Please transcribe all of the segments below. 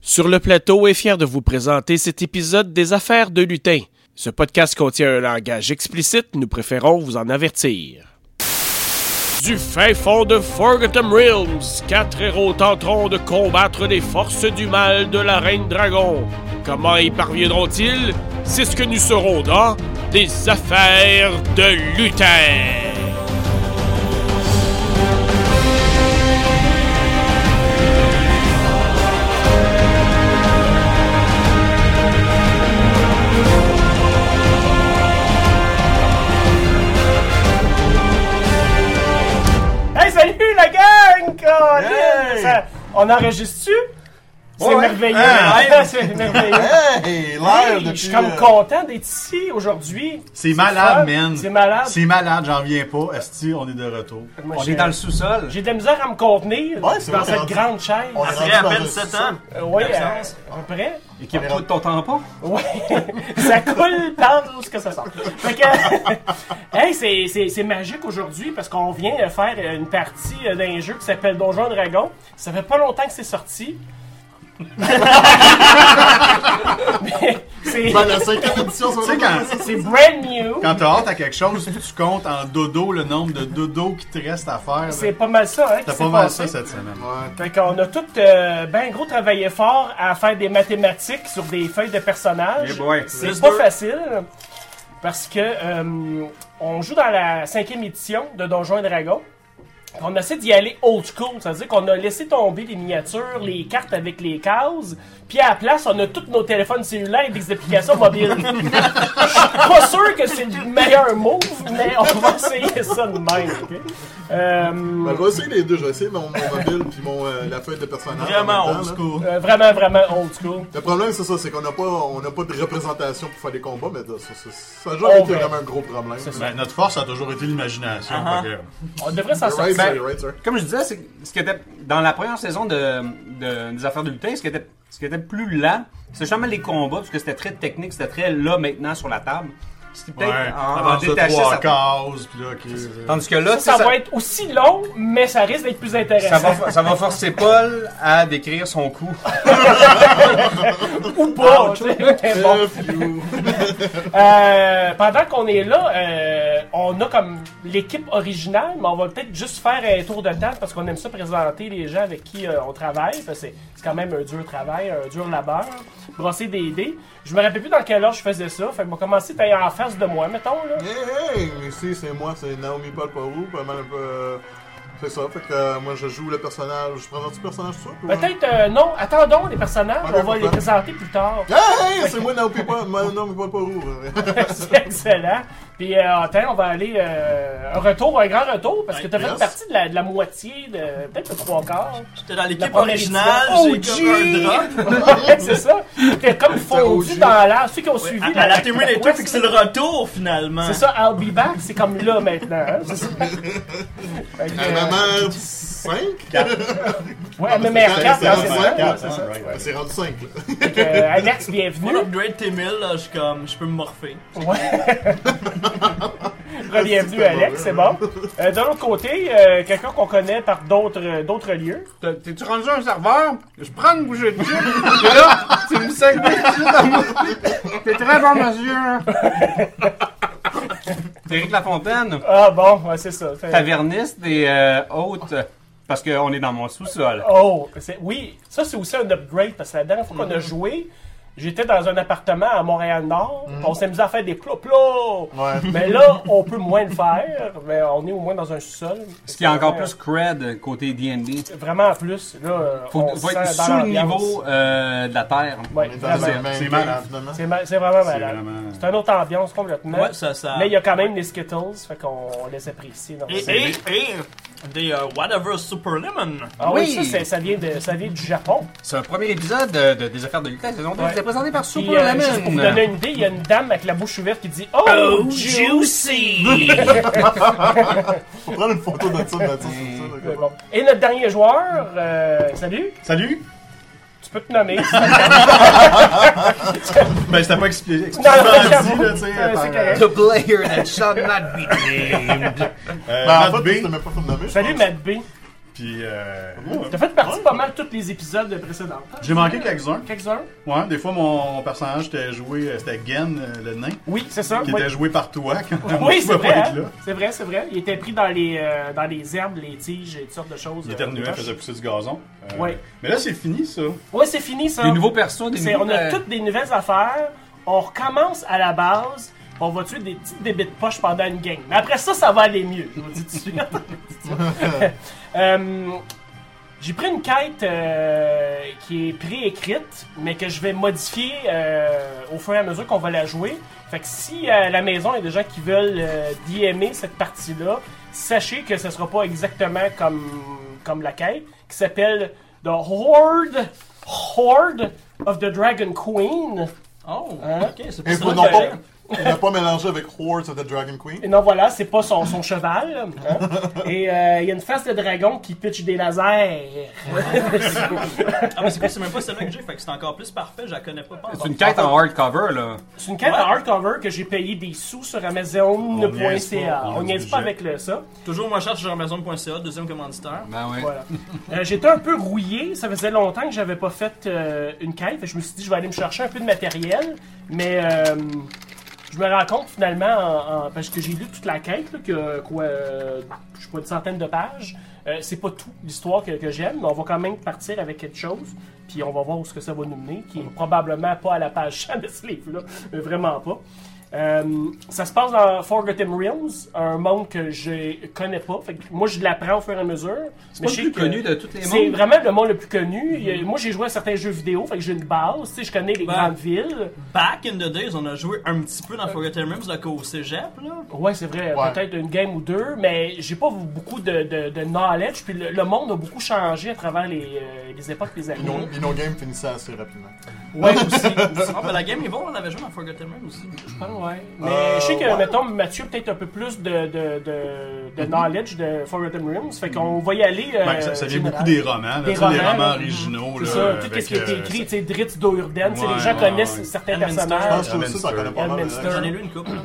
Sur le plateau est fier de vous présenter cet épisode des Affaires de Lutin. Ce podcast contient un langage explicite, nous préférons vous en avertir. Du fin fond de Forgotten Realms, quatre héros tenteront de combattre les forces du mal de la Reine Dragon. Comment y parviendront-ils C'est ce que nous saurons dans Des Affaires de Lutin. Hey, salut la gang! Colin! Hey! Ça- on enregistre-tu? C'est Ouais. merveilleux! Hey! hein? C'est merveilleux! Hey, Hey, live je depuis, suis comme euh, content d'être ici aujourd'hui. C'est malade, fun. man. C'est malade. C'est malade, j'en viens pas. Esti, on est de retour. Moi, On j'ai- est dans le sous-sol. J'ai de la misère à me contenir Ouais, c'est dans vrai, cette rendu- grande chaise. on est Après à peine 7 ans. Euh, ouais, euh, d'absence. à peu près. Et qui de ton tampon. Ouais, ça coule par où ce que ça sort. Fait que, hey, c'est- c'est c'est magique aujourd'hui parce qu'on vient euh, faire euh, une partie euh, d'un jeu qui s'appelle Donjon et Dragon. Ça fait pas longtemps que c'est sorti. Mais c'est Ben, la cinquième édition, c'est Tu sais, quand, c'est brand new. quand t'as hâte à quelque chose, tu comptes en dodo le nombre de dodo qui te reste à faire. là. C'est pas mal ça, hein? qui T'as s'est pas mal passé. ça cette semaine. Fait qu'on a tout euh, ben gros travaillé fort à faire des mathématiques sur des feuilles de personnages. Eh boy. C'est Plus pas deux. facile parce que euh, on joue dans la cinquième édition de Donjons et Dragons. On essaie d'y aller old school, c'est-à-dire qu'on a laissé tomber les miniatures, les cartes avec les cases, puis à la place, on a tous nos téléphones cellulaires et des applications mobiles. Je suis pas sûr que c'est le meilleur move, mais on va essayer ça de même. ok? Euh, Ben, je vais essayer les deux, je vais essayer mon, mon mobile puis mon, euh, la feuille de personnage. en Vraiment même temps, old là. school. euh, vraiment, vraiment old school. Le problème, c'est ça, c'est qu'on n'a pas, on n'a pas de représentation pour faire des combats, mais ça, ça, ça, ça a jamais été ouais. vraiment un gros problème. Ben, notre force a toujours été l'imagination. Ah, fait que- On devrait s'en Right, sortir. Ben- sir, right, sir. Comme je disais, c'est ce qui était dans la première saison de, de- des affaires de lutin, ce qui était ce qui était plus lent, c'est jamais les combats parce que c'était très technique, c'était très là maintenant sur la table. C'était peut-être Ouais, en- en avant Ah, ça, détaché, trois Ah, ça- cases, puis là, ok. Tandis que ben, là, tu sais, Ça, va être aussi long, mais ça risque d'être plus intéressant. ça va, ça va forcer Paul à décrire son coup. ou pas. tu sais. Mais Ah, bon. Euh, pendant qu'on est là, euh, on a comme l'équipe originale, mais on va peut-être juste faire un tour de table parce qu'on aime ça présenter les gens avec qui euh, on travaille. parce que C'est c'est quand même un dur travail, un dur labeur. Brosser des dés. Je me rappelle plus dans quelle heure je faisais ça. Fait que m'a commencé d'ailleurs en face de moi, mettons. Là. Hey, hey, ici, c'est moi, c'est Naomi Paul Parou, pas mal un peu. euh, c'est ça, fait que euh, moi, je joue le personnage. Je présente le personnage, tout ça? Peut-être, euh, non, attendons les personnages, Ouais, on va les pourquoi? présenter plus tard. Hey, hey, c'est moi, Naomi Paul, ma- Naomi Paul Parou. Euh, C'est excellent. Puis euh, attends, on va aller euh, un retour, un grand retour, parce que t'as fait Yes. partie de la, de la moitié, de, peut-être le trois quarts. J'étais dans La l'équipe première originale, édition. Oh, j'ai comme un drop. Ouais, c'est ça. T'es comme fondu OG. dans l'air. Ceux qui ont suivi À la témoin des ouais, trucs, fait que c'est le retour finalement. c'est ça, I'll be back, c'est comme là maintenant. hein. C'est ça. Fait que, La maman 5 euh, ouais, MMR4, c'est- c'est- hein, c'est ça. c'est- ouais, c'est- c'est ça. right, right. C'est rendu 5 là. Fait que, euh, Alex, bienvenue. Moi, l'upgrade T1000, là, je suis comme, je peux me morpher. Ouais. Bienvenue C'était Alex, bon, c'est bon. Euh, de l'autre côté, euh, quelqu'un qu'on connaît par d'autres euh, d'autres lieux. T'as- T'es-tu rendu un serveur? Je prends une bouchée de chips, et là, tu me sacs des chips dans mon... T'es très bon, monsieur! C'est Éric Lafontaine, Ah bon, ouais, c'est ça. Fait- taverniste et euh, hôte, parce qu'on est dans mon sous-sol. Oh, c'est- oui, ça c'est aussi un upgrade parce que la dernière fois Mm-hmm. qu'on a joué, j'étais dans un appartement à Montréal-Nord, puis on s'est mis à faire des plats plats. Mm-hmm. Ouais. Mais là, on peut moins le faire, mais on est au moins dans un sous-sol. Ce qui est encore plus cred côté D&D. Vraiment en plus, là, euh, Faut, on faut se être sent dans sous le l'ambiance. niveau euh, de la terre. Ouais, On est dans vraiment. un même C'est game, malade. finalement. C'est ma- c'est vraiment C'est malade. vraiment- C'est une autre ambiance complètement. Ouais, ça, ça. Mais il y a quand même les Skittles, fait qu'on les apprécie. dans Et, ce- et, et, des euh, Whatever Super Lemon. Ah oui, Oui. ça, c'est- ça, vient de, ça vient du Japon. C'est un premier épisode de, de- des affaires de lutin, saison 2, Ouais. qui était présenté par Puis, Super euh, juste pour vous donner une idée, il y a une dame avec la bouche ouverte qui dit Oh, Oh, juice! juicy! On prend une photo de ça, de ça, de ça, de ça. Euh, bon. Et notre dernier joueur, euh, salut, Salut! tu peux te nommer. Ben, c'était pas expli- Non, non, explicitement j'avoue. dit, là, tu sais. Euh, c'est par- correct. The player that shall not be named. euh, Ben, en Matt fait, B. c'était même pas pour me nommer, je salut pense. Matt B. Euh, Puis, euh, T'as fait partie pas mal de tous les épisodes précédents. hein? j'ai manqué quelques-uns. Quelques-uns? Ouais, des fois, mon personnage était joué, euh, c'était Gen, euh, le nain, Oui, c'est ça. qui oui. était joué par toi quand moi, Oui, je c'est pouvais vrai. pas être hein? là. C'est vrai, c'est vrai. Il était pris dans les, euh, dans les herbes, les tiges et toutes sortes de choses. Il euh, éternuait, proches. faisait pousser du gazon. Euh, Ouais. Mais là, c'est fini, ça. Ouais, c'est fini ça. Des nouveaux persos, des C'est- nouveaux... on a euh, toutes des nouvelles affaires. On recommence à la base. On va tuer des petites débits de poche pendant une game. Mais après ça, ça va aller mieux. Je vous dis tout de suite. Euh, J'ai pris une quête euh, qui est préécrite, mais que je vais modifier euh, au fur et à mesure qu'on va la jouer. Fait que si à la maison il y a des gens qui veulent euh, DMer cette partie-là, sachez que ce sera pas exactement comme, comme la quête, qui s'appelle The Horde, Horde of the Dragon Queen. Oh, Hein? ok, c'est Et pas faut ça. non pas, que- on n'a pas mélangé avec Hordes of the Dragon Queen. Et non, voilà, c'est pas son, son cheval. hein. Et euh, il y a une face de dragon qui pitch des lasers. Ah, mais c'est pas- c'est même pas celle-là que j'ai, fait que c'est encore plus parfait, je la connais pas. pas C'est encore. une quête en hardcover, là. C'est une quête Ouais. en hardcover que j'ai payé des sous sur niaise Amazon.ca. pas, on On a n'y du pas budget. avec le, ça. Toujours moins cher sur Amazon.ca, deuxième commanditaire. Ben oui. Voilà. Euh, J'étais un peu rouillé. Ça faisait longtemps que j'avais pas fait euh, une quête. Fait que Je me suis dit, je vais aller me chercher un peu de matériel. Mais euh, je me rends compte finalement, en- en- parce que j'ai lu toute la quête, là, que quoi, euh, je sais pas, une centaine de pages. Euh, c'est pas tout l'histoire que, que j'aime, mais on va quand même partir avec quelque chose, puis on va voir où ce que ça va nous mener, qui est probablement pas à la page 100 de ce livre-là, mais vraiment pas. Euh, ça se passe dans Forgotten Realms, un monde que je connais pas. Fait que moi, je l'apprends au fur et à mesure. C'est pas le plus connu de tous les C'est mondes. vraiment le monde le plus connu. Il y a- Moi, j'ai joué à certains jeux vidéo, fait que j'ai une base. Tu sais, je connais les Ben. grandes villes. Back in the days, on a joué un petit peu dans Forgotten Realms, là, qu'au cégep, là. Ouais, c'est vrai. Ouais. Peut-être une game ou deux, mais j'ai pas beaucoup de, de, de knowledge. Puis le, le monde a beaucoup changé à travers les, euh, les époques, les années. Bino, Bino Game finissait assez rapidement. Ouais, aussi. Ah, ben la game est bonne, on avait joué dans Forgotten Realms aussi. je pense, ouais. Mais Euh, je sais que, ouais. mettons, Mathieu a peut-être un peu plus de, de, de, de knowledge de Forgotten Realms. Fait qu'on va y aller. euh, Mhm. Ben, ça, ça vient général. beaucoup des romans, là, Des tu sais, les romans, romans là. originaux. C'est là, ça, tout avec, ce qui était euh, écrit, tu sais, Dritz d'Ourden, tu sais, Ouais, les gens ouais, connaissent ouais. certains Elminster. Je personnages. pense que aussi, ça connaît pas mal. euh, Elminster. J'en ai lu une couple, là.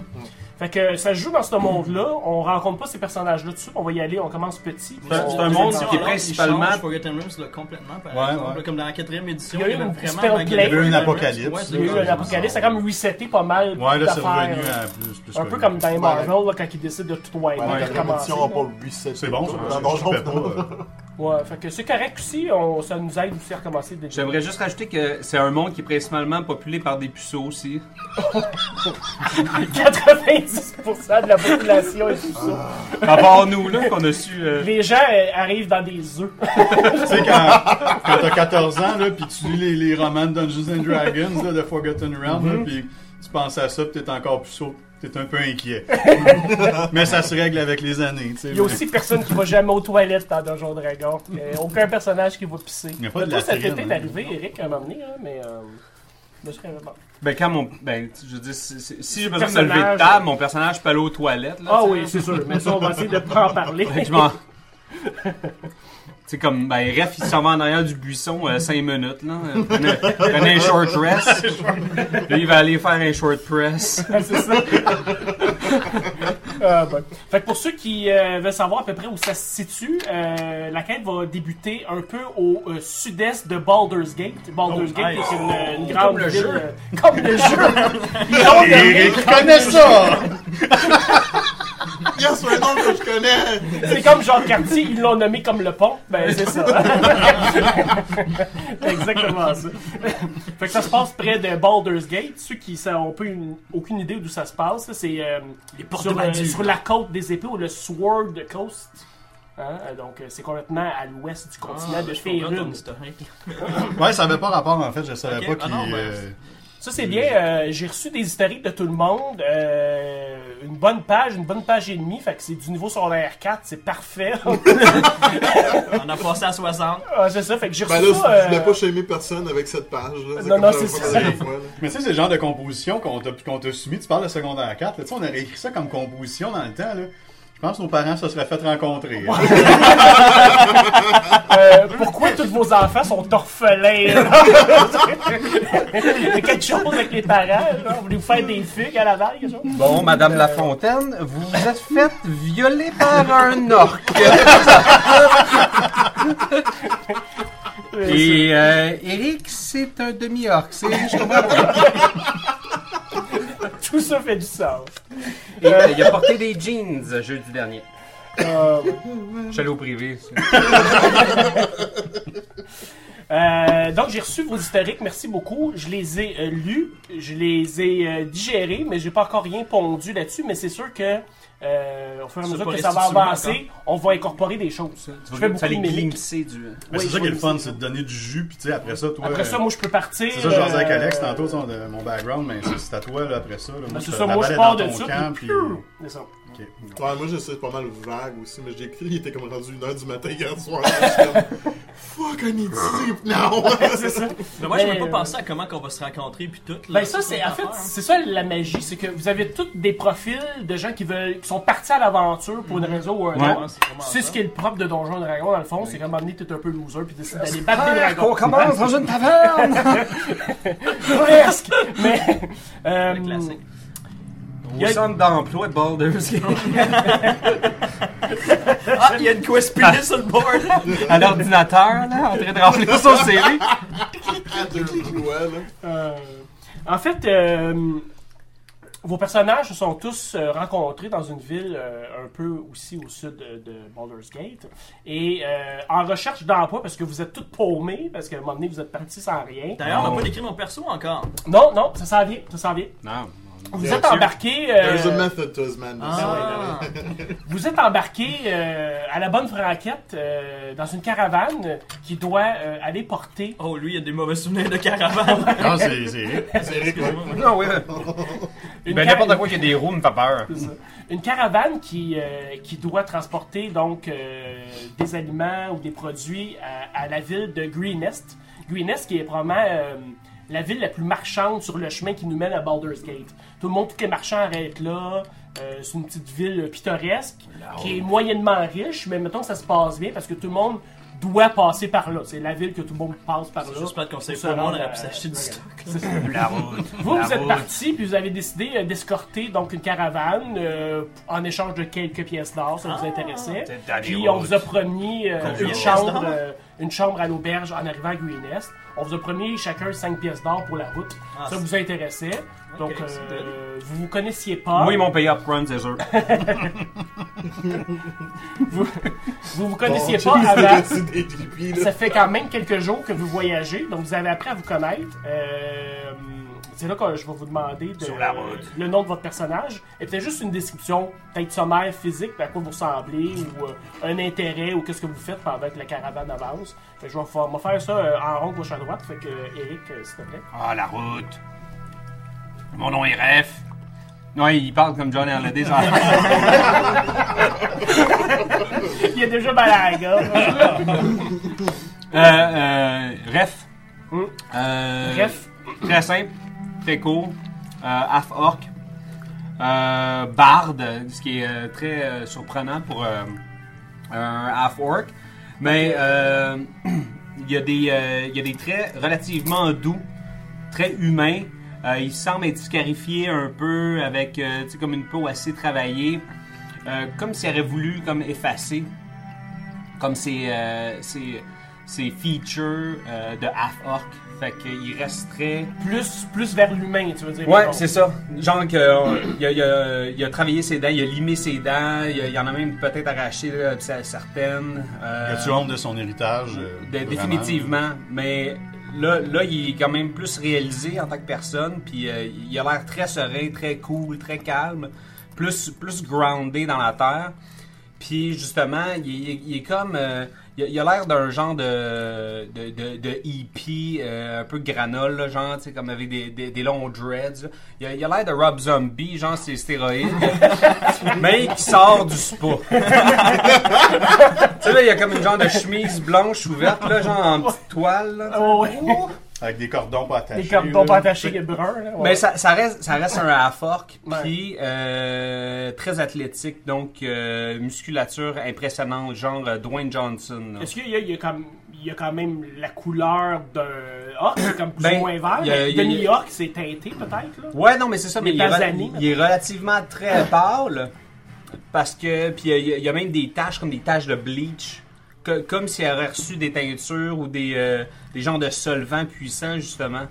Fait que ça se joue dans ce monde-là, on rencontre pas ces personnages-là dessus, on va y aller, on commence petit. C'est un- On- c'est un monde on- qui est principalement- Ils changent Forgotten Realms là, complètement, par Ouais, exemple. ouais. Comme dans la quatrième édition, Il y a eu une spell plague. Il un y a eu un Forgotten Realms. apocalypse. Ouais, Il c'est Ah, y a eu vrai. un apocalypse, ça a comme resetté pas mal Ouais, là, c'est d'affaires, revenu là. à plus. plus Un peu connu. comme dans Marvel, Ouais. là, quand ils décident de tout wipe, Ouais, de la recommencer, commission là. n'a pas 8 C'est bon, ça. Dans je- je Donjon, fais pas, euh, Ouais, fait que c'est correct aussi, on- ça nous aide aussi à recommencer des J'aimerais juste rajouter que c'est un monde qui est principalement populé par des puceaux aussi. 90% de la population et tout ça. À part nous, là, qu'on a su... Ah. euh, Les gens euh, arrivent dans des œufs. Tu sais, quand, quand t'as 14 ans, là, pis tu lis les, les romans de Dungeons and Dragons, là, de Forgotten Realms, Mm-hmm. là, pis tu penses à ça, pis t'es encore plus saut. T'es un peu inquiet. Mais ça se règle avec les années, tu sais. Il y a aussi personne qui va jamais aux toilettes dans Donjon Dragon. Euh, aucun personnage qui va pisser. Il y a pas de Toi, ça latrine, t'était hein. arrivé, Eric, à un moment donné, hein, mais. Euh, je serais pas. Ben, quand mon. Ben, je veux dire, si, si- si j'ai besoin de me Personnage. lever de table, mon personnage peut aller aux toilettes, là. Ah tu sais. oui, c'est sûr. Mais ça, on va essayer de pas en parler. Fait que je m'en. C'est comme, ben, Ref, il s'en va en arrière du buisson 5 minutes, là. Euh, Prenez, prenez un short rest. Lui, il va aller faire un short press. Ah, c'est ça. Ah, bon. Fait que pour ceux qui euh, veulent savoir à peu près où ça se situe, euh, la quête va débuter un peu au euh, sud-est de Baldur's Gate. Baldur's Gate nice. est une, une grande le ville, jeu. euh, comme le jeu. Ils ont Eric nommé- connaît ça! Yes, un nom que je connais! C'est comme Jean Cartier, ils l'ont nommé comme le pont. Ben, c'est ça. Exactement ça. fait que ça se passe près de Baldur's Gate. Ceux qui n'ont aucune idée d'où ça se passe, là, c'est euh, portes sur, de euh, Baldur. sur la côte des épées ou le Sword Coast. Hein, euh, Donc, euh, c'est complètement à l'ouest du continent Ah, de je comprends ton Faerun. historique. Ouais, ça avait pas rapport, en fait. Je savais Ok. pas Ah qu'il... non, ben, euh, Ça, c'est bien. euh, J'ai reçu des historiques de tout le monde. euh, une bonne page, une bonne page et demie. Fait que c'est du niveau sur la R4. C'est parfait. On a passé à 60. ah, c'est ça. Fait que j'ai Ben reçu là, ça. je voulais euh, pas shamer personne avec cette page. Là. Non, comme non, j'avais c'est pas ça. la dernière fois, là. Mais tu sais, c'est le genre de composition qu'on t'a qu'on t'a soumis. Tu parles de secondaire 4. Là, tu sais, on aurait écrit ça comme composition dans le temps. Là. Je pense que nos parents se seraient fait rencontrer. hein. Euh, pourquoi tous vos enfants sont orphelins? là? Il y a quelque chose avec les parents. Là. On voulait vous faire des fugues à la vague. Quelque chose? Bon, Madame Lafontaine, vous vous êtes faite violer par un orque. Et euh, Eric, c'est un demi-orque. C'est, je comprends pas. Tout ça fait du sens. Et, euh, il a porté des jeans jeudi dernier. Euh, Je suis allé au privé. ça. Euh, donc, j'ai reçu vos historiques, merci beaucoup. Je les ai euh, lus, je les ai euh, digérés, mais j'ai pas encore rien pondu là-dessus. Mais c'est sûr que, euh, au fur et à C'est mesure pas que ça va restitué avancer, hein? on va incorporer des choses. Je Tu vas- fais tu vas beaucoup aller de mimiques. glimpser du. Mais Oui, c'est ça je qui est le vais fun, c'est de donner du jus, puis tu sais, après ça, toi. Après ça, euh, moi, je peux partir. c'est ça, je disais avec euh, Alex tantôt, son- de- mon background, mais c'est- c'est à toi, là, après ça. Là, ben, c'est te- ça, la moi, balle je est pars dans de ton ça, camp, puis- puis- C'est ça. ok. Ouais, moi, j'essaie pas mal vague aussi, mais j'ai écrit, il était comme rendu 1h du matin hier soir. Je suis comme, fuck, un idiot! Non! C'est ça. Mais moi, je Mais, même pas euh, pensé à comment qu'on va se rencontrer puis tout. là. Ben ça c'est en notre fait affaire, hein. c'est ça la magie c'est que vous avez tous des profils de gens qui veulent qui sont partis à l'aventure pour une Mhm. raison ou un Ouais. autre. Ah, C'est vraiment C'est ça. ce qui est le propre de Donjon et Dragon dans le fond, c'est comme amener tout un peu loser puis décider d'aller battre des dragons. commence dans une taverne! Presque. Mais euh, Le classique. Au centre d'emploi de Baldur's Gate. Ah, il y a une quest pilée sur le board. À l'ordinateur, là, en train de remplir son CV. À deux doigts, là. euh, en fait euh, vos personnages se sont tous euh, rencontrés dans une ville euh, un peu aussi au sud euh, de Baldur's Gate et euh, en recherche d'emploi parce que vous êtes tous paumés parce qu'à un moment donné vous êtes partis sans rien. D'ailleurs, on Non. n'a pas décrit mon perso encore. Non, non, ça s'en vient, ça s'en vient. Non. Vous Bien êtes sûr. embarqué. There's a Euh, method to his madness. Ah. vous êtes embarqué euh, à la bonne franquette euh, dans une caravane qui doit euh, aller porter. Oh, lui, il a des mauvais souvenirs de caravane. Ah, c'est c'est- C'est Eric, ouais. Non, oui. Une, Ben, cara- n'importe quoi qui a des roues me fait peur. une caravane qui, euh, qui doit transporter donc euh, des aliments ou des produits à, à la ville de Greenest. Greenest qui est probablement euh, la ville la plus marchande sur le chemin qui nous mène à Baldur's Gate. Tout le monde, tous les marchands arrêtent là. Euh, c'est une petite ville pittoresque qui est moyennement riche, mais mettons que ça se passe bien parce que tout le monde doit passer par là. C'est la ville que tout le monde passe par là. Juste pas de conseil Ça pour moi, on rend, aurait euh, pu s'acheter du ouais. stock. La route. Vous, la vous êtes route. parti, puis vous avez décidé euh, d'escorter donc une caravane euh, en échange de quelques pièces d'or, Ah, ça vous intéressait. C'est dans les Puis on routes. vous a promis euh, Combien une, de pièces chambre, d'or? euh, une chambre à l'auberge en arrivant à Greenest. On vous a promis chacun 5 pièces d'or pour la route. Ah, ça c'est- vous intéressait. Donc, Ok, c'est euh, vous vous connaissiez pas. Moi, ils m'ont payé upfront, c'est sûr. Vous vous Bon, connaissiez Jim, pas avant. c'est des creepy, là. Ça fait quand même quelques jours que vous voyagez, donc vous avez appris à vous connaître. Euh, c'est là que je vais vous demander de- Sur la route. le nom de votre personnage. Et peut-être juste une description, peut-être sommaire, physique, à quoi vous ressemblez, ou euh, un intérêt, ou qu'est-ce que vous faites pendant que la caravane avance. Fait que je vais fa- me faire ça euh, en rond gauche à droite. Fait que, euh, Eric, euh, s'il te plaît. Ah, la route. Mon nom est Ref. Ouais, il parle comme John Hernandez. en- Il est déjà malade, euh, euh, Ref. Hmm. Euh, Bref, Très simple, très court. Euh, half orc. Euh, barde, ce qui est euh, très euh, surprenant pour euh, un half orc. Mais euh, il y, a des, euh, il y a des traits relativement doux, très humains. Euh, il semble être scarifié un peu avec euh, tu sais, comme une peau assez travaillée. Euh, comme s'il aurait voulu comme effacer comme ses, euh, ses- ses features euh, de half orc. Fait qu'il resterait plus, plus vers l'humain, tu veux dire. Ouais, mettons. c'est ça. Genre qu'il a, il a- il a travaillé ses dents, il a limé ses dents, il, a- il en a même peut-être arraché là, c- certaines. euh, As-tu honte de son héritage? euh, de- vraiment? définitivement. Mais là, là, il est quand même plus réalisé en tant que personne, puis euh, il a l'air très serein, très cool, très calme, plus, plus groundé dans la terre. Puis justement, il, il- il est comme. euh, il a- il a l'air d'un genre de, de, de, de hippie, euh, un peu granol, là, genre, tu sais, comme avec des, des, des longs dreads. là. Il a il a l'air de Rob Zombie, genre, c'est stéroïdes, mais qui sort du spa. Tu sais, là, il y a comme une genre de chemise blanche ouverte, là, genre en petite toile. là. Ah ouais. Avec des cordons pas attachés. Des cordons pas là. attachés et bruns. là, ouais. Mais Ben, ça, ça reste, ça reste un half-orc, Ouais. puis euh, très athlétique, donc euh, musculature impressionnante, genre euh, Dwayne Johnson. là. Est-ce qu'il y, a- il y a comme- il y a quand même la couleur d'un orc, c'est comme plus Ben, ou moins vert, il y a- mais il y a- demi orc c'est teinté peut-être là. Ouais, non, mais c'est ça, mais Les il est, rela- Tanzanies, il est relativement très pâle, parce que, puis il y a- il y, a- il y a même des taches comme des taches de bleach, que- comme s'il avait reçu des teintures ou des, euh, des genres de solvants puissants, justement.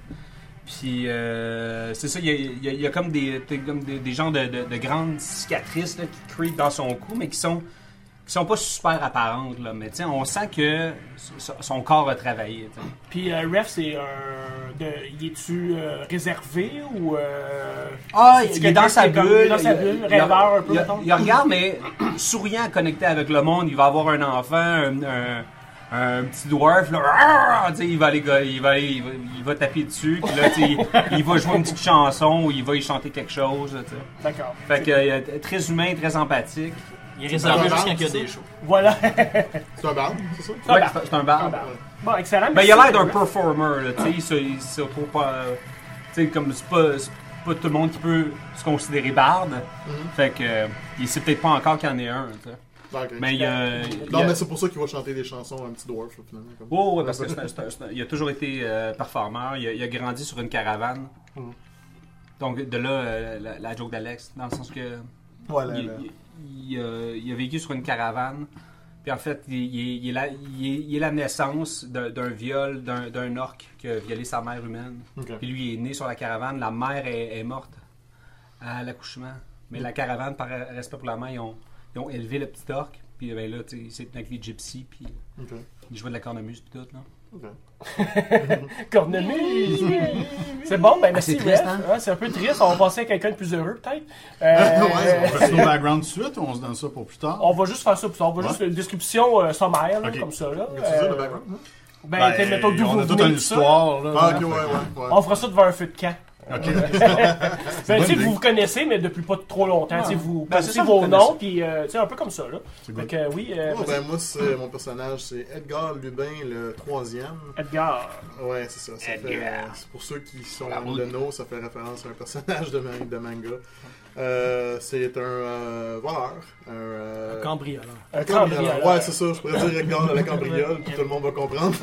Puis euh, c'est ça, il y a, il y a- il y a comme des, des- comme des, des genres de, de- de grandes cicatrices là, qui creepent dans son cou, mais qui sont qui sont pas super apparentes là, mais tu sais, on sent que so- son corps a travaillé. tu sais. Puis euh, ref c'est un de- il est-tu euh, réservé ou euh, Ah, C'est il est quelqu'un dans qui sa est comme- bulle. dans sa il- bulle, il- rêveur un peu, il- mettons. Il regarde, mais souriant, connecté avec le monde. Il va avoir un enfant, un, un- un petit dwarf. Là, Arrgh! Tu sais, il, va aller, go- il, va aller- il, va, il va taper dessus. Puis là, tu sais, il, il va jouer une petite chanson ou il va y chanter quelque chose. là, tu sais. d'accord. Fait que euh, très humain, très empathique. Il est réservé C'est juste pas quand il y a grave, des shows. Voilà. C'est un barbe, c'est ça? Ah, Ouais, bah. c'est- c'est un barbe. bon, excellent. Ben, il a merci. l'air d'un performer. Là, tu sais, il se- il se trouve pas. euh, Tu sais, comme c'est pas, c'est pas tout le monde qui peut se considérer barde. Mm-hmm. Fait que euh, il sait peut-être pas encore qu'il y en est un. tu sais. Ah, ok. Mais il y a. il Non, y a- mais c'est pour ça qu'il va chanter des chansons à un petit dwarf, là, finalement. Comme... Oh, ouais, parce que c'est un- c'est un- c'est un- il a toujours été euh, performeur. Il a, il a grandi sur une caravane. Mm. Donc, de là, euh, la, la joke d'Alex, dans le sens que. Ouais, Ah là, il, là. il- il, euh, il a vécu sur une caravane. Puis en fait, il, il- il est, la, il est- il est la naissance d'un d'un viol d'un d'un orc qui a violé sa mère humaine. Ok. Puis lui, il est né sur la caravane. La mère est, est morte à l'accouchement. Mais la caravane, par respect pour la mère, ils ont, ils ont élevé le petit orc. Puis ben là, tu sais, il s'est tenu avec les gypsies. Puis Ok. Euh, il jouait de la cornemuse. Puis tout, là. Ok. Cornemuse. c'est bon, ben merci c'est triste, ref. hein? Ouais, c'est un peu triste. On va passer à quelqu'un de plus heureux peut-être. Euh, Ouais, On fait nos backgrounds tout de suite ou on se donne ça pour plus tard? On va juste faire ça, puis ça, on va juste une description euh, sommaire, là, Ok. comme ça. Là. Tu veux dire Euh, le background? non? ben, Ben, t'es- mettons, d'où on vous a toute venez, une tout ça. histoire. Là, Ah, ok, là, ouais, fait- ouais. ouais. On fera ça devant un feu de camp. Ben, bonne tu sais, vous idée. vous connaissez, mais depuis pas trop longtemps. Tu sais, vous Ben, connaissez c'est ça, vous vos connaissez. noms, puis euh, tu sais, un peu comme ça. Là. Fait good. que, euh, oui, euh, Ouais, ben, moi, c'est mon personnage, c'est Edgar Lubin, le troisième. Edgar. Ouais, c'est ça. ça fait, euh, c'est pour ceux qui sont de nos, ça fait référence à un personnage de, man- de manga. Euh, c'est un euh, voleur. Un, euh, Cambrioleur. Un cambrioleur. cambrioleur. Ouais, c'est ça. Je pourrais dire Edgar de la cambriole, puis tout le monde va comprendre.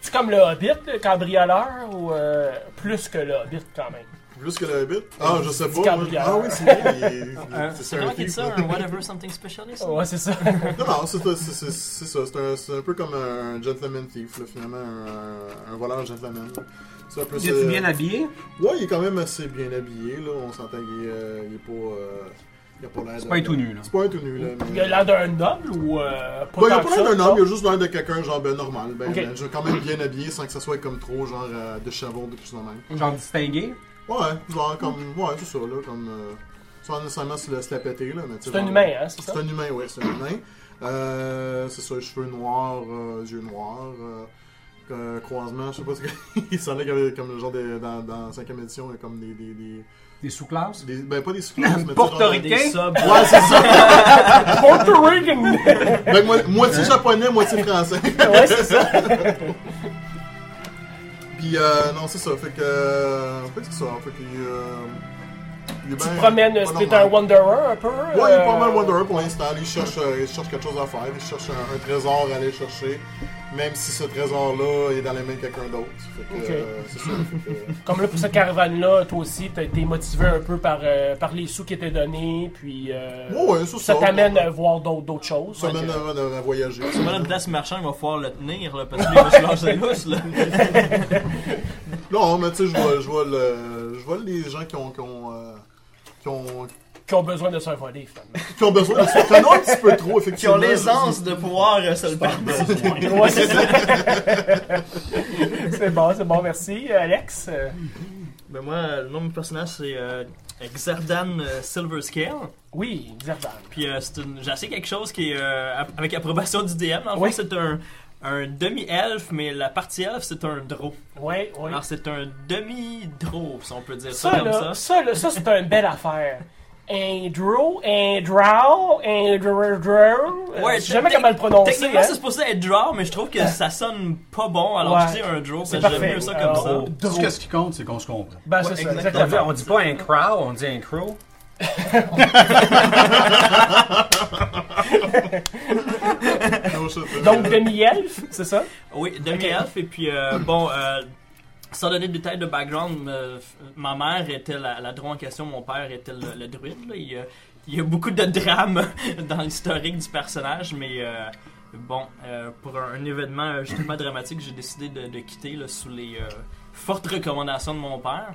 C'est comme le Hobbit, le cambrioleur, ou euh, plus que le Hobbit, quand même. Plus que le habit. Ah, je sais pas. moi. cambrioleur. Ah oui, c'est vrai, il est- il- Hein? C'est vraiment thief, qu'il dit ça, là. un whatever something specialist. là? Ouais, c'est ça. Non, non, c'est c'est- c'est- c'est ça. C'est un, c'est un peu comme un gentleman thief, là, finalement. Un, un voleur gentleman. C'est un peu Il ça. est bien habillé. Ouais, il est quand même assez bien habillé, là. On s'entend qu'il est, euh, il est pas. euh, il a pas l'air. C'est de- pas un tout nu, là. C'est pas un tout nu, là. mais- Il a l'air d'un noble, ou euh, pas Ouais, il a pas tant l'air que ça, d'un homme, il non? a juste l'air de quelqu'un, genre, ben, normal. Ben, Ok. ben, je- quand même bien habillé sans que ça soit comme trop, genre, euh, de chavon de plus en même. Genre distingué. Ouais, genre, comme. Ouais, c'est ça, là. Comme. euh, sans nécessairement se la, se la péter, là. mais tu sais, C'est un genre, humain, hein, c'est ça? C'est un humain, ouais, c'est un humain. Euh, c'est ça, cheveux noirs, euh, yeux noirs, euh, euh, croisement, je sais pas ce que. il semblait qu'il y avait comme le genre de. Dans, dans 5ème édition, il y a comme des. des, des, Des sous-classes. des- ben, pas des sous mais tu sais, genre- Portoricain. Des subs. Ouais, c'est ça. Puerto Rican! Ben, moi, moitié japonais, moitié français. ouais, c'est ça. Puis, euh, non, c'est ça, fait que. Euh, fait que c'est ça, fait que. Euh, il est Tu ben- te promènes, pas euh, c'est un normal. wanderer, un peu. Ouais, il est pas mal euh, Wanderer pour l'instant. Il cherche, euh, il cherche quelque chose à faire. Il cherche un, un trésor à aller chercher. Même si ce trésor-là est dans les mains de quelqu'un d'autre. Fait que, Ok. euh, c'est ça. Fait que, euh, Comme là, pour cette caravane-là, toi aussi, t'as été motivé un peu par, euh, par les sous qui étaient donnés, puis euh, Ouais, ouais, c'est ça. ça t'amène à voir d'autres d'autres choses. ça euh, Fait mène que- à, à- à voyager. Moi, là, place marchand, il va falloir le tenir, là, parce que les mouches lâchent les mouches, là. Non, mais tu sais, je vois, je vois, le, je vois les gens qui ont, qui ont, euh, qui ont, qui ont besoin de s'envoler, finalement. qui ont besoin de se connaître un petit peu trop, Qui ont effectivement. l'aisance de pouvoir euh, se le permettre. Ouais, c'est ça. c'est bon, c'est bon, merci. Alex, euh, Ben moi, euh, le nom de mon personnage, c'est euh, Xardan euh, Silverscale. oui, Xerdan. Puis euh, c'est une... j'ai sais quelque chose qui est euh, ap- avec approbation du DM. En Oui. fait, c'est un, un demi-elfe, mais la partie elfe, c'est un draw. Ouais, ouais. Alors, c'est un demi-draw, si on peut dire Ah, ça, Ça, comme là, ça. ça, là, ça, c'est une belle affaire. un Drew, un Drow, un Drew, Drew. Euh, je sais jamais comment le prononcer. Techniquement, hein. c'est supposé être draw, mais je trouve que ça sonne pas bon, alors Ouais. je dis un draw, C'est c'est parfait. Euh, oh. j'aime mieux ça comme Alors, ça. Tout ce qui compte, c'est qu'on se comprend. Ben, c'est ça, exactement. exactement. On dit pas un crow, on dit un crow. Non, je sais pas. Donc, demi-elfe, c'est ça? Oui, demi-elfe, et puis euh, Hmm. bon, euh, sans donner de détails de background, euh, f- ma mère était la, la draw en question, mon père était le, le druide. là. Il, y a- il y a beaucoup de drames dans l'historique du personnage, mais euh, bon, euh, pour un, un événement euh, justement dramatique, j'ai décidé de, de quitter là, sous les euh, fortes recommandations de mon père.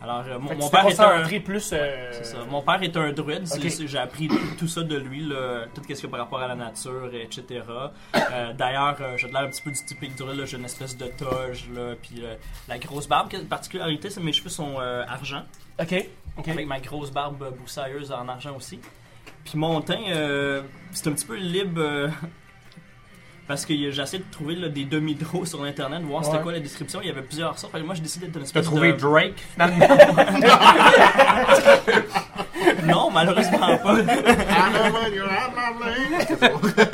Alors, euh, mon, Fait que mon tu t'es père était un... concentré plus. euh, C'est ça. Mon père est un druide. c'est- Ok. c'est- J'ai appris tout, tout ça de lui, là, tout ce qu'il y a par rapport à la nature, etc. Euh, D'ailleurs, euh, j'ai de l'air un petit peu du typique druide. là, J'ai une espèce de toge, là, puis euh, la grosse barbe. Quelle particularité, c'est que mes cheveux sont euh, argent, Ok. Ok. avec ma grosse barbe euh, broussailleuse en argent aussi. Puis mon teint, euh, c'est un petit peu libre. euh, Parce que euh, j'ai essayé de trouver là, des demi-dros sur internet, voir c'était Ouais. quoi la description. Il y avait plusieurs sortes. Fait que moi, j'ai décidé d'être une T'as espèce trouvé de... Drake finalement? Non, malheureusement pas. Ah, non, non, you're out of my lane.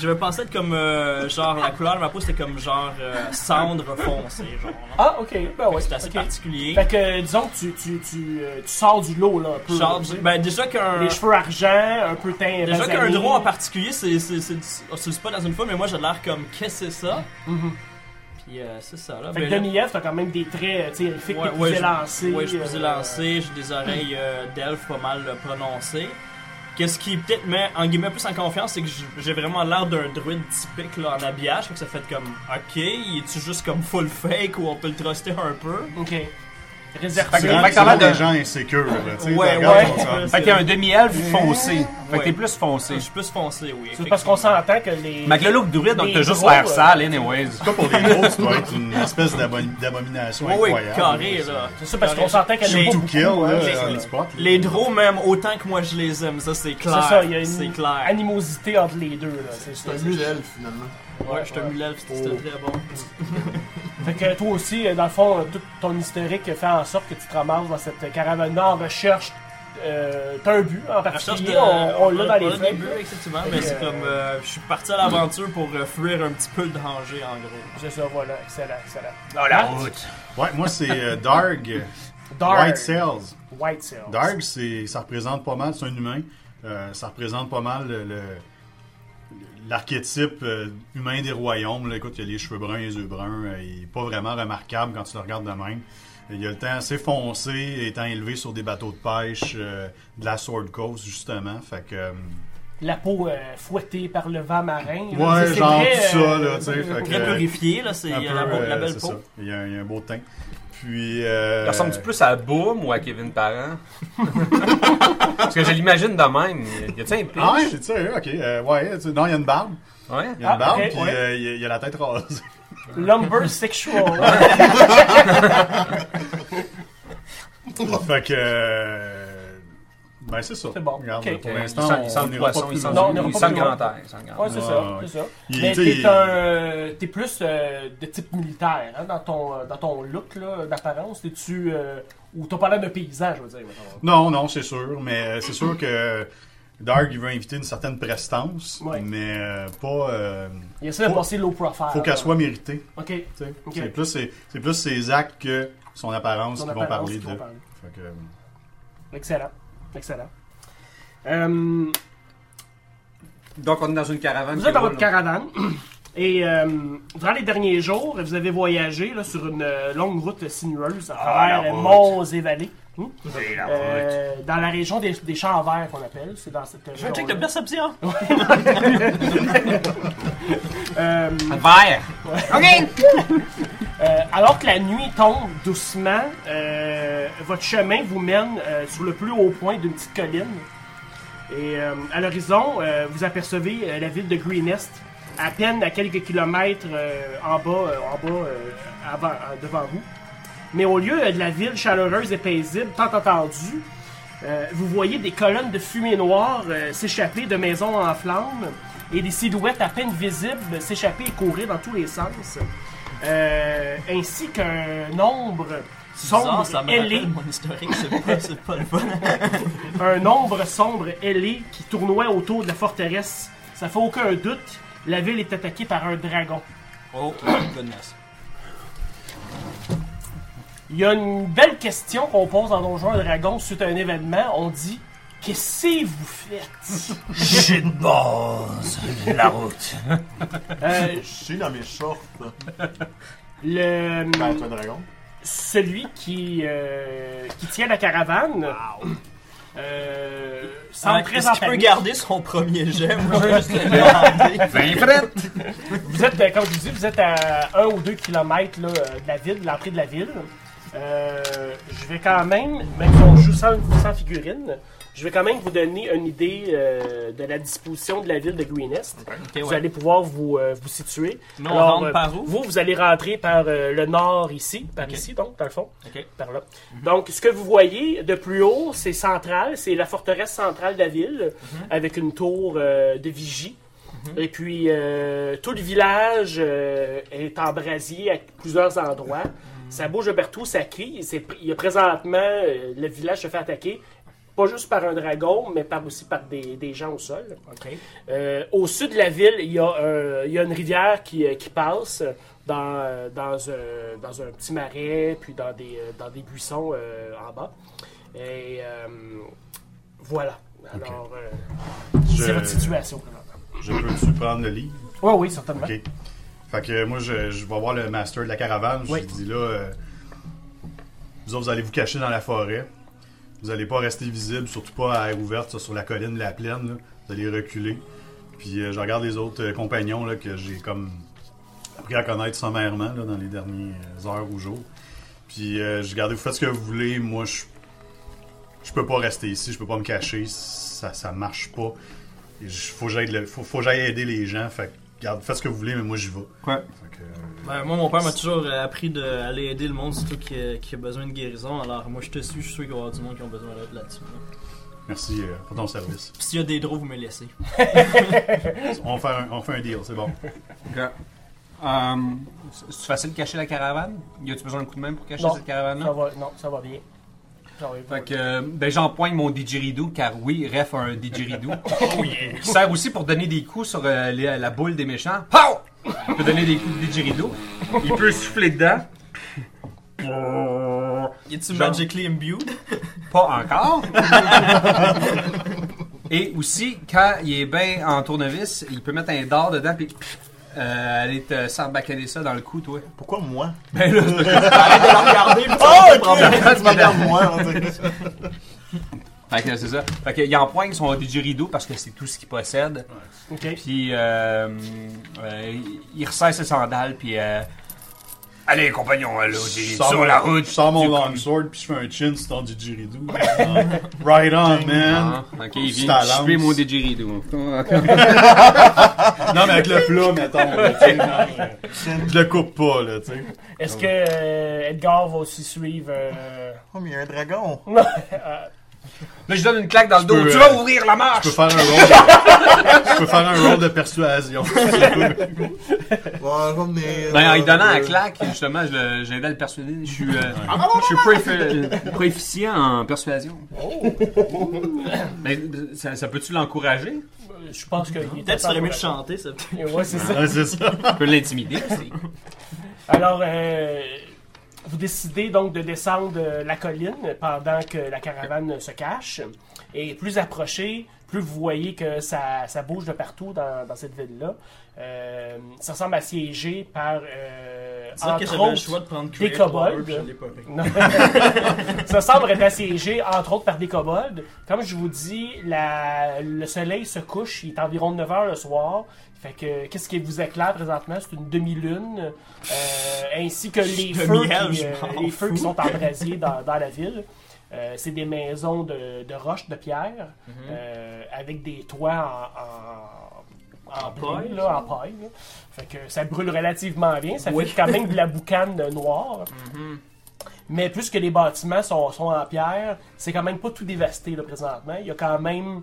Je pensais être comme euh, genre la couleur de ma peau c'était comme genre euh, cendre foncée genre. Ah, ok. Ben ouais. c'est assez ok. particulier. Fait que, euh, disons que tu, tu, tu, euh, tu sors du lot, là, un peu. Genre, là, tu sais. ben déjà qu'un Les cheveux argent, un peu teint. déjà qu'un basané. drone en particulier c'est c'est c'est on se le dit pas dans une fois mais moi j'ai l'air comme qu'est-ce que c'est ça Mhm. Puis euh, c'est ça là. Fait Ben, que demi-elfe, t'as quand même des traits, euh, tu sais, elfiques Ouais, que tu ouais, faisais je- lancer. Ouais, je vous ai euh, lancé, j'ai des oreilles euh, d'elfe pas mal euh, prononcées. Qu'est-ce qui peut-être met en guillemets plus en confiance, c'est que j- j'ai vraiment l'air d'un druide typique là, en habillage, fait que ça fait comme ok, es-tu juste comme full fake ou on peut le truster un peu? Ok. Fait que- Réservé. C'est fait que ça va vraiment de- des gens insécures. Là, tu sais, Ouais, tu regardes, ouais. ben, on s'en- Fait qu'il y a un demi-elfe foncé. Fait que t'es Ouais. plus Je foncé. suis plus foncé, oui. C'est parce qu'on s'entend que les. Mais que le look druide, donc Les t'as juste gros, l'air euh, sale, anyways. En tout cas, pour les gros, tu dois être une espèce d'abo- d'abomination Oui, oui, incroyable. carré, là. C'est ça, parce qu'on s'entend que J'ai les. Tout kill, là, J'ai- on dit pas. Les drôles, même, autant que moi je les aime, ça c'est C'est clair. ça, il y a C'est une clair. animosité entre les deux, là. C'est C'est ça. un mulel, finalement. Ouais, je te mulève, c'était Oh. très bon. Fait que toi aussi, euh, dans le fond, euh, tout ton historique fait en sorte que tu te ramasses dans cette caravane en recherche. Euh, T'as un but en particulier, on, on l'a dans les On l'a feuilles. début, effectivement, Fait mais que, c'est comme. euh, Je suis parti à l'aventure pour euh, fuir un petit peu le danger, en gros. C'est ça, voilà, excellent, excellent. Oh la route. Ouais, moi, c'est euh, Darg, euh, Dark. White Cells. White Cells. Darg, c'est- ça représente pas mal, c'est un humain, euh, ça représente pas mal le- le- l'archétype euh, humain des royaumes. Là, écoute, il a les cheveux bruns, les yeux bruns, euh, il est pas vraiment remarquable quand tu le regardes de même. Il a le temps assez foncé, étant élevé sur des bateaux de pêche euh, de la Sword Coast, justement. Fait que, euh, La peau euh, fouettée par le vent marin. là, ouais, c'est- c'est genre très, tout euh, ça, là, tu sais. Fait que, euh, Très purifié, là, c'est un il y a peu, la, beau- la euh, belle c'est peau. ça. Il y a, il y a un beau teint. Puis. Euh, Il ressemble-tu plus à Boom ou à Kevin Parent? Parce que je l'imagine de même. Y a-tu un pitch? Ah ouais, c'est ça, ok. euh, ouais, tu- non, il y a une barbe. Ouais. Il y a une Ah, barbe, ok, puis ouais. euh, il y a- il y a la tête rase. Lumber sexual. Fait que. euh, Ben, c'est ça. C'est bon. Regarde, Ok. pour Il l'instant, sent, on il sent le n'ira poisson, pas il plus sent, loin. Non, on n'ira il pas sent plus le loin. grand air. il sent le grand Ouais, air. c'est Ouais, ça, ouais. c'est ça. Il- Mais tu sais, t'es il- un, euh, t'es plus euh, de type militaire hein, dans ton euh, dans ton look là, d'apparence. T'es tu ou t'as parlé d'un paysan, je veux dire. mettons. Non, non, c'est sûr. Mais euh, c'est sûr que Dark, il veut inviter une certaine prestance. Ouais. Mais euh, pas. euh, Il essaie de Faut- passer low profile. faut qu'elle là. soit méritée. Ok. tu sais. Ok. C'est plus, ses- c'est plus ses actes que son apparence Son qui vont apparence parler qui de. vont parler. Fait que, euh, Excellent, excellent. Euh, Donc on est dans une caravane. Vous qui êtes dans roule, votre là. caravane et euh, durant les derniers jours, vous avez voyagé là, sur une euh, longue route sinueuse à travers Ah, la euh, route. monts et vallées. Hum? C'est la route. Euh, dans la région des, des champs verts qu'on appelle, c'est dans cette Je veux un check de région-là. perception. Euh, Vert. euh, alors que la nuit tombe doucement, euh, votre chemin vous mène euh, sur le plus haut point d'une petite colline. Et euh, à l'horizon, euh, vous apercevez euh, la ville de Greenest, à peine à quelques kilomètres euh, en bas, euh, en bas euh, avant- euh, devant vous. Mais au lieu euh, de la ville chaleureuse et paisible, tant entendue, euh, vous voyez des colonnes de fumée noire euh, s'échapper de maisons en flammes et des silhouettes à peine visibles s'échapper et courir dans tous les sens. euh, ainsi qu'un nombre C'est bizarre, sombre ça me ailé, rappelle mon historique, c'est pas, c'est pas le fun. un nombre sombre ailé qui tournoie autour de la forteresse. Ça fait aucun doute, la ville est attaquée par un dragon. Oh, my goodness. Il y a une belle question qu'on pose dans Donjon et Dragon suite à un événement. On dit Qu'est-ce que vous faites J'ai de base, la route. Euh, Je suis dans mes shorts. le, Ben, toi, dragon. Celui qui, euh, qui tient la caravane. euh, semble Ah, très Est-ce qu'il peut entamé. garder son premier jet? Moi, je veux juste le demander. Vous êtes, euh, comme je vous dis, vous êtes à 1 ou 2 kilomètres là, euh, de la ville, de l'entrée de la ville. Euh, je vais quand même, même si on joue sans, sans figurine, je vais quand même vous donner une idée euh, de la disposition de la ville de Greenest. Ok, Vous ouais. allez pouvoir vous, euh, vous situer. Nous, on Alors, rentre euh, par où? Vous, vous allez rentrer par euh, le nord ici, par Ok. ici donc, dans le fond, Ok. Mhm. par là. Donc, ce que vous voyez de plus haut, c'est central, c'est la forteresse centrale de la ville, Mhm. avec une tour euh, de vigie. Et puis, euh, tout le village euh, est embrasé à plusieurs endroits. Mhm. Ça bouge de partout, ça crie. C'est- Il y a présentement, euh, le village se fait attaquer, pas juste par un dragon, mais par aussi par des, des gens au sol. Ok. Euh, au sud de la ville, il y a, un- il y a une rivière qui, euh, qui passe dans, euh, dans, un, dans un petit marais, puis dans des, euh, dans des buissons euh, en bas. Et euh, voilà. Alors, euh, c'est Je- votre situation. présentement. Je peux-tu prendre le livre? Oui, oui, certainement. Ok. Fait que moi, je, je vais voir le master de la caravane. Je Oui. lui dis là, euh, vous autres, vous allez vous cacher dans la forêt. Vous allez pas rester visible, surtout pas à air ouverte ça, sur la colline de la plaine. là. Vous allez reculer. Puis euh, je regarde les autres euh, compagnons là, que j'ai comme appris à connaître sommairement là, dans les dernières heures ou jours. Puis euh, je regarde, vous faites ce que vous voulez. Moi, je, je peux pas rester ici, je peux pas me cacher. Ça, ça marche pas. Il faut que j'aille le- faut, faut que j'aille aider les gens. Fait que, regarde, faites ce que vous voulez, mais moi j'y vais. Ouais. Fait que, euh, Ben, moi, mon père m'a toujours euh, appris d'aller aider le monde, surtout qui a, qui a besoin de guérison. Alors, moi, je te suis, je suis sûr qu'il va y avoir du monde qui a besoin d'aide là-dessus. là. merci euh, pour ton service. Puis s'il y a des drôles, vous me laissez. On fait un, on fait un deal, c'est bon. Ok. Euh, c'est c'est facile de cacher la caravane? Y a-tu besoin d'un coup de main pour cacher Non. cette Ça caravane-là? va, non, ça va bien. Ça va bien. Fait que, euh, ben j'empoigne mon didgeridoo, car oui, ref a un didgeridoo. Oh, Qui sert aussi pour donner des coups sur euh, les- la boule des méchants. Pow! Il peut donner des coups de didgeridoo. Il peut souffler dedans. Y a-tu Genre- magically imbued? Pas encore. Et aussi, quand il est bien en tournevis, il peut mettre un dard dedans puis euh, aller te sarbacaner ça dans le cou, toi. Pourquoi moi Ben là, c'est parce que- Arrête de le regarder, puis tu vas Ah, te prendre- ok Tu me regardes moi, on dirait. Fait que c'est ça. Fait que, il empoigne son didgeridoo parce que c'est tout ce qu'il possède. OK. Puis euh, euh, il- il resserre ses sandales puis... euh, Allez, compagnons, allô, j'ai- sur la route. Je sors mon du- longsword puis je fais un chin sur ton didgeridoo. right on, man! Ah, ok, il Tu vient de t'alances. choper mon didgeridoo. Non, mais avec le plat, mettons. là, tu sais, non, euh, je le coupe pas, là, tu sais. Est-ce que euh, Edgar va aussi suivre euh, Oh, mais il y a un dragon. Là, je donne une claque dans le Tu dos. peux, tu euh, vas ouvrir la Je marche! peux faire un roll de, je peux faire un roll de persuasion. Bon, je vais venir. Ben, en lui donnant Euh, la claque, justement, je le- j'aidais à le persuader. Je suis, euh, je suis profi- proficient en persuasion. Oh. Ben, ça, ça peut-tu l'encourager? Je pense que. Mm-hmm. il est Peut-être que tu temps aurais pour mieux de la- chanter, ça. Ouais, c'est ça. Ouais, c'est ça. Je peux l'intimider aussi. Alors, euh, vous décidez donc de descendre euh, la colline pendant que la caravane se cache. Et plus approché, plus vous voyez que ça, ça bouge de partout dans, dans cette ville-là. Euh, ça ressemble à siéger par, euh, C'est vrai que entre j'avais le autres... choix de prendre des hein. Create Lover, kobolds. puis je l'ai pas pris. Non. ça semble être assiégé, entre autres, par des kobolds. Comme je vous dis, la- le soleil se couche, il est environ 9 h le soir. Fait que, qu'est-ce qui vous éclaire présentement? C'est une demi-lune, euh, ainsi que les feux, Demi-lune, qui, je euh, m'en les feux qui fous. sont embrasés dans, dans la ville. Euh, c'est des maisons de, de roches, de pierre, Mhm. euh, avec des toits en, en, en, paille, là, en paille. là. Fait que ça brûle relativement bien, ça Oui. fait quand même de la boucane euh, noire. Mais plus que les bâtiments sont, sont en pierre, c'est quand même pas tout dévasté là, présentement. Il y a quand même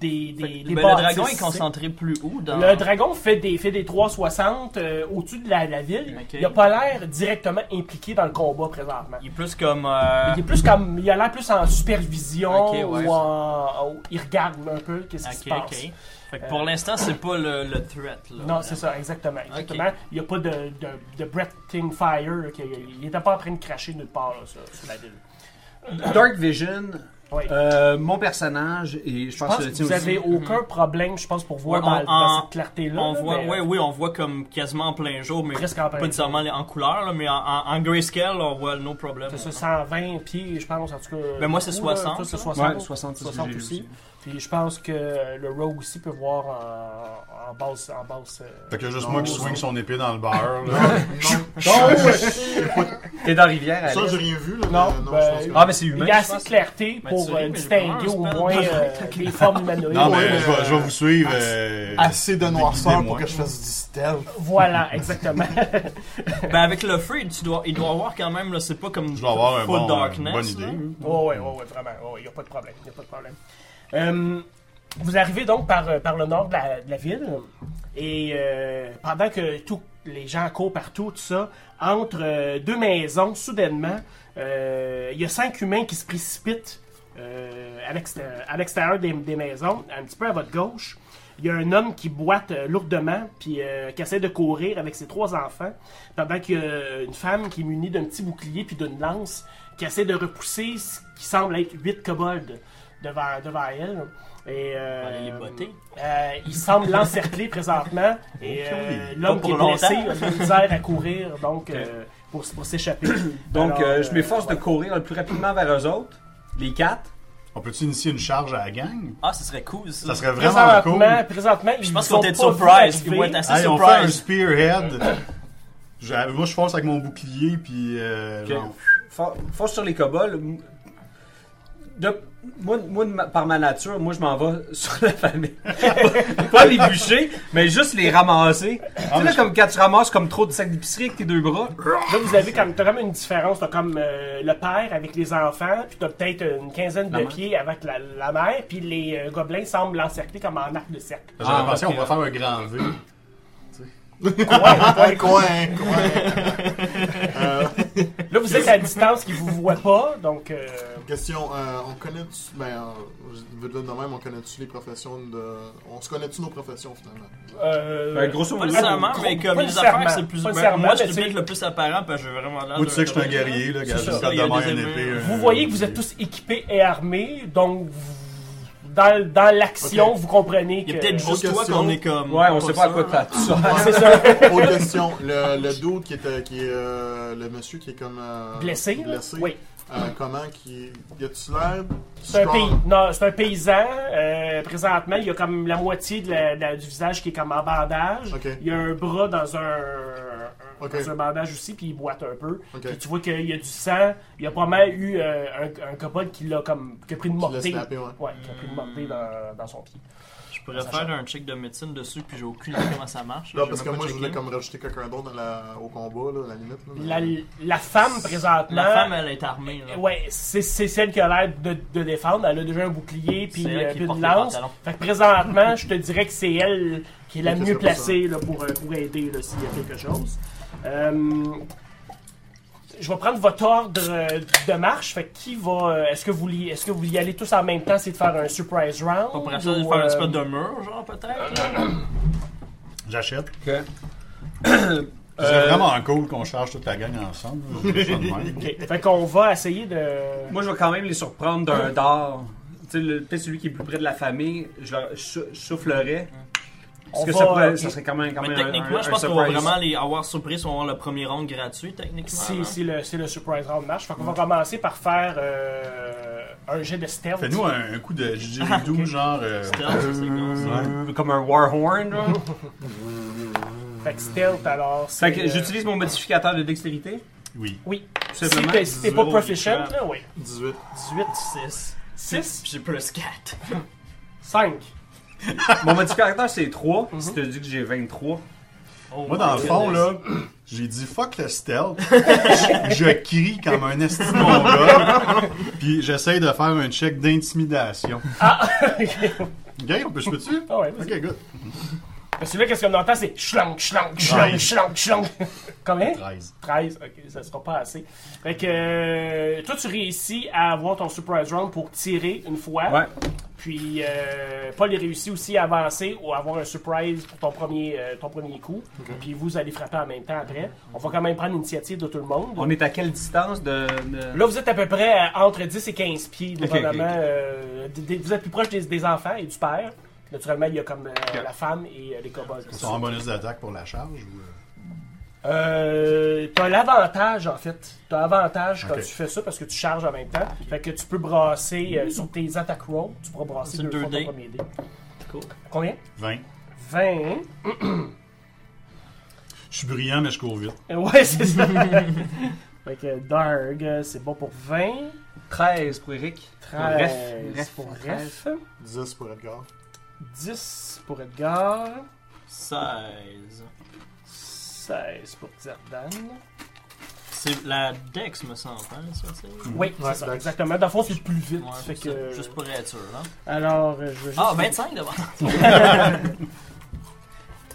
des, des, des Ben, le bâtisses, dragon tu est sais. concentré plus haut dans. Le dragon fait des, fait des 360 euh, au-dessus de la, la ville. Ok. Il a pas l'air directement impliqué dans le combat présentement. Il est plus comme. euh, Il est plus comme. Il a l'air plus en supervision Ok, ouais. ou en. ou- il regarde un peu qu'est-ce qui se Ok, passe. ok. Fait que Euh, pour l'instant, c'est pas le, le threat. Là, Non, c'est ça, exactement. exactement. Il n'y a pas de, de, de breathing fire. là, qu'il- il n'était pas en train de cracher nulle part là, sur, sur la ville. Dark Vision, Oui. euh, mon personnage, et je je pense pense, que le que tien Ah, vous aussi. n'avez aucun problème, je pense, pour voir Mhm. Ouais, dans, on- dans en- cette clarté-là. On là, voit, mais, euh, ouais, oui, on voit comme quasiment en plein jour, mais Presque en plein pas nécessairement en couleur, là, mais en, en, en grayscale, on voit le no problem. C'est ça, 120 pieds, je pense, en tout cas. Ben, moi, c'est beaucoup, là. 60, Toi, c'est là. 60. Ouais, 60, c'est ce que 60 j'ai vu aussi. aussi. Puis je pense que le rogue aussi peut voir en, en basse. En basse euh, Fait que juste moi qui swing son épée dans le beurre. là. Non, T'es dans la rivière, ça, Alex? euh, j'ai rien vu. Là, mais Non, non, ben, je pense que... Ah, mais c'est humain. il y a je assez pense. de clarté Mais tu pour ris, euh, mais distinguer j'ai au vraiment un moins spell. euh, les formes humanoïdes. Non, Ouais, mais mais, je vais, je vais vous suivre. euh, Assez de noirceur déguisez-moi. pour que je fasse du stealth. Voilà, exactement. Ben, avec le feu, tu dois, il doit avoir quand même, là, c'est pas comme Je dois avoir un full bon, darkness. bonne idée. là. Ouais, ouais, ouais, ouais, vraiment. Il n'y a pas de problème. Y a pas de problème. Euh, vous arrivez donc par, euh, par le nord de la, de la ville. Et euh, pendant que tous les gens courent partout, tout ça, entre euh, deux maisons, soudainement, euh, il y a cinq humains qui se précipitent euh, à l'exté- à l'extérieur des, des maisons, un petit peu à votre gauche. Il y a un homme qui boite euh, lourdement, puis euh, qui essaie de courir avec ses trois enfants, pendant qu'il y a une femme qui est munie d'un petit bouclier puis d'une lance, qui essaie de repousser ce qui semble être huit kobolds devant, devant elle. Et, euh, Allez les botter. euh, il semble l'encercler présentement. Et euh, l'homme Pas qui est pour blessé longtemps. a de la misère à courir donc, euh, pour, pour s'échapper. Donc, Alors, euh, je m'efforce voilà. de courir le plus rapidement vers eux autres, les quatre. On peut-tu initier une charge à la gang? Ah, ce serait cool ça. Ça serait vraiment cool. Présentement, présentement Je ils pense sont qu'on était pas surprise. vus Ils vont être arriver. assez Hey, on fait un surprise. spearhead. Je- moi, je fonce avec mon bouclier, puis euh, genre, Ah, For- Force sur les kobolds. De- moi, moi, de ma- par ma nature, moi, je m'en vais sur la famille. pas, pas les bûcher, mais juste les ramasser. tu sais, là, comme quand tu ramasses comme trop de sacs d'épicerie avec tes deux bras. Là, vous avez comme, t'as comme une différence. T'as comme euh, le père avec les enfants, puis t'as peut-être une quinzaine de mère. pieds avec la, la mère, puis les euh, gobelins semblent l'encercler comme en arc de cercle. j'avais Ah, pensé ok, qu'on pourrait faire un grand V. Coin, coin, coin. Là, vous êtes à distance qu'ils vous voient pas, donc... euh, Question, euh, on connaît-tu, ben, euh, je veux dire de même, on connaît-tu les professions de... On se connaît-tu nos professions, finalement? euh, Ben, grosso Pas modo. nécessairement, Gros- mais pas comme les nécessairement. affaires, c'est plus. Pas ben, nécessairement, moi, je mais suis c'est- le plus apparent, parce que j'ai vraiment Moi, l'air. tu d'un sais que je suis un guerrier. guerrier, là, gars. C'est J'ai ça, une corde il y de a main, des une épées, épée. euh, un- Vous voyez que vous êtes tous équipés et armés, donc vous- dans, dans l'action, Ok. vous comprenez que... Il y a peut-être Autre juste toi question. qu'on est comme. Ouais, on sait pas à quoi sûr. t'as tout ça. Ah, C'est ça. Autre question, le, le dude qui est, qui est euh, le monsieur qui est comme... euh, Blessé, là? Blessé. Oui. Euh, comment qui... Y a-tu l'air C'est un, strong? pays- non, c'est un paysan. euh, présentement, il y a comme la moitié de la- de la- du visage qui est comme en bandage. Ok. Il y a un bras dans un, Ok. dans un bandage aussi, puis il boite un peu. Ok. Puis tu vois qu'il y a du sang. Il y a probablement eu euh, un, un copode qui l'a comme qui a pris une Qui l'a mortée. snappé, ouais. Hmm. Ouais, qui a pris une mortée dans, dans son pied. Je pourrais faire un check de médecine dessus, puis j'ai aucune idée comment ça marche. Là, J'ai parce que même pas moi, je voulais checké. comme rajouter quelqu'un d'autre dans la- au combat, là, à la limite. là, mais- La, la femme présentement. La femme, elle est armée. Là. Ouais, c'est c'est celle qui a l'air de, de défendre. Elle a déjà un bouclier puis C'est elle euh, qui puis porte une les lance. pantalons. Fait que présentement, je te dirais que c'est elle qui est la Ok, c'est mieux pour placée là, pour, euh, pour aider là, s'il y a quelque chose. Euh, je vais prendre votre ordre euh, de marche. Fait que qui va euh, Est-ce que vous y- est-ce que vous y allez tous en même temps, c'est de faire un surprise round On pourrait ça ou, faire un euh, espèce de mur, genre, peut-être. là. J'achète. Que... Euh. C'est vraiment cool qu'on charge toute la gang ensemble. là. Je fais ça de même. ok. Fait qu'on va essayer de. Moi, je vais quand même les surprendre d'un dard. Tu sais, le- peut-être celui qui est plus près de la famille, je, leur- je sou- je soufflerais. Parce On que va- ça, pourrait- ça serait quand même, quand Mais même un- techniquement, un- je un pense qu'on va surprise. vraiment les avoir surpris si on va avoir le premier round gratuit, techniquement. C'est là. c'est le, c'est le surprise round marche. Fait qu'on va commencer par faire euh, un jet de stealth. Fais-nous un, un coup de Ah, didgeridoo, genre. euh, Stealth, c'est grosse. Euh, Comme un warhorn, là. Fait que stealth, alors. c'est, Fait que euh, j'utilise mon modificateur de dextérité, Oui. Oui. tout Si simplement. t'es si t'es pas Zéro proficient, handicap. là, oui. 18. 18, 6. 6, J'ai plus 4. 5. Mon modificateur, c'est 3. Si tu dis que j'ai 23. Moi, dans Ah, le fond, là, j'ai dit fuck le stealth. je, je crie comme un esti de mongol. Puis j'essaye de faire un check d'intimidation. Ok, on peut jouer dessus? Ah ouais, vas-y. Ok, good. Parce que Celui-là, qu'est-ce qu'on entend, c'est chlank, chlank, chlank, Treize. chlank, chlank. Combien 13. 13, ok, ça sera pas assez. Fait que euh, toi, tu réussis à avoir ton surprise round pour tirer une fois. Ouais. Puis euh, Paul il réussit aussi à avancer ou à avoir un surprise pour ton premier, euh, ton premier coup. Puis vous allez frapper en même temps après. On va quand même prendre l'initiative de tout le monde. On est à quelle distance de. de- Là, vous êtes à peu près à- entre 10 et 15 pieds, dépendamment. ok, ok. euh, des- des- vous êtes plus proche des, des enfants et du père. Naturellement, il y a comme euh, Ok. la femme et euh, les kobolds. Ils sont en bonus d'attaque pour la charge ou. euh? Euh, t'as l'avantage en fait. T'as avantage quand Ok. tu fais ça parce que tu charges en même temps. Fait que tu peux brasser euh, sur tes attaques roll, tu pourras brasser C'est deux, deux fois dés. ton premier dé. Cool. Combien 20. 20. hein? Je suis brillant, mais je cours vite. Euh, Ouais, c'est ça. fait que Darg, euh, c'est bon pour 20. 13 pour Eric. 13 Bref, pour bref, Ref. 10 pour Edgar. 10 pour Edgar. 16. 16 pour Zerdan. C'est la Dex, me semble, hein, ça, c'est... Oui, c'est Ouais, ça, d'accord. exactement. Dans le fond, c'est plus vite. Ouais, fait c'est ça, que... Juste pour être sûr, hein. Alors, euh, je vais juste. Ah, 25 d'abord! ben.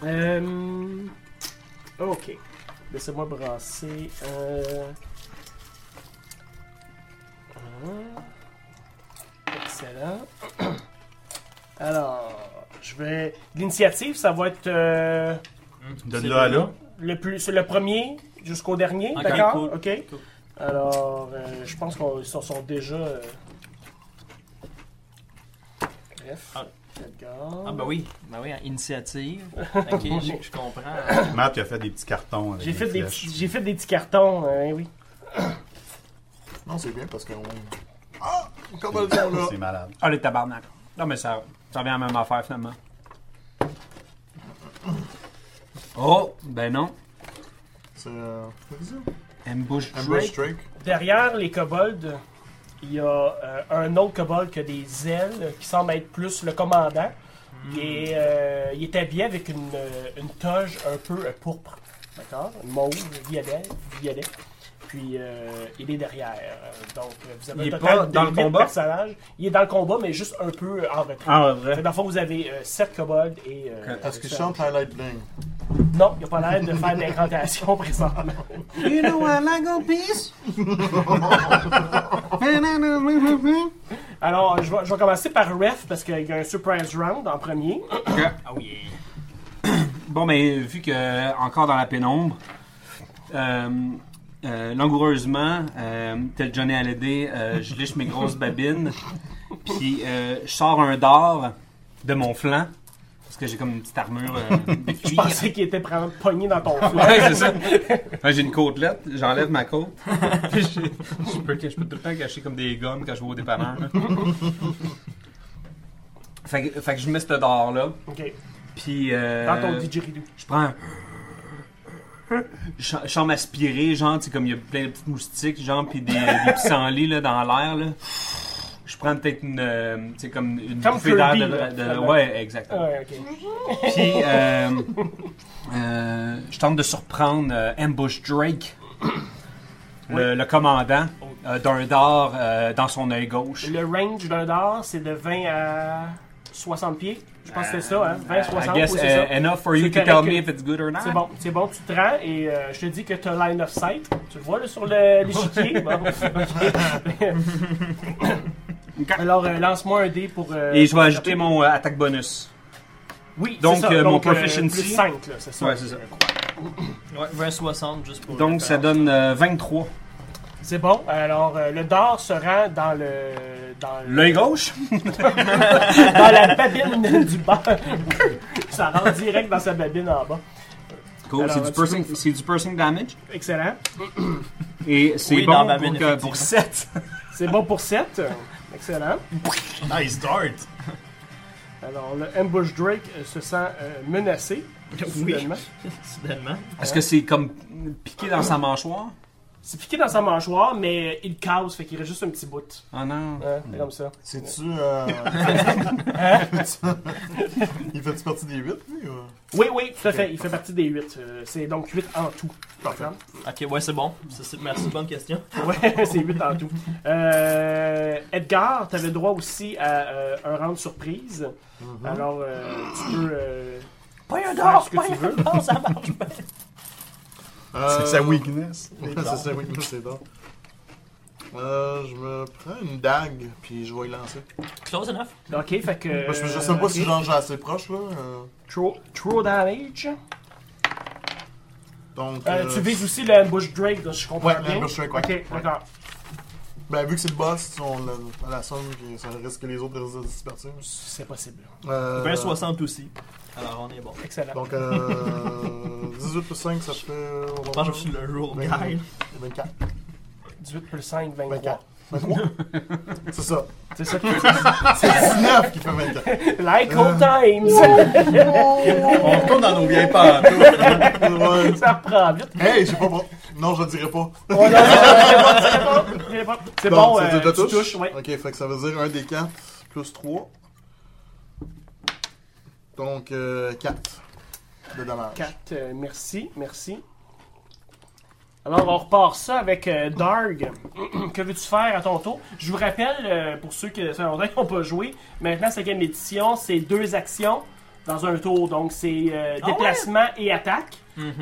Euh... Ok. Laissez-moi brasser. Euh... euh, Excellent. Alors, je vais. L'initiative, ça va être euh, De C'est là à là. le plus, sur le premier jusqu'au dernier, Ok, d'accord cool. Ok. Cool. Alors, euh, je pense qu'ils sont, sont déjà. euh, Bref. Ah. Edgar. Ah, bah oui, bah oui, hein, initiative. Ok, je je comprends. Map, tu as fait des petits cartons. avec J'ai fait, des flèches. petits- j'ai fait des petits cartons, hein, oui. Non, c'est bien parce qu'on. Ah Comme on dit, on l'a. C'est malade. Ah, les tabarnak. Non, mais ça, ça revient à la même affaire finalement. Oh, ben non. C'est. Euh... c'est ça? Ambush Ambush Drake. Drake. Derrière les kobolds, il y a euh, un autre kobold qui a des ailes, qui semble être plus le commandant. Hmm. Il, est, euh, il est habillé avec une, euh, une toge un peu euh, pourpre, d'accord? Une Mauve, violet, violet. Puis euh, il est derrière. Donc euh, vous avez Il un est total pas de dans le huit combat? personnages. Il est dans le combat, mais juste un peu euh, en retrait. Ah, Fait vrai. que Dans le fond, vous avez 7 kobolds et... euh, Est-ce qu'il ça. chante Highlight Bling Non, il a pas l'air de faire de l'incantation présentement. You know I like a piece. Ben, Alors, je vais, je vais commencer par Ref parce qu'il y a un surprise round en premier. Oh yeah! Bon, mais vu que euh, encore dans la pénombre, euh, euh, langoureusement, euh, tel Johnny Hallyday, euh, je liche mes grosses babines, puis euh, je sors un dard de mon flanc, parce que j'ai comme une petite armure euh, de Je cuir. pensais qu'il était pren- pogné dans ton flanc. Ouais, c'est ça. Ouais, j'ai une côtelette, j'enlève ma côte. Puis je, je peux, je peux tout le temps cacher comme des gommes quand je vais au dépanneur. là. fait, que, fait que je mets ce dard-là. Ok. Puis. euh, Dans ton didgeridoo. je prends. un- Je je sens m'aspirer, genre, tu sais, comme il y a plein de petites moustiques, genre, puis des, des pissenlits là, dans l'air, là. Je prends peut-être une. euh, tu sais, comme une Comme bouffée d'air Kirby, là, de, de- finalement. Ouais, exactement. Ouais, ok. Puis, euh, euh, je tente de surprendre euh, Ambush Drake, le, le commandant, euh, d'un dard euh, dans son œil gauche. Le range d'un dard, c'est de 20 à 60 pieds. Je pense que c'est ça, hein? 20 I 60, guess oui, uh, c'est ça. enough for you to C'est tell correct. me if it's good or not. C'est bon, c'est bon, tu te rends et euh, je te dis que tu as line of sight. Tu le vois là, sur le- l'échiquier. Bravo. Ok. Alors, euh, lance-moi un dé pour. euh, Et je pour vais te ajouter taper. mon euh, attaque bonus. Oui, donc, c'est ça. euh, mon Donc, euh, proficiency. plus 5, là, c'est ça. Ouais, c'est ça. Ouais, 20-60 juste pour. Donc, ça donne euh, 23. C'est bon. Alors, euh, le dard se rend dans le. Dans le- L'œil gauche? dans la babine du bas. Ça rentre direct dans sa babine en bas. Cool, Alors, c'est du, tu- piercing, c'est du piercing damage. Excellent. Et c'est Oui, dans bon ma pour, mine, que- pour effectivement. 7. C'est bon pour 7. Excellent. Nice dart! Alors, le Ambush Drake euh, se sent euh, menacé. Oui. soudainement. Soudainement. Est-ce que c'est comme piqué dans sa mâchoire? C'est piqué dans sa mâchoire, mais il casse, fait qu'il reste juste un petit bout. Oh non. Hein, c'est comme ça. C'est-tu. euh, Hein? Il fait-tu partie des 8 lui ou... Oui, oui, tout à fait. Il fait partie des 8. c'est donc 8 en tout. Parfait. Ok, ouais, c'est bon. Ça, c'est- merci, bonne question. Ouais, c'est 8 en tout. Euh, Edgar, t'avais droit aussi à euh, un round surprise. Mm-hmm. Alors, euh, tu peux. euh, Pas un Faire d'or, ce que pas tu un veux. d'or, ça marche pas. Euh, weakness. Ouais, c'est ça, oui, c'est bon. Euh, je me prends une dague, puis je vais y lancer. Close enough. Ok, fait que. Moi, je, je sais pas si Euh, ok. genre j'ai assez proche, là. euh, Throw, throw damage. donc. Euh, euh, tu vises aussi l'ambush Drake, donc je comprends Ouais, bien. l'ambush Drake, ouais. Ok, Ouais. d'accord. Ben, vu que c'est le boss, on l'a- à la somme, puis ça risque que les autres risquent de se partir. C'est possible. Euh, 20 60 aussi. Alors, on est bon. Excellent. Donc, euh, 18 plus 5, ça fait. Je pense que je suis le rule guy. 24. 18 plus 5, 23. 24. 23. c'est ça. C'est ça que tu dis. C'est 19 qui fait 24. Like old Euh. times! On retourne dans nos vieilles pentes. Ouais. ça reprend vite. Hey, je sais pas. bon. Non, je le dirai pas. Oh, non, non, non, c'est bon, c'est bon, c'est bon. Donc, C'est c'est bon, de euh, la tu touche? touches, ouais. Ok, fait que ça veut dire 1 des 4 plus 3. Donc, 4 de dommage. 4, euh, merci, merci. Alors, on repart ça avec euh, Darg. que veux-tu faire à ton tour? Je vous rappelle, euh, pour ceux qui ça fait longtemps qu'ils n'ont pas joué, maintenant, cinquième édition, c'est deux actions dans un tour. Donc, c'est euh, Ah ouais? Mhm. déplacement et attaque.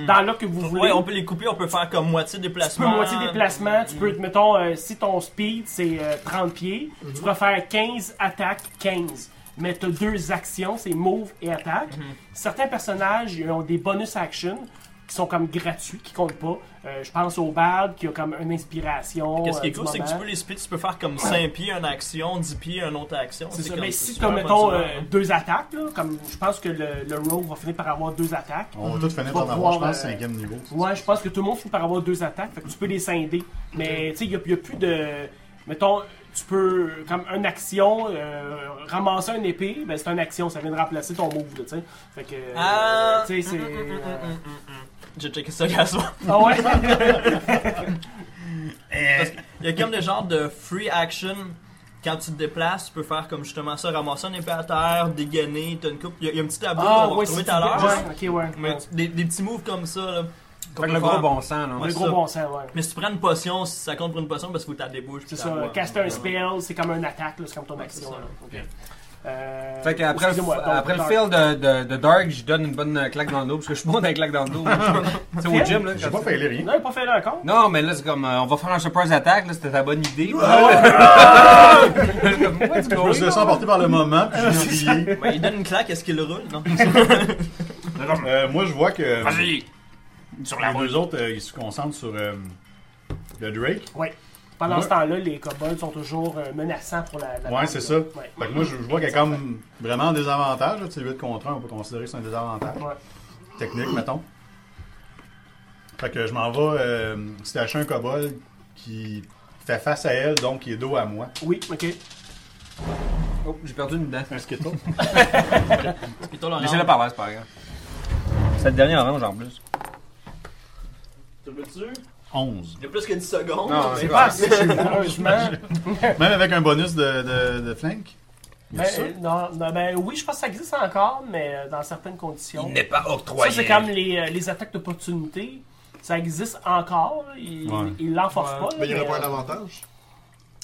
Dans là que vous voulez. Ouais, on peut les couper, on peut faire comme moitié Tu déplacement. peux moitié déplacement, tu peux, mettons, euh, si ton speed c'est euh, 30 pieds, Mhm. tu pourras faire 15, attaque, 15. Mais tu as deux actions, c'est move et attaque. Mhm. Certains personnages ils ont des bonus actions qui sont comme gratuits, qui comptent pas. Euh, je pense au Bard qui a comme une inspiration. Qu'est-ce qui est euh, cool, du c'est que tu moment. peux les splits, tu peux faire comme 5 pieds une action, 10 pieds une autre action. C'est ça, comme- mais si c'est tu as, super mettons, motivant, euh, hein. deux attaques, là, comme je pense que le, le rogue va finir par avoir deux attaques. On va tout finir par par en avoir, avoir, je je pense, pense, cinquième 5ème niveau. euh, Ouais, je pense que tout le monde finit par avoir deux attaques. Fait que tu peux les scinder. Mais tu sais, il n'y a, y a plus de. Mettons, tu peux, comme une action, euh, ramasser une épée, ben c'est une action, ça vient de remplacer ton move, là, tu sais. Fait que. euh, Ah. tu sais, c'est. euh, mm, J'ai checké ça, gars. Ah ouais? Il y a comme le genre de free action. Quand tu te déplaces, tu peux faire comme justement ça, ramasser un épée à terre, dégainer, t'as une coupe. Il y, a- il y a un petit tableau qu'on va retrouver Ah, c'est- Ah, tout à l'heure. Ouais, ok, ouais. Mais ouais. tu- des, des petits moves comme ça, là. qu'on Fait que peut le gros faire. bon sang, là. Ouais. Le c'est gros ça. bon sens, ouais. Mais si tu prends une potion, si ça compte pour une potion, parce qu'il faut que tu la débouches. C'est puis ça, t'as- caster un spell, c'est comme une attaque, là, c'est comme ton Ouais, action. c'est ça. là. Ok. Euh, Fait qu'après le, excusez-moi, donc, après le Dark. fail de, de, de Dark, je donne une bonne claque dans le dos, parce que je suis bon dans les claques dans le dos. tu sais, au gym, là. J'ai quand pas tu- failli rien. Non, il n'a pas fait là encore. Non, mais là, c'est comme, euh, on va faire un surprise attack, là, c'était ta bonne idée. Comme, What's Je me suis going laissé on? emporter par le moment, puis j'ai oublié. Ben, il donne une claque, est-ce qu'il le roule Non. Euh, moi, je vois que Vas-y. Sur la les route. deux autres, euh, ils se concentrent sur euh, le Drake. Pendant Ouais. ce temps-là, les kobolds sont toujours euh, menaçants pour la. la Ouais, bande, c'est là. ça. Ouais. Fait que moi, je, je vois qu'il y a comme vraiment un désavantage. là, Tu sais, 8 contre 1, on peut considérer que c'est un désavantage. Ouais. Technique, mettons. Fait que je m'en vais euh, stacher un kobold qui fait face à elle, donc qui est dos à moi. Oui, ok. Oh, j'ai perdu une dent. Un skittle. Puis toi, Laurent, Laissez-le parler, c'est pas grave. Cette dernière orange, en plus. tu veux-tu? 11. Il y a plus que 10 secondes. Non, mais- c'est Ah, pas si, heureusement. Même avec un bonus de, de, de flank. Ben, euh, non, non, ben oui, je pense que ça existe encore, mais euh, dans certaines conditions. Il n'est pas Ça, octroyé. c'est comme les, euh, les attaques d'opportunité. Ça existe encore. là. Ils Ouais. ils l'enforcent pas. Mais il n'y aurait mais, pas un euh, avantage.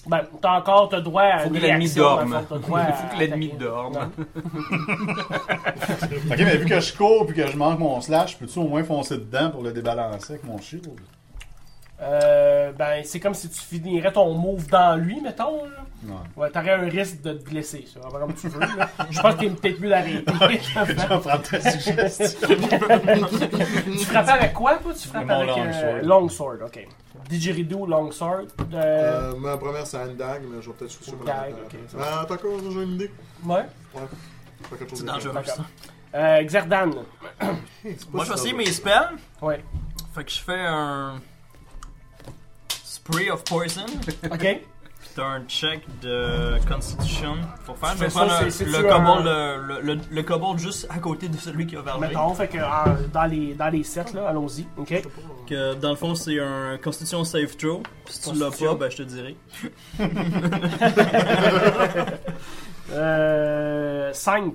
Ben, t'as encore, t'as droit à. Faut une que l'ennemi réaction, dans le dorme. fond, t'as droit à Faut que l'ennemi attaquer. dorme. Non. Ok, mais vu que je cours puis que je manque mon slash, peux-tu au moins foncer dedans pour le débalancer avec mon shield? Euh, ben, c'est comme si tu finirais ton move dans lui, mettons. là. Non. Ouais, t'aurais un risque de te blesser, ça, comme tu veux. là. Je pense que t'es peut-être mieux d'arrêter. J'en prends ta suggestion. tu frappes avec quoi, toi Tu frappes Mon avec euh, longsword, ok. Didgeridoo, longsword. Euh, Euh, ma première, c'est une dague, mais je vais peut-être switcher Une sur dague, Euh, ok, ça euh, T'as encore j'ai une idée. ouais. T'as quelque chose C'est de- dangereux D'accord. ça. Euh, Xerdan. Hey, c'est pas Moi, je si vais essayer dangereux. mes spells. Ouais. Fait que je fais un. Spray of Poison. Ok. T'as un check de Constitution. Faut faire. Je De vais toute prendre façon, un- c'est- le c'est-tu kobold, le, le, le, le kobold juste à côté de celui qui a vers Mettons, fait que en- dans les, dans les sets, là, allons-y. OK? Que dans le fond, c'est un Constitution Save Throw. Si tu l'as Constitution. pas, ben je te dirai. Euh, 5.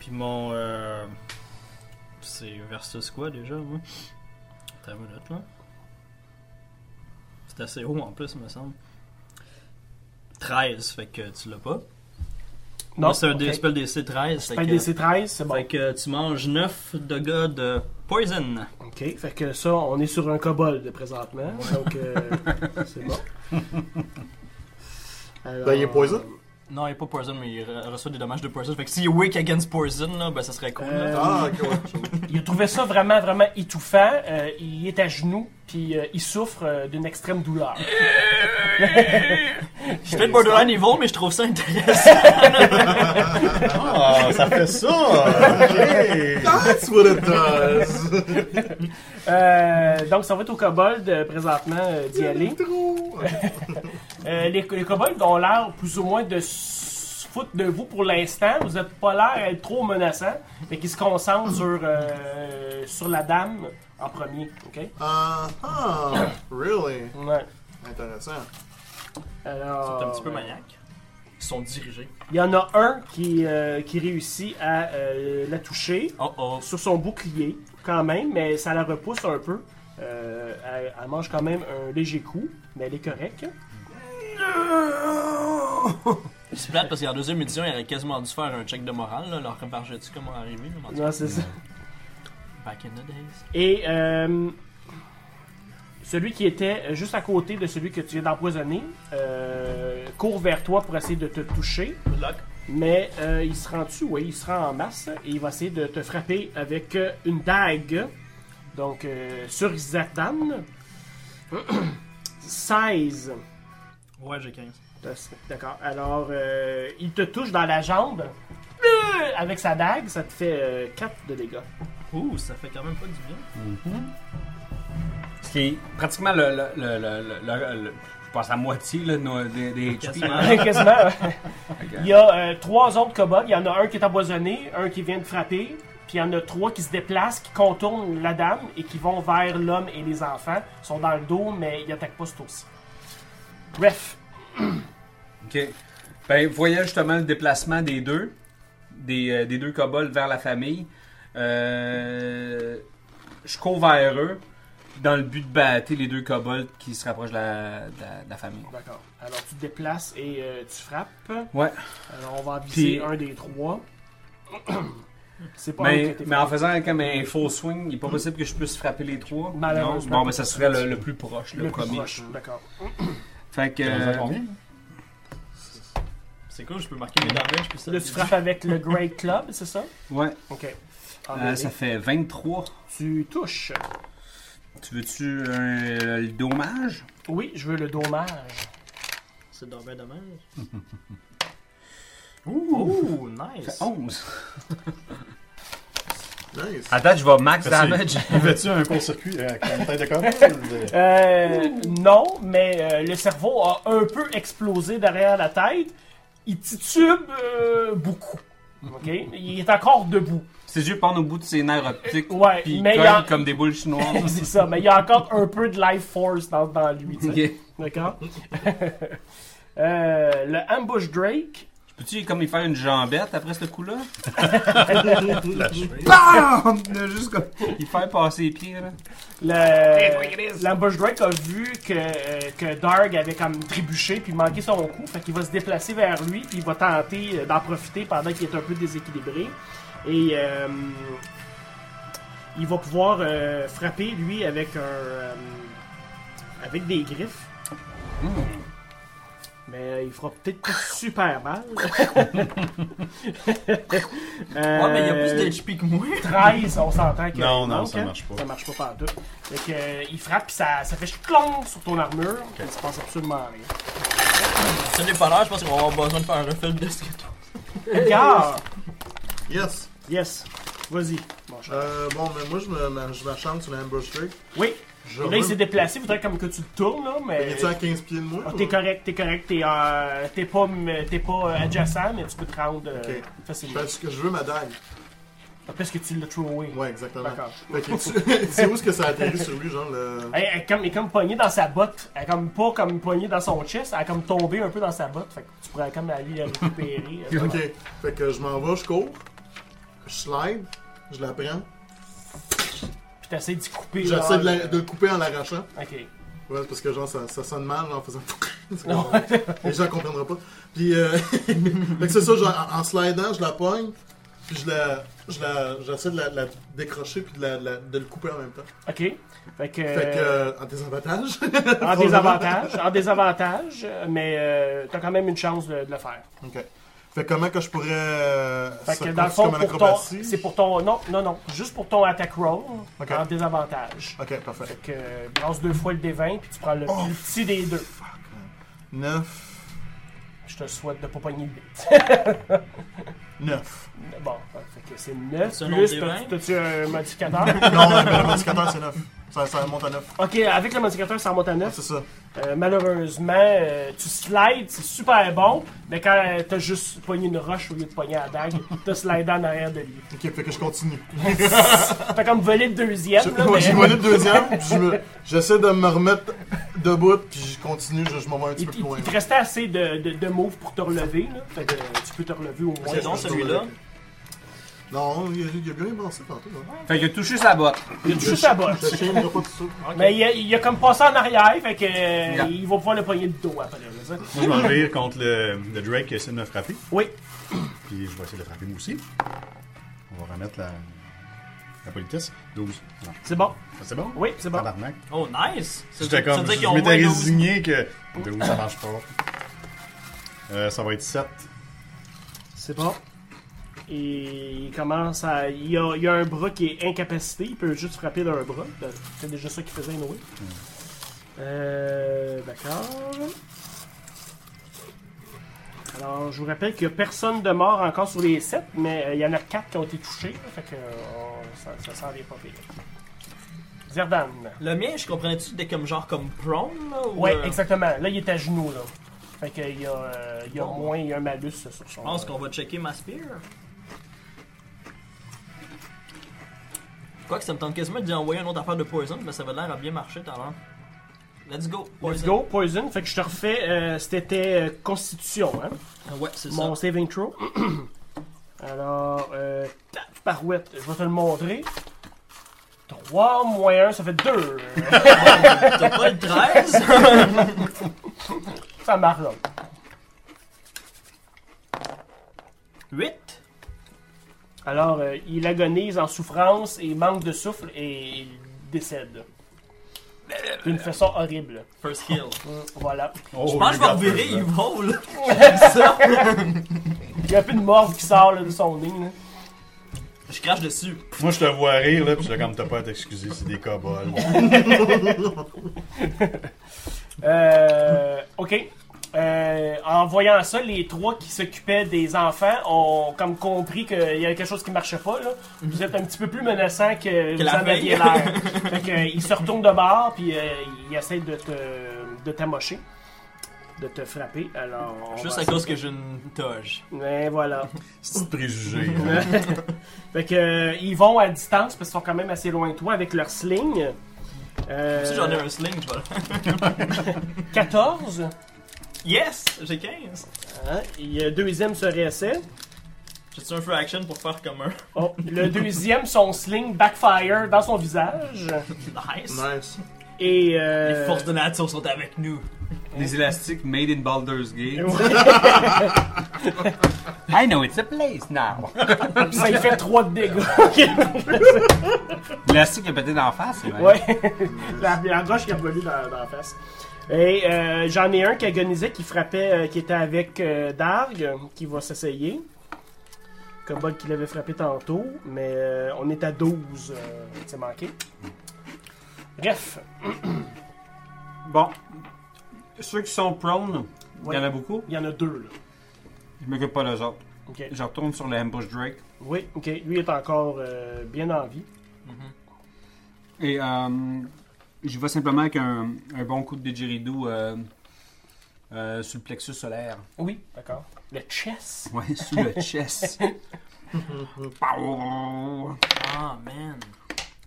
Puis mon. euh, c'est versus quoi déjà, moi T'as une minute là. C'est assez haut en plus, me semble. 13, fait que tu l'as pas. Moi, c'est un des spell DC 13. Fait Spell que, DC 13, c'est bon. fait que tu manges 9 de gars de poison. OK, fait que ça, on est sur un kobold présentement. Donc, euh, c'est bon. Alors, euh, Ben, il est poison. Non, il est pas poison, mais il re- reçoit des dommages de poison. Fait que s'il est weak against poison, là, ben ça serait cool. là. Euh, Ah, ok, ouais. je vois. Il a trouvé ça vraiment, vraiment étouffant. Euh, il est à genoux, puis euh, il souffre euh, d'une extrême douleur. Je fais le borderline evil, mais je trouve ça intéressant. Ah, ça fait ça! That's what it does! Euh, donc, ça va être au kobold euh, présentement euh, d'y aller. Trop! Euh, les, les kobolds ont l'air plus ou moins de se foutre de vous pour l'instant. Vous n'êtes pas l'air à être trop menaçant. Fait qu'ils se concentrent sur, euh, sur la dame en premier. OK? Ah, ah, really? Ouais. Intéressant. Alors, euh, C'est un petit peu maniaque. Ils sont dirigés. Il y en a un qui, euh, qui réussit à euh, la toucher Oh oh. sur son bouclier, quand même, mais ça la repousse un peu. Euh, elle, elle mange quand même un léger coup, mais elle est correcte. C'est plate parce qu'en deuxième édition, ils auraient quasiment dû faire un check de morale. Là. Leur bargetu comment arriver. là, mais en tout cas, Non, c'est ça. Back in the days. Et euh, celui qui était euh, juste à côté de celui que tu viens d'empoisonner euh, court vers toi pour essayer de te toucher, Good luck. mais euh, il se rend dessus, oui, il se rend en masse et il va essayer de te frapper avec euh, une dague. Donc, euh, sur Zatan. 16. Ouais, j'ai 15. D'accord. Alors, euh, il te touche dans la jambe avec sa dague, ça te fait 4 de dégâts. Ouh, ça fait quand même pas du bien. Ce qui est pratiquement le. le, le, le, le- le- le- je pense à moitié là, de nos- des, des HP. hein. Quasiment. Ok. Il y a euh, trois autres kobolds. Il y en a un qui est empoisonné, un qui vient de frapper, puis il y en a trois qui se déplacent, qui contournent la dame et qui vont vers l'homme et les enfants. Ils sont dans le dos, mais ils n'attaquent pas ce tour-ci. Bref, OK. Ben, vous voyez justement le déplacement des deux, des, euh, des deux kobolds vers la famille. Euh, je cours vers eux dans le but de battre les deux kobolds qui se rapprochent de la, de la- de la famille. d'accord. Alors tu te déplaces et euh, tu frappes. Ouais. Alors on va viser Puis- un des trois. C'est pas un Mais, qui a été mais en faisant comme un faux swing, il n'est pas possible que je puisse frapper les trois. Malheureusement. Non? Bon, mais ça serait le, le plus proche, le, le plus premier. proche. hein. D'accord. Fait que. Euh, combien? C'est cool, je peux marquer mes damages puis ça. Là tu frappes avec le Great Club, c'est ça? ouais, Ok. Euh, En donné, ça fait 23. Tu touches. Tu veux-tu un- le dommage? Oui, je veux le dommage. C'est dommage dommage. Ouh! Ouh, nice. oh, 11. Nice. Attends, je vais max Merci. damage. Fais-tu un court-circuit euh, avec une tête de corps? Euh, non, mais euh, le cerveau a un peu explosé derrière la tête. Il titube euh, beaucoup. OK? Il est encore debout. Ses yeux pendent au bout de ses nerfs optiques. Ouais, Puis mais ils il y a- cognent comme des boules chinoises. C'est ça, mais il y a encore un peu de life force dans, dans lui. tu sais. Ok. D'accord? Euh, le ambush Drake. Peux-tu comme lui faire une jambette après ce coup-là? BAM! Là, Juste comme... Il fait passer les pieds, là. le- L'ambush Drake a vu que, euh, que Darg avait comme trébuché puis manqué son coup. Fait qu'il va se déplacer vers lui puis il va tenter euh, d'en profiter pendant qu'il est un peu déséquilibré. Et euh, il va pouvoir euh, frapper lui avec un. euh, avec des griffes. Hmm. Mais euh, il fera peut-être pas super mal. Ouais, mais il y a Euh, plus d'HP que moi. 13, on s'entend que. Non, il non, manque, ça hein. marche pas. Ça marche pas partout. Fait que, euh, il frappe, puis ça, ça fait clon sur ton armure. Il se passe absolument rien. Ça n'est pas l'heure, je pense qu'on va avoir besoin de faire un refill de ce que t'as. Edgar! Yes! Yes. Vas-y. Bon, je- Euh, bon, mais moi, je me- ma- je m'acharne sur l'ambush trick. Oui, Je Puis là, il s'est veux- déplacé, il faudrait comme que tu le tournes, là, mais. Es-tu à 15 pieds de moi? Ah, ou- t'es correct, t'es correct, t'es euh, t'es pas, m- t'es pas euh, adjacent, mais tu peux te rendre euh, Ok. Je facilement. fais Ben, ce que je veux, ma dague. Parce que tu l'as trouvé. Ouais, exactement. D'accord. Fait que tu- c'est où est-ce que ça atterrit sur lui, genre le. Elle, elle est comme, elle est comme pognée dans sa botte. Elle est comme pas comme pognée dans son chest. Elle est comme tombée un peu dans sa botte. Fait que tu pourrais comme aller la récupérer. euh, Ok, fait que je m'en vais, je cours, je slide, je la prends, Puis t'essaies d'y couper. j'essaie de, la- là. de le couper en l'arrachant. Ok. Ouais, c'est parce que genre ça, ça sonne mal, genre en faisant. C'est comme- Les gens comprendront pas. Puis, euh... fait que c'est ça, genre en, en slidant, je la pogne, puis je la. Je la, j'essaie de la, de la décrocher puis de, la, de la- de le couper en même temps. Ok. Fait que. Fait que, euh, en désavantage. En désavantage. en désavantage. Mais euh, t'as quand même une chance de, de le faire. ok. Fait que comment que je pourrais. euh, Fait ça que dans le compte fond, comme un pour ton- acrobatie? c'est pour ton. Non, non, non. Juste pour ton attack roll. Ok. En désavantage. Ok, parfait. Fait que euh, lance deux fois le D20 puis tu prends le Oh, plus petit des deux. 9. Je te souhaite de pas pogner le 8. 9. Bon, fait que c'est 9 C'est un plus. autre t'as- D20? T'as-tu un modificateur? Non, mais le modificateur, c'est 9. Ça, ça monte à 9. Ok, avec le modificateur, ça remonte à 9. C'est ça. Euh, malheureusement, euh, tu slides, c'est super bon, mais quand euh, t'as juste pogné une roche au lieu de pogner la dague, t'as slidé en arrière de lui. Ok, fait que je continue. T'as comme volé le deuxième, Je- là, Moi, mais j'ai volé le deuxième, puis je me- j'essaie de me remettre debout, puis je continue, je, je m'en vais un petit il, peu il- plus loin. il te restait assez de, de, de moves pour te relever, là. Fait que euh, tu peux te relever au moins. C'est donc celui-là. Non, il y a, il y a bien pensé tantôt. Hein. Fait que touché sa botte. Il a touché sa botte. Je chiendrai pas tout ça. Mais il a, il a comme passé en arrière, fait que euh, Yeah. il va pouvoir le pogner le dos après. là, ça. Moi, je vais envahir contre le, le Drake qui essaie de me frapper. Oui. Puis je vais essayer de le frapper moi aussi. On va remettre la, la politesse. 12. Non, C'est bon. c'est bon? Oui, c'est bon. Tabarnak. Oh, nice! Ça- J'étais ça comme, veut je dire qu'ils ont m'étais moins douze. résigné que... De où ça marche pas. Euh, ça va être 7. C'est bon. Et il commence à. Il y a, il y a un bras qui est incapacité, il peut juste frapper d'un bras. Ben, C'est déjà ça qu'il faisait Noé. Euh, D'accord. Alors, je vous rappelle qu'il n'y a personne de mort encore sur les 7, mais euh, il y en a 4 qui ont été touchés. Fait que euh, on- ça, ça s'en vient pas pire. Zerdan. Le mien, je comprenais-tu, c'était comme genre comme prone, là? ou, Ouais, euh, exactement. Là, il est à genoux, là. Fait qu'il y a, euh, il y a Bon. moins, il y a un malus sur son. euh, Je pense qu'on va checker ma spear. Quoi que ça me tente quasiment d'y envoyer une autre affaire de poison, mais ça avait l'air à bien marcher tout à l'heure. Let's go. Let's poison. go, poison. Fait que je te refais, euh, c'était euh, constitution, hein? Ah ouais, c'est Mon ça. saving throw. Alors, euh, taf, parouette, je vais te le montrer. 3 moins 1, ça fait 2. T'as pas le 13? ça marche, là. 8? Alors, euh, il agonise en souffrance et manque de souffle et il décède. D'une façon horrible. First kill. Voilà. Oh, je pense que je vais revirer, il vole. ça. Il y a un peu de morve qui sort là, de son nez. là. Je crache dessus. Moi, je te vois rire, là, puis je suis comme, t'as pas à t'excuser, c'est des kobolds. Euh, ok. Euh, en voyant ça, les trois qui s'occupaient des enfants ont comme compris qu'il y avait quelque chose qui marchait pas. Là. Vous êtes un petit peu plus menaçant que, vous Mhm. la en aviez veille. l'air. fait que, euh, ils se retournent de bord puis euh, ils essaient de te de t'amocher, de te frapper. Alors, on Juste va à cause que j'ai une toge. Ouais, voilà. C'est préjugé. fait que euh, ils vont à distance parce qu'ils sont quand même assez loin de toi avec leur sling. Euh, Si j'en ai un sling, je vais le- 14. Yes! J'ai 15! Hein? Et, euh, deuxième se réessaie. J'ai-tu un free action pour faire comme un? Oh, le deuxième, son sling backfire dans son visage. Nice! Nice. Et. euh, Les forces de nature sont avec nous. Des élastiques made in Baldur's Gate. ouais, I know it's a place now. ça il fait 3 de dégâts. L'élastique a pété d'en face, c'est vrai. Ouais. la, la roche qui a volé dans, dans la face. Et euh, j'en ai un qui agonisait, qui frappait, euh, qui était avec euh, Darg, euh, qui va s'essayer. Cobalt qui l'avait frappé tantôt, mais euh, on est à 12. euh, C'est manqué. Bref. Bon. Ceux qui sont prone, il Ouais. y en a beaucoup. Il y en a deux, là. Je m'occupe pas d'eux autres. Ok. Je retourne sur le ambush Drake. Oui, ok. Lui est encore euh, bien en vie. Et euh, J'y vais simplement avec un, un bon coup de didgeridoo euh, euh, sur le plexus solaire. Oui, d'accord. Le chess. Ouais, sur le chest. Pow! Ah, man.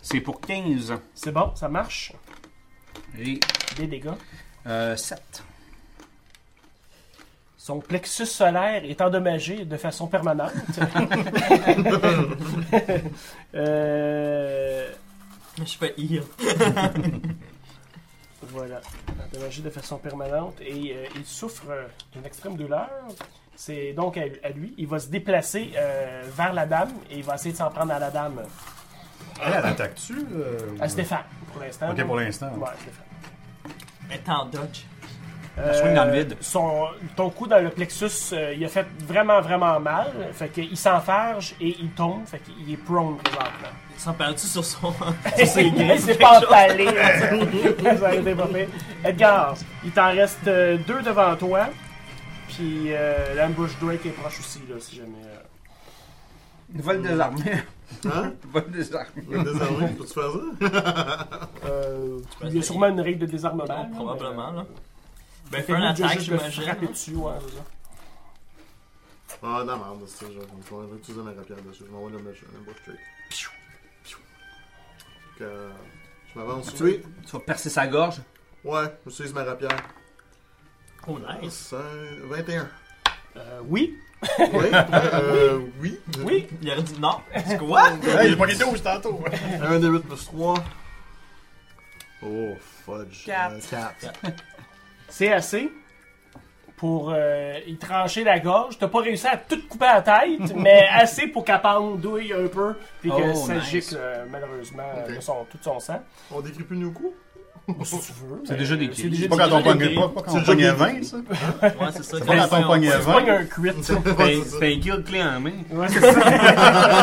C'est pour 15 C'est bon, ça marche. et Des dégâts. euh, 7. Son plexus solaire est endommagé de façon permanente. euh, Je fais heal. voilà. Endommagé de façon permanente et euh, il souffre euh, d'une extrême douleur. C'est donc à, à lui. Il va se déplacer euh, vers la dame et il va essayer de s'en prendre à la dame. Elle, elle attaque-tu euh, Ah, À Stéphane, pour l'instant. Ok, pour l'instant. Ouais, Stéphane. Être en dodge. Euh, swing dans le vide. Son, ton coup dans le plexus, euh, il a fait vraiment, vraiment mal. Fait qu'il s'enfarge et il tombe. Fait qu'il est prone présentement. Il s'en parle-tu sur son. Il sur ses griffes? s'est pas empalé. Ça a été pas pire. Edgar, il t'en reste euh, deux devant toi. Puis euh, l'ambush Drake est proche aussi, là, si jamais. euh. Vol des armées. Hein? Vol des armées. Désarmé, peux-tu faire ça? Euh, il y a sûrement une règle de désarmement. là, Bon, mais, probablement, là. euh, Ben, fais fais-nous un juste attaque, de frapper j'imagine. dessus, ouais, c'est ça. Ah, de la merde, c'est ça. Je je vais utiliser ma rapière dessus. Je m'envoie le mèche, un bout de trick. Piou, piou. Fait que, euh, je m'avance. Oui. Tu vas percer sa gorge. Ouais, j'utilise ma rapière. Oh, nice. C'est un 21. Euh, oui, Oui. euh, oui. oui. Il aurait dit non. C'est quoi? Hey, j'ai pas les 12 tantôt. Un des 8 plus 3. Oh, fudge. Euh, Quatre. 4. C'est assez pour euh, y trancher la gorge. T'as pas réussi à tout couper la tête, mais assez pour qu'elle pendouille un peu. Puis que Oh, ça nice. gicle, euh, malheureusement, Ok. de son, tout son sang. On décrit plus nos coups? Si tu veux. C'est mais déjà des c'est kills. déjà Pas des quand on pogne kills. pas, pas quand C'est on le pogne jeu à des 20, ça. Ouais, c'est ça. C'est Comme pas si quand on- on pogne à Tu pognes 20. un crit. C'est c'est un kill ben, clé en main. Ouais, c'est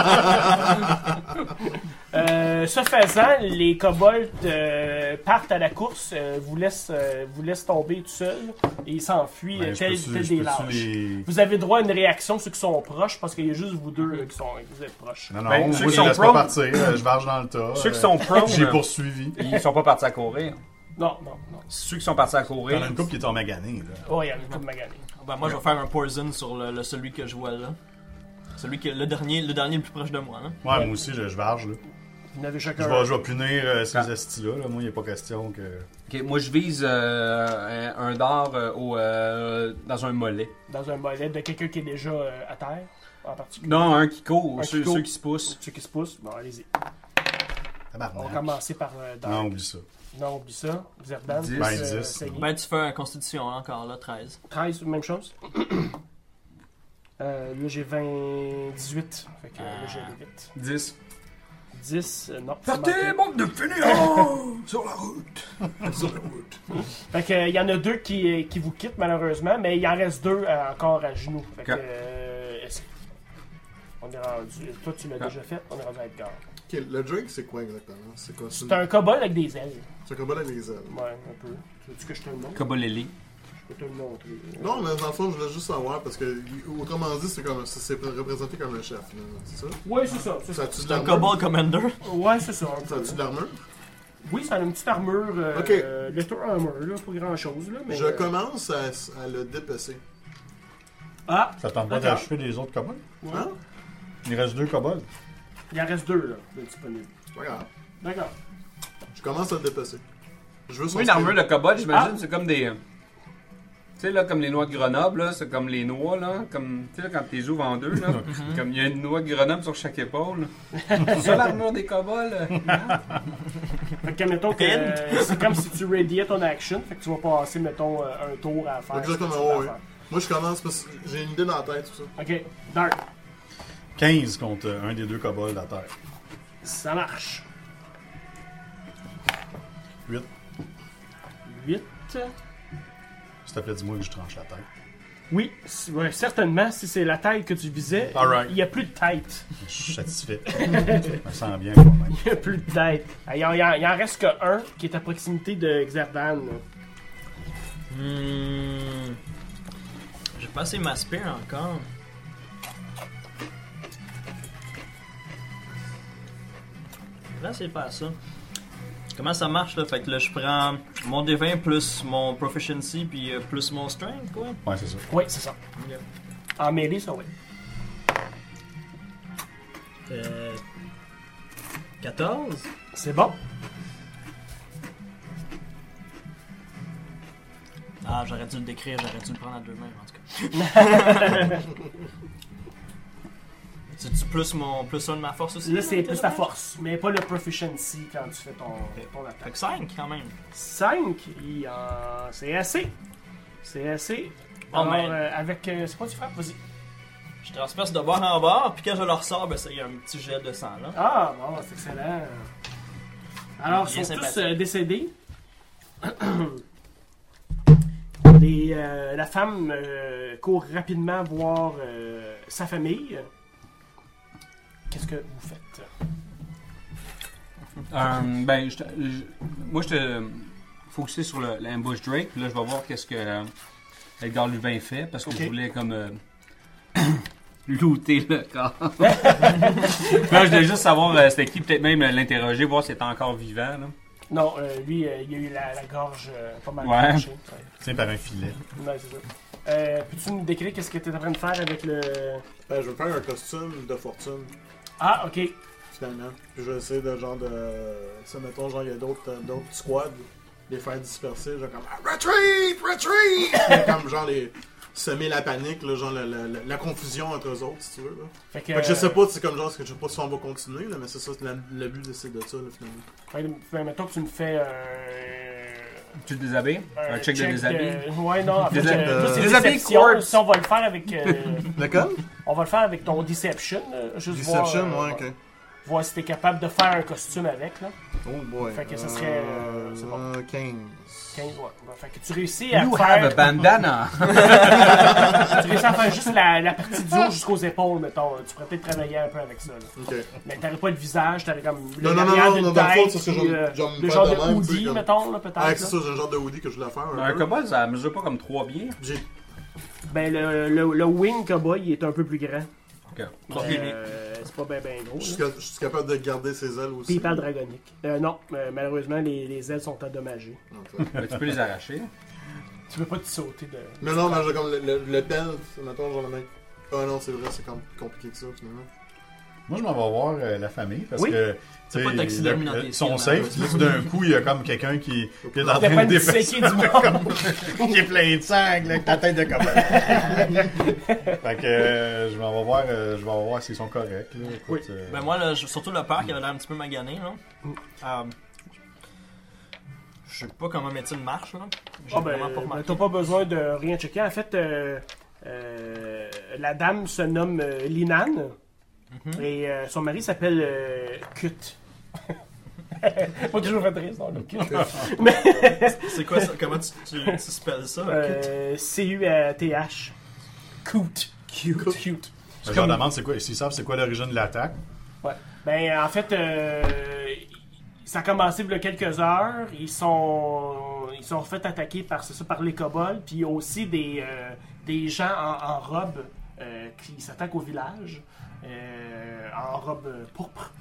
ça. Euh, ce faisant, les kobolds euh, partent à la course, euh, vous, laissent, euh, vous laissent tomber tout seul et ils s'enfuient euh, Ben, je tel, peux-tu- tel je des peux-tu lâches. les- Vous avez droit à une réaction, ceux qui sont proches, parce qu'il y a juste vous deux là, qui, sont, vous êtes proches. Non, non, Ben, moi, ceux je qui les sont laisse prone- pas partir. euh, Je marche dans le tas. Ceux qui euh, sont prone, J'ai poursuivi. ils sont pas partis à courir. Non, non, non. Ceux qui sont partis à Il y en courir. a une couple qui est en magané, là. Oh, il y a une coupe maganée. Ben, moi, je vais faire un poison sur le, le- celui que je vois là. Celui qui est le dernier, le dernier le plus proche de moi. Là. Ouais, moi aussi, je, je varge, là. Vous en avez Je chacun. vais, je vais punir euh, ces Ah. astis-là, là. Moi, il n'y a pas question que. Ok, moi, je vise euh, un, un dard euh, au, euh, dans un mollet. dans un mollet de quelqu'un qui est déjà euh, à terre, en particulier. Non, un qui court, Un ceux, qui court. ceux qui se poussent. Ceux qui se poussent, bon, allez-y. On va Tabarnak. commencer par euh, Dark. Non, oublie ça. Non, oublie ça. Vous êtes dans Dix. Ben, euh, dix. saigné. Ben, tu fais un constitution hein, encore là, 13. 13, même chose. Euh, là, j'ai 20... 18. Fait que là, j'ai Ah. 8. 10. 10, euh, non. c'est Partez, manqué. bande de fainéants! Sur la route! Sur la route. Fait que, euh, il y en a deux qui, qui vous quittent, malheureusement, mais il en reste deux euh, encore à genoux. Fait que, Ok. euh, est-ce- On est rendu... Toi, tu l'as Ah. Ok. déjà fait. On est rendu à Edgar. Ok, le drink, c'est quoi exactement? C'est quoi? C'est un kobold avec des ailes. C'est un combat avec les ailes. Ouais, un peu. Tu veux que je te le montre? Cobolelli. Je peux te le montrer. Non, mais dans le fond, je voulais juste savoir parce que, autrement dit, c'est comme, c'est- c'est représenté comme un chef, là, c'est ça? Ouais, c'est ça. c'est Ça ça. a-tu de Un l'armure? Cobalt Commander. Ouais, c'est ça. un Ça peu. a-tu de l'armure? Oui, ça a une petite armure. Euh, Ok. euh, Letter armor, là, pour grand chose, là. Mais... euh, Je commence à, à le dépecer. Ah, Ça tente pas D'accord. d'achever les autres kobolds? Hein? Il reste deux kobolds. il en reste deux, là, de disponibles. C'est pas grave. D'accord. Je commence à le dépecer. Je veux son Oui, une skill. armure de cobalt, j'imagine, c'est comme des. euh, Tu sais, là, comme les noix de Grenoble, là, c'est comme les noix, là. Comme, tu sais, là, quand tu les ouvres en deux, là. comme il y a une noix de Grenoble sur chaque épaule. C'est ça l'armure des kobolds. Fait que, mettons que euh, c'est comme si tu radiais ton action, fait que tu vas passer, mettons, euh, un tour à faire. Exactement, ce que tu vas ouais. faire. Moi, je commence parce que j'ai une idée dans la tête, tout ça. Ok, Dark, 15 contre euh, un des deux kobolds à terre. ça marche. Huit. 8. S'il te plaît, dis-moi que je tranche la tête. Oui, si- ouais, certainement, si c'est la tête que tu visais, All right. il n'y a plus de tête. Je suis satisfait. je me sens bien quand même. Il n'y a plus de tête. Ah, Il en, il en- il en reste que un qui est à proximité de Xerdan. là. Hmm. J'ai passé ma spear encore. Là, c'est pas ça. Comment ça marche là? Fait que là, je prends mon D20 plus mon proficiency puis euh, plus mon strength, quoi. Ouais, c'est ça. Oui, c'est ça. Yeah. En mêlée, ça, oui. Euh, 14? C'est bon. Ah, j'aurais dû le décrire, j'aurais dû le prendre à deux mains, en tout cas. C'est-tu plus, mon, plus un de ma force aussi? Là, c'est plus ta force. force, mais pas le proficiency quand tu fais ton, ton attaque. Fait que 5 quand même. 5, il en- c'est assez. C'est assez. Bon, Alors, ben- euh, avec. euh, c'est quoi tu frappes Vas-y. Je transperce de bord en bord, puis quand je le ressors, ben, ça, il y a un petit jet de sang là. Ah, bon, c'est excellent. Alors, Bien ils sont tous sympathique. euh, décédés. Les, euh, la femme euh, court rapidement voir euh, sa famille. Qu'est-ce que vous faites Euh, ben, je te- je- moi, je te focusais sur le- l'ambush Drake. Puis là, je vais voir qu'est-ce que euh, Edgar Lubin fait parce que Ok. je voulais comme euh, looter le corps. là, je voulais juste savoir euh, c'était qui, peut-être même euh, l'interroger, voir s'il était encore vivant. Là. Non, euh, lui, euh, il a eu la, la gorge euh, pas mal Ouais. tranchée. Ouais. Tiens, par un filet. Ouais, c'est ça. Euh, Peux-tu nous décrire qu'est-ce que tu es en train de faire avec le. Ben, je veux faire un costume de fortune, Ah, ok. finalement. Puis je vais essayer de genre de. Si mettons, genre, il y a d'autres euh, d'autres squads, les faire disperser, genre comme. Ah, Retreat! Retreat! comme genre les. semer la panique, là, genre la, la- la- la confusion entre eux autres, si tu veux. Là. Fait que, Fait que je sais pas, c'est comme genre, je sais pas si on va continuer, là, mais c'est ça, c'est la- le but de, c'est de ça, là, finalement. Ouais, ben, mettons que tu me fais euh, un. Tu le déshabilles Un check de déshabiller euh, Ouais, non, en fait, Désha- euh, toi, c'est Déshabille déception, Quartz. Si on va le faire avec. euh, D'accord? on va le faire avec ton Deception. euh, juste Deception, voir, euh, ouais, ok. Voir si t'es capable de faire un costume avec, là. Oh boy. Fait que ça serait, euh, c'est bon. euh, 15. Quinze, ouais. Ouais, Fait que tu réussis à You have a faire. bandana. Tu réussis à faire juste la, la partie du haut jusqu'aux épaules, mettons. Tu pourrais peut-être travailler un peu avec ça, là. Ok. Mais t'aurais pas le visage, t'aurais comme. le Non, non, non, derrière non, d'une non, dans le fond, tête, c'est ce que puis, je- euh, je me Le fais genre de de même, puis hoodie, comme- mettons, là, peut-être. Ah, c'est là. ça, j'ai un genre de hoodie que je voulais faire. Un un peu. cowboy, ça mesure pas comme trois biens. J'ai- Ben, le, le, le wing cowboy, il est un peu plus grand. Ok. Mais, euh, c'est pas bien ben gros. Je là. suis ca- je suis capable de garder ses ailes aussi. Puis il parle dragonique. Euh, non, euh, malheureusement, les, les ailes sont endommagées. Ok. Ben, tu peux les arracher. Tu peux pas te sauter de. Mais non, mais j'ai comme le, le, le belt, mettons, genre le mec. Ah non, c'est vrai, c'est com- compliqué que ça, finalement. Moi, je m'en vais voir euh, la famille parce Oui. que. C'est tu pas sais, taxidermie le- dans le- tes Ils sont films, safe. hein. puis là, tout d'un coup, il y a comme quelqu'un qui, qui est en T'as train pas de une défaire. séquée du monde. qui est plein de sang, là, avec ta tête de copain. fait que euh, je m'en vais voir, euh, je vais voir s'ils sont corrects. Là, écoute, Oui. euh, Ben moi, là, j'ai surtout le père qui avait l'air un petit peu magané. Là. Euh, je sais pas comment médecine marche. Là. J'ai Ah, ben, vraiment pas ben, remarqué. t'as pas besoin de rien checker. En fait, euh, euh, la dame se nomme euh, Linan. Et euh, son mari s'appelle euh, Kut. pas toujours adresse dans le Kut. C'est quoi ça? Comment tu, tu, tu spells ça? Euh, C-U-T-H. Cute. Cute. Cute. je leur demande c'est quoi, s'ils savent c'est quoi l'origine de l'attaque. Ouais. Ben, en fait, euh, ça a commencé il y a quelques heures. Ils sont, ils sont fait attaquer par, c'est ça, par les kobolds, puis aussi des, euh, des gens en, en robe euh, qui s'attaquent au village, euh, en robe euh, pourpre.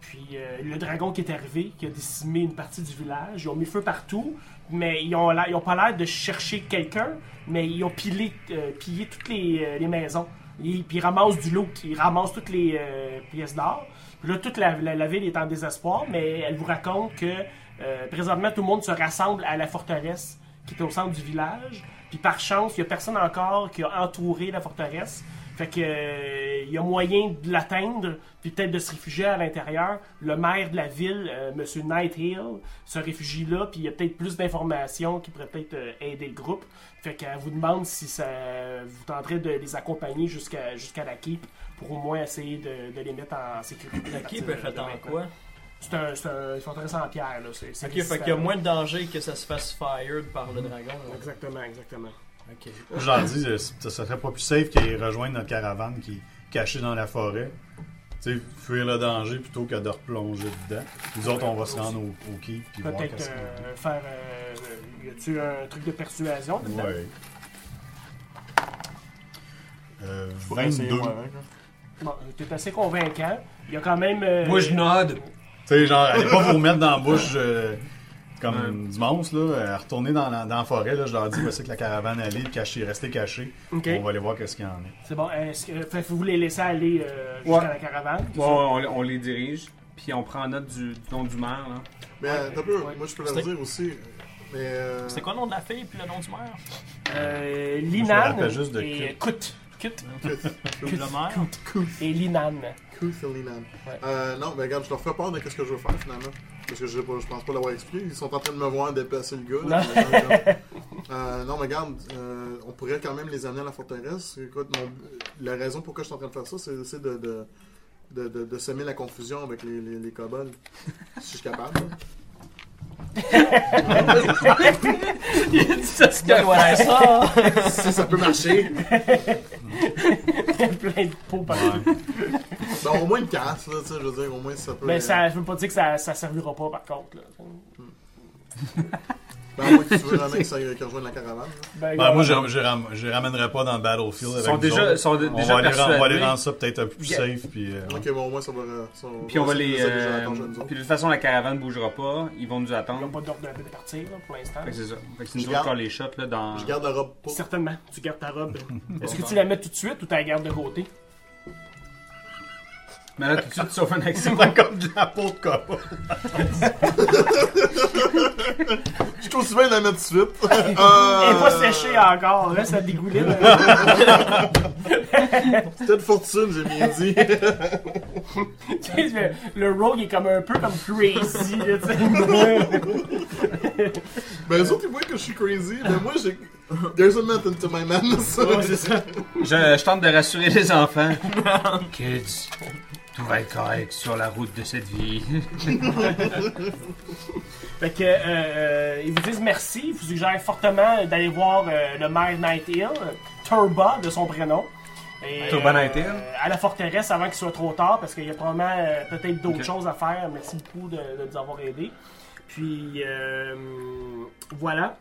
Puis euh, le dragon qui est arrivé, qui a décimé une partie du village, ils ont mis feu partout, mais ils ont, l'air- ils ont pas l'air de chercher quelqu'un, mais ils ont pilé, euh, pillé toutes les, euh, les maisons. Et, puis ils ramassent du loot, ils ramassent toutes les euh, pièces d'or. Puis là, toute la, la- la ville est en désespoir, mais elle vous raconte que euh, présentement, tout le monde se rassemble à la forteresse qui est au centre du village. Puis par chance, il n'y a personne encore qui a entouré la forteresse. Fait que euh, il y a moyen de l'atteindre, puis peut-être de se réfugier à l'intérieur. Le maire de la ville, euh, Monsieur Nighthill, se réfugie là, puis il y a peut-être plus d'informations qui pourraient peut-être euh, aider le groupe. Fait qu'elle vous demande si ça vous tenterait de les accompagner jusqu'à jusqu'à la keep pour au moins essayer de, de les mettre en sécurité. à La partir keep de- est faite de en maintenant. quoi? C'est un, c'est un, ils sont dressés en pierre là. C'est, c'est Ok, fait qu'il y a résistant. moins de danger que ça se fasse fired par le dragon. là. Exactement, exactement. Ok. Je leur dis, euh, ça serait pas plus safe qu'ils rejoignent notre caravane qui est cachée dans la forêt. Tu sais, fuir le danger plutôt que de replonger dedans. Nous autres, on va se rendre au, au quai puis voir Peut-être qu'est-ce qu'on euh, faire. euh, euh, y a-tu un truc de persuasion dedans? Ouais. Euh, Essayer, 22. ouais, hein, quoi. Bon, euh, t'es assez convaincant. Il y a quand même. euh, Moi, je node. Tu sais, genre, allez pas vous remettre dans la bouche euh, comme du monstre, là. euh, Retourner dans, la- dans la forêt, là, je leur dis où c'est que la caravane allait, cacher, rester caché. Ok. On va aller voir qu'est-ce qu'il y en a. C'est bon. Est-ce que fait que vous les laissez aller euh, jusqu'à Ouais. la caravane? Bon, on, on les dirige, puis on prend note du, du nom du maire. Là. Mais euh, t'as peu, moi je peux leur C'était- dire aussi. Mais. euh, C'est quoi le nom de la fille puis le nom du maire? Euh, Je me Linan rappelle juste de et Kut. Kut Le maire? et Linan. Cool, Ferdinand. Ouais. Euh, non, mais regarde, je leur fais part de ce que je veux faire finalement. Parce que je, sais pas, je pense pas l'avoir expliqué. Ils sont en train de me voir dépasser le gars. là. Euh, non, mais regarde, euh, on pourrait quand même les amener à la forteresse. Écoute, mon- la raison pourquoi je suis en train de faire ça, c'est c'est de, de, de, de- de semer la confusion avec les, les, les kobolds. Si je suis capable. là. Ouais, ça! si ça peut marcher. Plein de peau partout. Donc, Ben, au moins une casse, là, tu sais, je veux dire, au moins ça peut. euh, Mais Ben, ça, je veux pas dire que ça, ça servira pas par contre. Là. Ben, au moins que tu veux vraiment que ça aille- qu'ils rejoignent la caravane. là. Ben, Ben, moi, ouais. je, je, ram- je ramènerai pas dans le battlefield Ils avec sont vous déjà, autres. ils sont de- on, déjà va aller ren- on va aller persuadés. rendre ça peut-être plus safe, puis euh, Ok, bon, au moins ça va. ça Puis on va les. essayer de les euh, atteindre, nous autres. puis de toute façon, la caravane bougera pas. Ils vont nous Ils n'ont attendre. pas d'ordre de de partir là, pour l'instant. Fait que c'est ça. Fait que Je c'est nous autres garde- qui ont les shots là, dans. Je garde la robe pour. Certainement, tu gardes ta robe. Est-ce que tu la mets tout de suite ou tu la gardes de côté? Mais là, tout de suite, tu sauves un accident. comme de la peau de copain. Je trouve souvent de la mettre tout de suite. Euh. Elle Elle n'est pas séchée encore, là, ça dégouline. hein. C'était de fortune, j'ai bien dit. Ben, Tu sais, le, le rogue est comme un peu comme crazy. là, tu sais. ben, eux autres, ils voient que je suis crazy, mais moi, j'ai. There's a method to my madness. Ouais, c'est ça. je, je tente de rassurer les enfants. Kids, tout va être correct sur la route de cette vie. Fait que, euh, euh, ils vous disent merci, ils vous suggèrent fortement d'aller voir euh, le maire Night Hill, euh, Turba de son prénom. Et, Turba euh, Night Hill? À la forteresse avant qu'il soit trop tard, parce qu'il y a probablement euh, peut-être d'autres Ok. choses à faire. Merci beaucoup de, de nous avoir aidés. Puis, euh, voilà.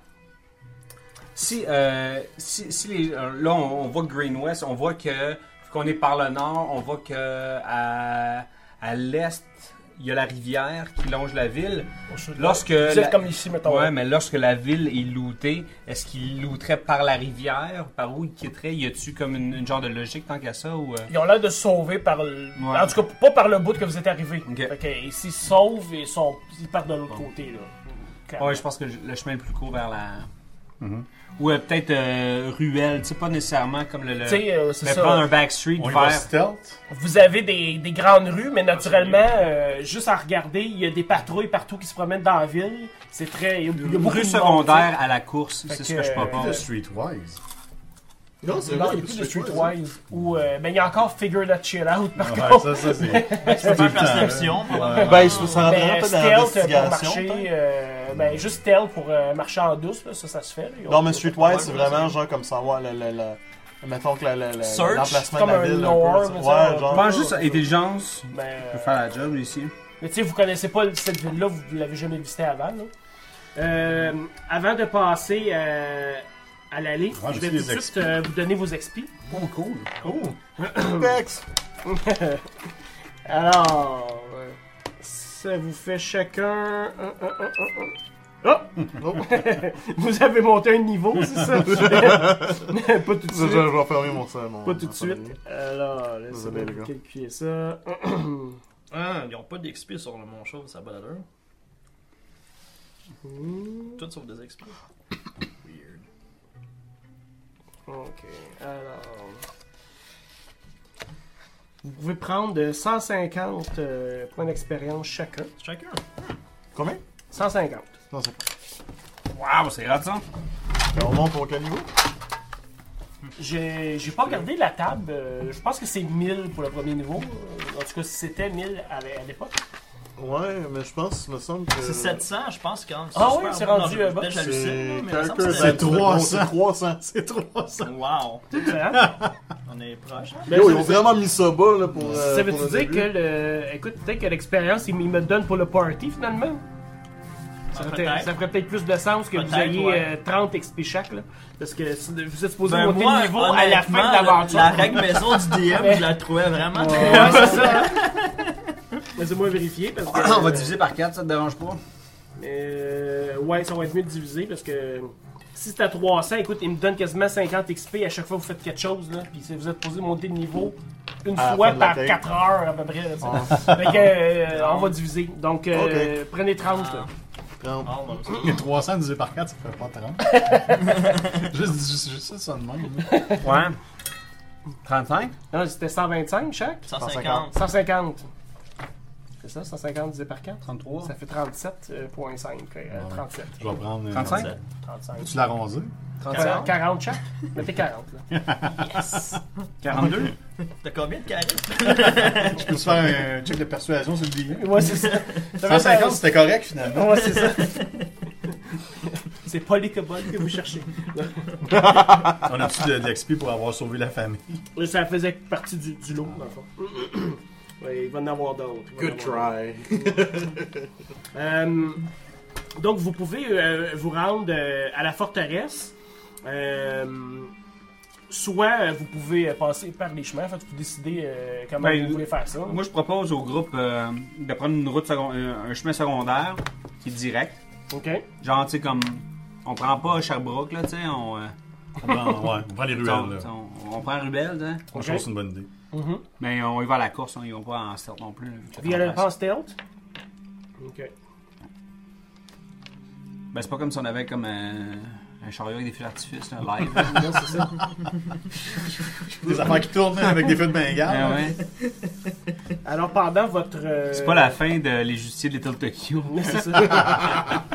Si, euh, si, si les, euh, là, on, on voit Green West, on voit que qu'on est par le nord, on voit que à, à l'est, il y a la rivière qui longe la ville. Lorsque Vous êtes la- comme ici, mettons. Ouais, mais lorsque la ville est lootée, est-ce qu'il looterait par la rivière, par où il quitterait Y a-tu comme une, une genre de logique tant qu'à ça ou euh? Ils ont l'air de se sauver par le... Ouais. En tout cas, pas par le bout que vous êtes arrivé. Ok. Fait que, ils s'y sauvent et sont... ils partent de l'autre côté, là. Clairement. Ouais, je pense que le chemin le plus court vers la Mm-hmm. ou euh, peut-être euh, ruelle, tu sais pas nécessairement comme le, le- Tu sais, euh, c'est mais ça. prendre un backstreet On y va vers stealth. Vous avez des, des grandes rues, mais naturellement, euh, juste à regarder, il y a des patrouilles partout qui se promènent dans la ville. C'est très. Il y a, il y a beaucoup rue de monde, tu sais. secondaire à la course, Fait c'est que, ce que je euh, propose. The Streetwise. Non, c'est Non, vrai, il n'y a plus de streetwise. Streetwise. Ou, euh, ben, il y a encore Figure That Chill Out, par Ouais, ça, contre. ça, c'est. Tu peux Tout le faire temps, perception. là. Ben, ça ça rentre Ben, un peu dans stealth pour l'investigation. marcher. peut-être. euh, ben, juste stealth pour euh, marcher en douce, là, ça, ça se fait. là. Non, mais Streetwise, c'est vraiment genre comme savoir le. le, le- Mettons que le- le- le- Search, l'emplacement comme de la un ville. lore, un peu, mais tu sais. ça, ouais, Je genre. pense juste à intelligence. Ben, Je euh, peux faire la job ici. Mais tu sais, vous connaissez pas cette ville-là, vous ne l'avez jamais visitée avant. là. Euh, avant de passer euh, à l'allée, Ah, je je vais suis tout de les suite euh, vous donner vos expis. Oh cool. Pex. Alors, euh, ça vous fait chacun. un, un, un, un, un. Oh! vous avez monté un niveau, c'est ça? pas tout de Je je suite. vais refermer mon sac. mon- Pas tout mon de suite. sac. Alors, Désolé, laissez-moi les gars. calculer ça. Ah, ils ont pas d'XP sur le mon chauve, ça bat l'allure. Mmh. Tout sauf des XP. Ok, alors. Vous pouvez prendre de 150 euh, points d'expérience chacun. Chacun. 150. Non, c'est pas. Waouh, c'est rare ça. On monte pour quel niveau J'ai j'ai pas regardé la table. euh, je pense que c'est 1000 pour le premier niveau. Euh, En tout cas, c'était 1000 à, l'é- à l'époque. Ouais, mais je pense, il me semble que. C'est 700, je pense, quand Ah super oui, c'est bon. rendu, Non, euh, bas. peut-être j'hallucine, C'est là, mais il me semble que quelqu'un- c'était- c'est 300. 300. C'est 300. C'est 300. Wow, Hein? on est proche. hein? Yo, ils ont vraiment mis ça bas là pour. euh, ça pour veut-tu le dire début. que le. Écoute, peut-être que l'expérience, il me le donne pour le party finalement? Ça Ah, ferait peut-être. peut-être- ça ferait peut-être plus de sens que vous Peut-être, ayez ouais. euh, 30 XP chaque, là. Parce que si- vous êtes supposé Ben, monter moi, le niveau à la fin de honnêtement, l'aventure. La règle maison du DM, je la trouvais vraiment très Ouais, c'est ça. Laissez-moi vérifier parce que. On va diviser par 4, ça te dérange pas? Euh, ouais, ça va être mieux de diviser parce que si c'est à 300, écoute, il me donne quasiment 50 XP à chaque fois que vous faites quelque chose. Là, puis si vous êtes posé monter de niveau une À la fois fin de la Ah. par taille. 4 heures à peu près. là, tu sais. Fait que, euh, on va diviser. Donc, euh, prenez 30. là. Prends. Oh, mon Dieu. Il y a 300 divisé par 4, ça fait pas 30. juste, juste, juste ça, ça de même. là. Ouais. 35? Non, c'était 125 chaque. 150. 150. C'est ça, 150 divisé par 4. 33? Ça fait 37.5. euh, 37. Je vais prendre. euh, 35? 35. Tu l'arrondis? 40, 40 chaque? Mettez 40. Là. Yes! 42? T'as combien de carrés? Je peux te faire un check de persuasion sur le billet. Ouais, c'est ça. Ça fait 150, c'était correct finalement. Ouais, c'est ça. C'est pas les kobolds que vous cherchez. On a-tu de, de l'XP pour avoir sauvé la famille? Mais Ça faisait partie du, du lot, dans le fond. Ouais, il va en avoir d'autres. Il va en Good avoir try. d'autres. Euh, donc, vous pouvez euh, vous rendre euh, à la forteresse. Euh, soit euh, vous pouvez euh, passer par les chemins. En fait, vous décidez euh, comment Ben, vous voulez faire ça. Moi, je propose au groupe euh, de prendre une route second- euh, un un chemin secondaire qui est direct. OK. Genre, tu sais, comme. On prend pas Sherbrooke, là, tu sais. On, euh, On prend, ouais, on prend les on, ruelles là. on- on prend Rubel, hein. Je pense que c'est une bonne idée. Mhm. Mais on y va à la course, on y va pas en stealth non plus. là, vu que Via ça le passe. pan stealth. OK. Ben, c'est pas comme si on avait comme un, un chariot avec des feux d'artifice, là, live. Ah Non, c'est ça. Des affaires qui tournent hein, avec des feux de Ah Bengale. ouais. Alors, pendant votre... euh, C'est pas la fin de Les Justiciers de Little Tokyo. C'est ça.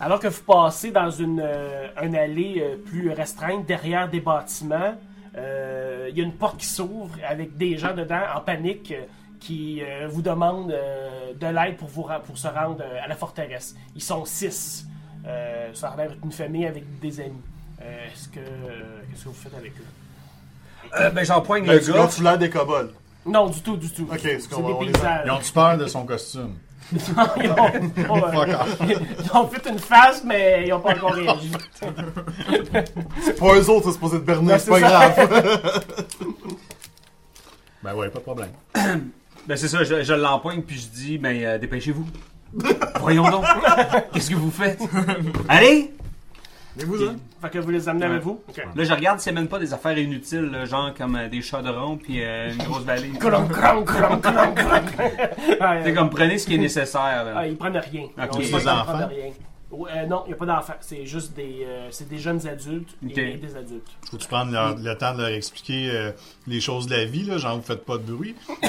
Alors que vous passez dans une, euh, une allée euh, plus restreinte, derrière des bâtiments, euh, il y a une porte qui s'ouvre avec des gens dedans en panique euh, qui euh, vous demandent euh, de l'aide pour, vous ra- pour se rendre euh, à la forteresse. Ils sont six. Euh, ça a l'air d'être une famille avec des amis. Euh, Est-ce que euh, qu'est-ce que vous faites avec eux Euh, ben, j'empoigne Le le tu gars. gars, tu l'as des kobolds. Non, du tout, du tout. Ok, c'est est-ce qu'on va- on des les a- paysages. Ils ont-tu peur de son costume? Ils ont- oh, euh, Fuck off. Ils ont fait une face, mais ils n'ont pas encore réagi. C'est pas eux autres, c'est supposé être Non, Bernard, c'est c'est pas grave. Ben ouais, pas de problème. Ben, c'est ça, je, je l'empoigne puis je dis, ben, euh, dépêchez-vous. Voyons donc. Qu'est-ce que vous faites? Allez! Mais vous, hein? Fait que vous les amenez avec vous? Ok. Là, je regarde s'il mène pas des affaires inutiles, là, genre comme euh, des chaudrons puis euh, une grosse vallée. Clonk, clonk, clonk, clonk, clonk. Ah, C'est euh, comme prenez ce qui est nécessaire. là. ah, ils prennent rien. Ok. Non, Des ils prennent enfants? rien. Ouais, euh, non, il n'y a pas d'enfants. C'est juste des, euh, c'est des jeunes adultes Ok. et des adultes. Faut-tu prendre leur- le temps de leur expliquer euh, les choses de la vie, là, genre vous faites pas de bruit? Il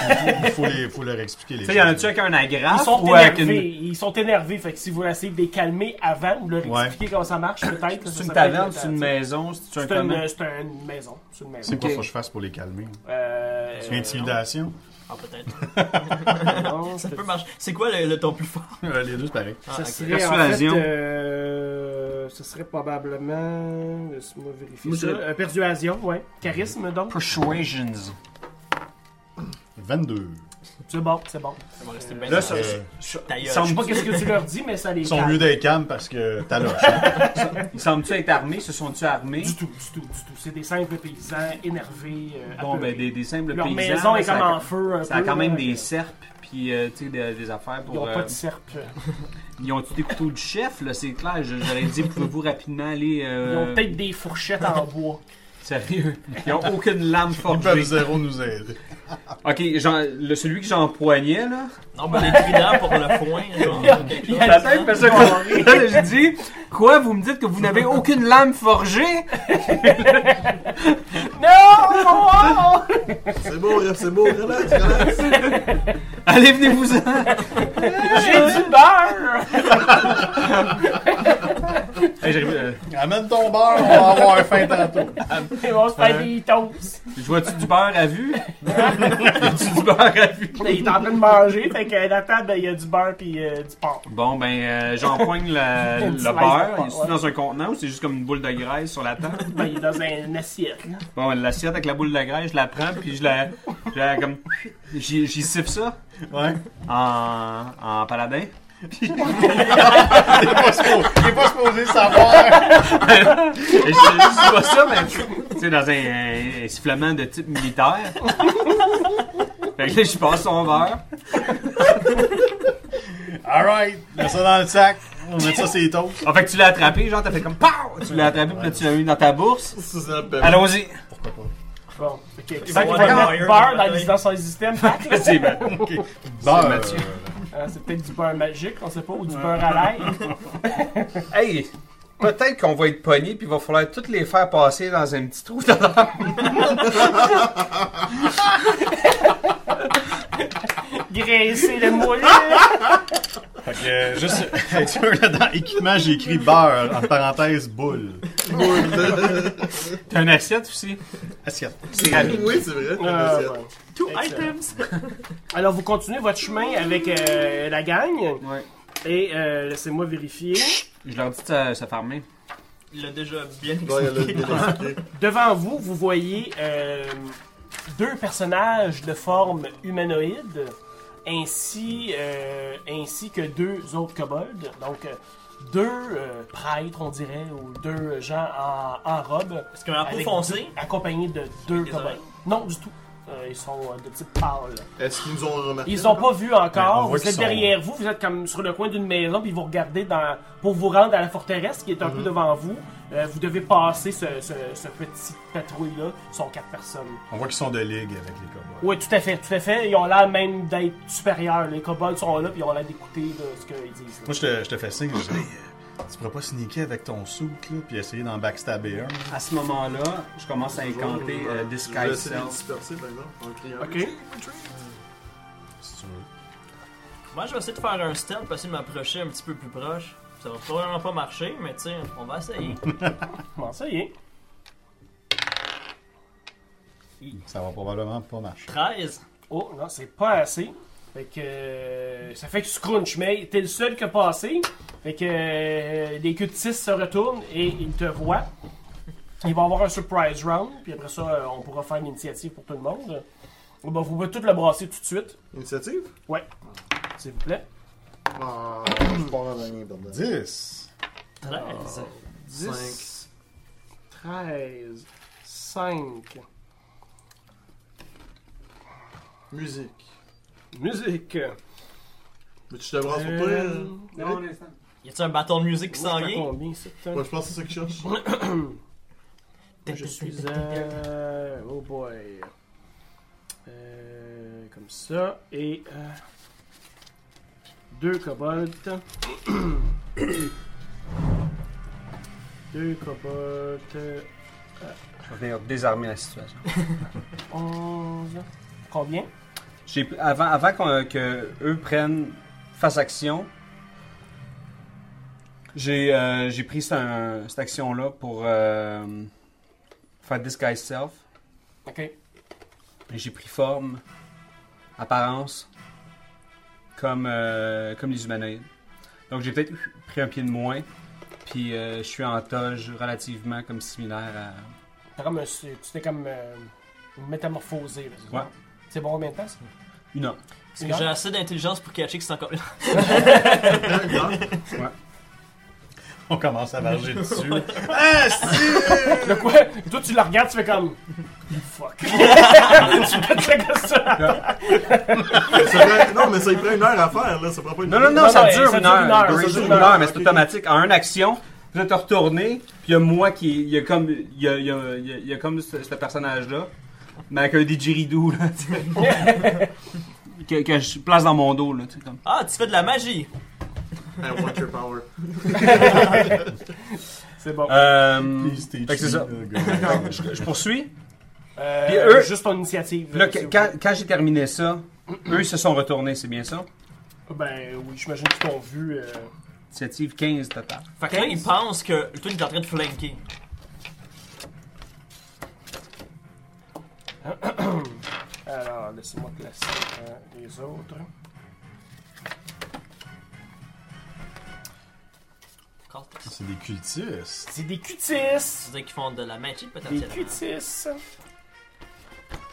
faut, faut les- faut leur expliquer les Tu sais, choses. y en a-tu avec un Ils agrafe sont ou Ah, avec énervés. une, Ils sont énervés. Fait que si vous essayez de les calmer avant ou leur Ouais. expliquer comment ça marche, peut-être. ça, c'est ça une peut taverne, être c'est une intéressant. maison, c'est un C'est une, comment? euh, c'est une maison. C'est une maison. C'est quoi Ok. faut que je fasse pour les calmer? Euh, Intimidation? Ah, peut-être. non, Ça c'est- peut marcher. C'est quoi le, le ton plus fort? Euh, les deux, c'est pareil. Ah, Ça ok. serait, Persuasion. En fait, euh, ce serait probablement. Laisse-moi vérifier. Moi, ça. j'irais- Euh, persuasion, ouais. Charisme, donc. Persuasions. 22. C'est bon, c'est bon. Ça va rester bien Là, sur- ça, Euh, ça- Ta gueule. il Je sais semble pas qu'est-ce que tu leur dis, mais ça les Ils sont calme. mieux d'être calmes parce que t'as l'oche. il semble-tu être armé? Se sont-tu armés? Du tout, du tout, du tout. C'est des simples paysans énervés. euh, Bon, apeurés. ben, des, des simples Leur paysans. maison là, est ça comme a- en feu. Un Ça a peu, quand même là, des euh, serpes, puis euh, tu sais, des, des affaires Ils n'ont pour. euh, pas de serpe. ils ont-tu des couteaux de chef, là, c'est clair. je- J'aurais dit, pouvez-vous rapidement aller. Ils euh, ont peut-être des fourchettes en bois. Sérieux? Ils ont aucune lame Ils peuvent forgée. zéro nous aider. Ok, j'en- le, celui que j'empoignais, là. Non, mais les tridents pour le foin. genre, quelque chose. La tête fait ça Ah comme- Là, j'ai dit, quoi, vous me dites que vous n'avez aucune lame forgée? Non! C'est beau, Raph, c'est beau, relax, relax. Allez, venez-vous-en! J'ai du beurre! Hey, j'arrive, euh, Amène ton beurre, on va avoir faim tantôt. Ils vont se faire des toasts. je vois-tu du beurre à vue? tu du beurre à vue? Il est en train de manger, fait que euh, la table, il y a du beurre puis euh, du porc. Bon, ben, euh, j'empoigne la- Une le slice de beurre. porc, Est-ce ouais. dans un contenant ou c'est juste comme une boule de graisse sur la table? Ben, il est dans un- une assiette. Bon, l'assiette avec la boule de graisse, je la prends, puis je la. Je la comme. J'y j'y siffle ça Ouais. en, en paladin. T'es pas supposé, t'es pas supposé savoir. Je je dis pas ça, mais tu sais, dans un, un- un sifflement de type militaire. Fait que là, je passe son verre. Alright, mets ça dans le sac. On met ça sur les toasts. En fait, que tu l'as attrapé, genre, t'as fait comme POW! Tu l'as attrapé, puis là, tu l'as mis dans ta bourse. Ça, c'est un peu- Allons-y! Bon, ok. Ils Ça vont qu'il va avoir mettre un beurre beurre, dans, dans son système. Hein, C'est ben, Beurre. Mathieu. Euh, c'est peut-être du beurre magique, on sait pas, ou du beurre à l'ail. Hey! Peut-être qu'on va être pogné, puis il va falloir toutes les faire passer dans un petit trou dans la... Graisser le moule. Fait que, euh, juste être sûr, là, dans équipement, j'ai écrit beurre, en parenthèse, boule. T'as une assiette aussi? Assiette. Oui, c'est vrai. Ah, Assiette. ouais. Alors, vous continuez votre chemin avec euh, la gang. Ouais. Et euh, laissez-moi vérifier. Je leur dis de se, se farmer. Il l'a déjà bien Ouais, elle a expliqué. bien expliqué. Devant vous, vous voyez euh, deux personnages de forme humanoïde, ainsi, euh, ainsi que deux autres kobolds. Donc, euh, deux euh, prêtres, on dirait, ou deux gens en, en robe, Est-ce qu'un peau Avec- foncé? accompagnés de deux Des kobolds. oreilles. Non, du tout. Euh, ils sont euh, de type pâle. Est-ce qu'ils nous ont remarqué? Ils ont pas vu Ben, on encore. voit vous qu'ils êtes sont- derrière vous, vous êtes comme sur le coin d'une maison, puis vous regardez dans, pour vous rendre à la forteresse qui est Mhm. un peu devant vous. Euh, vous devez passer ce, ce, ce petit patrouille-là. Ils sont quatre personnes. On voit qu'ils sont de ligue avec les cowboys. Oui, tout à fait, tout à fait. Ils ont l'air même d'être supérieurs. Les kobolds sont là, puis ils ont l'air d'écouter là, ce qu'ils disent. là. Moi, je te, je te fais signe, je dis, Hey, euh, tu pourrais pas sneaker avec ton souk, là, puis essayer d'en backstabber un. À ce moment-là, je commence à incanter euh, Je vais Disguise essayer de les Self. disperser, par exemple, en criant. Ok. Si tu veux. Moi, je vais essayer de faire un stealth, pour essayer de m'approcher un petit peu plus proche. Ça va probablement pas marcher, mais tu sais, on va essayer. Bon, ça y est. Ça va probablement pas marcher. 13. Oh, non, c'est pas assez. Fait que. euh, ça fait que tu scrunches, mais t'es le seul qui a passé. Fait que. euh, les cultistes se retournent et ils te voient. Ils vont avoir un surprise round, puis après ça, euh, on pourra faire une initiative pour tout le monde. Bon, vous pouvez tout le brasser tout de suite, Initiative? s'il vous plaît. Ah, je pars en dernier, bordel. 10. 13. 10, 13, 5. Musique. Musique. Mais tu te brasses pour toi? Euh, hein? Non, l'instant. Y a-tu un bâton de musique qui s'en C'est à vient? combien, ça, putain? Ouais, je pense que c'est ça qu'ils cherchent. Moi, Je suis à... Oh boy. Euh, comme ça. Et... euh, deux kobolds. deux kobolds. Je vais venir désarmer la situation. 11. Combien? J'ai- avant avant qu'on- que eux prennent face action, j'ai euh, j'ai pris ce- cette action là pour euh, faire disguise self. Ok. Et J'ai pris forme, apparence, comme euh, comme les humanoïdes. Donc j'ai peut-être pris un pied de moins, puis euh, je suis en toge relativement comme similaire à. T'as comme un- tu t'es comme euh, métamorphosé. là, c'est Ouais. ça? C'est bon combien de temps ça? Non. Parce que j'ai assez d'intelligence pour catcher que c'est encore là. On commence à varger dessus. De quoi? Et toi tu la regardes, tu fais comme... Fuck. tu fais comme Ça ça. prend- Non, mais ça il prend une heure à faire, là. Ça prend pas une Non, non, non, Non, ça, non, dure ça une dure heure. une heure, Ça dure une heure, mais c'est ok. automatique. En une action, vous êtes retourné, puis il y a moi qui. Il y a comme, il y a, il y a- il y a- il y a comme ce, ce personnage-là, mais avec un didgeridoo, là, tu sais. que, que je place dans mon dos, là, tu sais, comme. Ah, tu fais de la magie! I want your power. C'est bon. Euh, Please teach Fait que c'est me, ça. uh, guy. je, je poursuis. Euh, Puis eux- juste ton initiative. Là, là, qu- s'il vous quand, quand j'ai terminé ça, eux, ils se sont retournés, c'est bien ça? plaît. Ben oui, j'imagine qu'ils t'ont vu. euh, Initiative 15 total. Fait que là, il pense que toi, il est en train de flanquer. Alors, laissez-moi placer euh, les autres. Cortex. C'est des cultistes. C'est des cutis! C'est-à-dire qu'ils font de la magie, Des peut-être. cutis!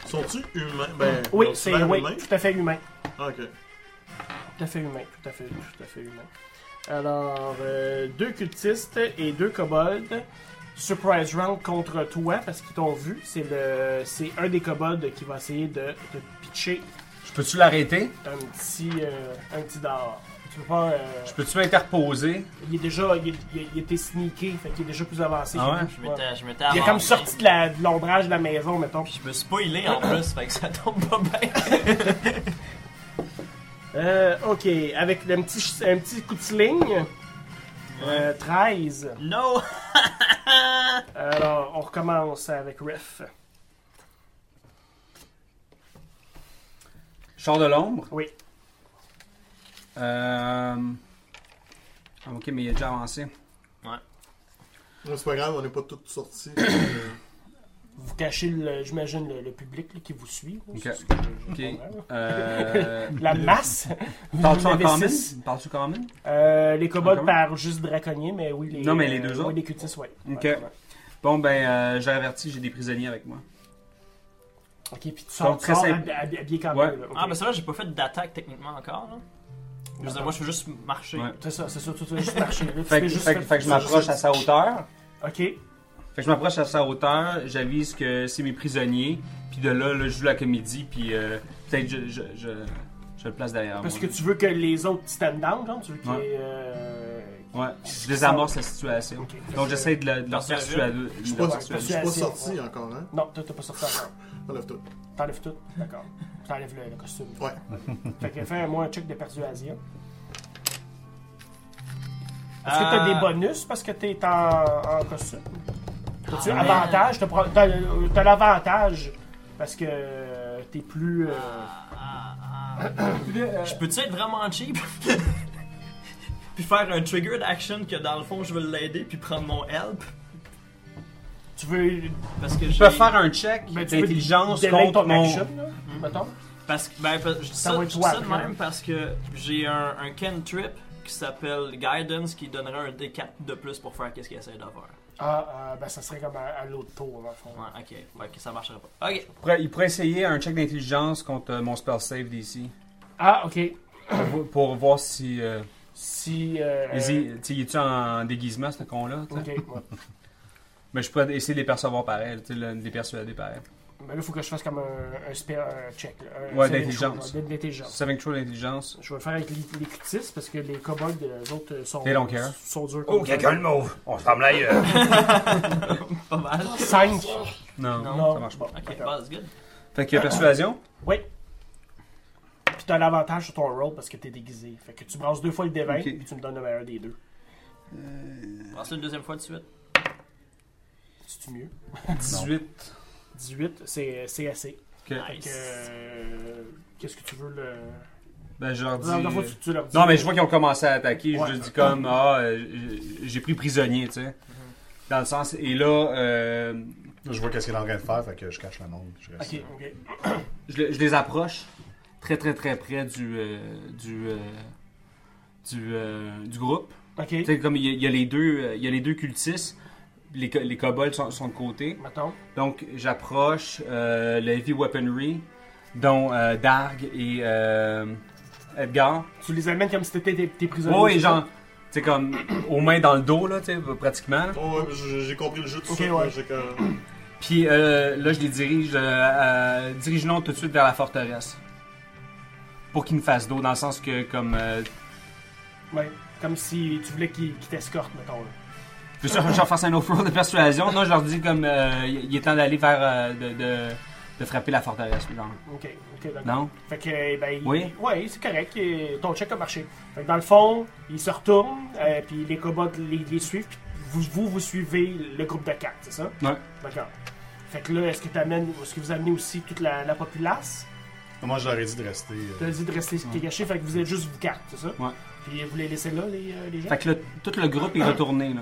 Sont-ils humains? Ben, Oui, sont-ils c'est humains, oui, humains? tout à fait humain. Ah, ok. Tout à fait humain, tout à fait, tout à fait humain. Alors, euh, deux cultistes et deux kobolds. Surprise round contre toi parce qu'ils t'ont vu. C'est le, c'est un des kobolds qui va essayer de te pitcher Je peux-tu l'arrêter? Un petit, euh, un petit dard. Tu peux pas. euh, Je peux-tu m'interposer? Il est déjà. Il, est- il est- il était sneaké, fait qu'il est déjà plus avancé. Ah que ouais? vous. Je m'étais, je m'étais Il est avancé. comme sorti de la- de l'ombrage de la maison, mettons. Puis je me suis spoilé en plus, fait que ça tombe pas bien. Euh, ok, avec un petit, ch- un petit coup de sling. Euh, 13. No! Alors, on recommence avec Ref. Je sors de l'ombre. Oui. Euh... ah, Ok, mais il est déjà avancé. Non, C'est pas grave, on n'est pas toutes sorties. Euh, Vous cachez, le- j'imagine, le, le public là, qui vous suit. là, Ok. c'est ce que je- Ok. je comprends. Euh... La masse. Vous Parles-tu en en avez common? six. Parles-tu common? Euh, les En kobolds commun? par juste braconnier, mais oui. Les, Ah, Non, mais les deux euh, autres? Oui, les cultistes, oui. Ok. Ouais, ouais. Bon, ben, euh, j'ai averti, j'ai des prisonniers avec moi. Ok, puis tu Donc, sors, tu très sors simple. hab- hab- habillé quand Ouais. même. là, ok. Ah, mais c'est vrai, j'ai pas fait d'attaque techniquement encore. Là. Je veux dire, moi, je fais juste marcher. Ouais. C'est ça, c'est ça, tu tu vas juste marcher. là, tu Fait fais que, juste- fait que- fait que je m'approche à sa hauteur. Ok, Fait que je m'approche à sa hauteur, j'avise que c'est mes prisonniers, puis de là, là, je joue la comédie, puis euh, peut-être je, je, je, je le place derrière parce moi. que tu veux que les autres stand down, genre, tu veux qu'ils. Ouais. euh, Ouais, je désamorce la situation. Ok. Donc j'essaie de, la- de leur Persuader. persuader. de Je suis leur pas, je persuader. suis pas sorti encore, hein. Non, toi, t'as pas sorti encore. Enlève tout. T'enlèves tout, d'accord. T'enlèves le, le costume. Ouais. Fait que fais moi un check de persuasion. Est-ce que t'as Ah. Euh, des bonus parce que t'es en, en costume? T'as-tu Ah, avantage? T'as, pro- t'as- t'as l'avantage parce que euh, t'es plus... euh, Ah. Ah, Je peux-tu être vraiment cheap? puis faire un triggered action que dans le fond, je veux l'aider, puis prendre mon help. tu veux... Parce que Je j'ai. peux faire un check ben, tu veux d'intelligence delay contre ton mon. Hmm. action, là, mettons. Parce que, ben, parce- je dis ça, va être hein. je dis toi, ça de après. même parce que j'ai un, un cantrip qui s'appelle Guidance qui donnerait un D4 de plus pour faire qu'est-ce qu'il essaie de faire. Ah, euh, ben ça serait comme à, à l'autre tour, dans le fond. Ouais, ok. Ouais, ok, ça marcherait pas. Ok. Il pourrait- Il pourrait essayer un check d'intelligence contre euh, mon spell save d'ici. Ah, ok. Pour vo- Pour voir si. Euh, Si... euh, Vas-y, tu sais, il est-tu en déguisement, ce con-là? tu sais? Ok, ouais. Mais je pourrais essayer de les percevoir pareil, tu sais, le- de les persuader pareil. Mais Ben, là, faut que je fasse comme un, un, spell- un check. là, un- Ouais, c'est une d'intelligence. chose, ouais, D'intelligence. Saving throw d'intelligence. Je vais le faire avec les, les cultistes parce que les kobolds, euh, les autres, euh, sont, They don't care. sont durs. Oh, quelqu'un le mauve. On se euh. ferme l'ailleurs. Pas mal. 5. Non, Non. ça marche pas. Ok, bah, c'est good. Fait que persuasion. Oui. Puis t'as l'avantage sur ton roll parce que t'es déguisé. Fait que tu brasses deux fois le dévin Ok. puis tu me donnes le meilleur des deux. Passe une deuxième fois de suite. C'est-tu mieux? 18. 18, c'est c'est assez. Ok. Fait que, euh, Qu'est-ce que tu veux le. Ben, je leur dis. Non, la fois, tu, tu leur dis- Non, mais je vois qu'ils ont commencé à attaquer. Ouais. Je leur dis comme, ah, euh, j'ai pris prisonnier, tu sais. Mm-hmm. Dans le sens. Et là, euh, Je vois qu'est-ce qu'il est en train de faire, fait que je cache la montre. Je reste- Ok, ok. je, le- je les approche très, très, très près du. euh, du. euh, du, euh, du groupe. Tu Ok, sais, comme il y, a- il y a les deux, euh, il y a les deux cultistes, les, co- les kobolds sont, sont de côté. mettons. Donc j'approche euh, le heavy weaponry, dont euh, Darg et euh, Edgar. Tu les amènes comme si t'étais tes, tes prisonniers. Ouais, ouais, genre, tu sais, comme aux mains dans le dos, là, tu sais, pratiquement. Oh, ouais, mais j'ai j'ai compris le jeu tout Ok, seul, ouais. mais j'ai que- Puis euh, là, je les dirige, euh, à- dirigeons tout de suite vers la forteresse. Pour qu'ils me fassent dos, dans le sens que, comme. euh, Ouais, comme si tu voulais qu'ils qu'ils t'escortent, mettons. là. je veux sûr que je leur fasse un off-road de persuasion. Non, je leur dis, comme, euh, il il est temps d'aller vers. euh, de, de- de frapper la forteresse, genre. Ok, ok, d'accord. Non? Fait que, euh, ben, il- Oui. ouais, c'est correct. euh, Ton check a marché. Fait que dans le fond, il se retourne, euh, puis les cobots les, les suivent, puis vous, vous, vous suivez le groupe de quatre, c'est ça? Ouais. D'accord. Fait que là, est-ce que, t'amènes- est-ce que vous amenez aussi toute la, la populace? Moi, je leur ai dit de rester. euh, Tu as dit de rester Ouais. caché, fait que vous êtes juste vous quatre, c'est ça? Ouais. Puis vous les laissez là, les, euh, les gens? Fait que là, tout le groupe est retourné, là.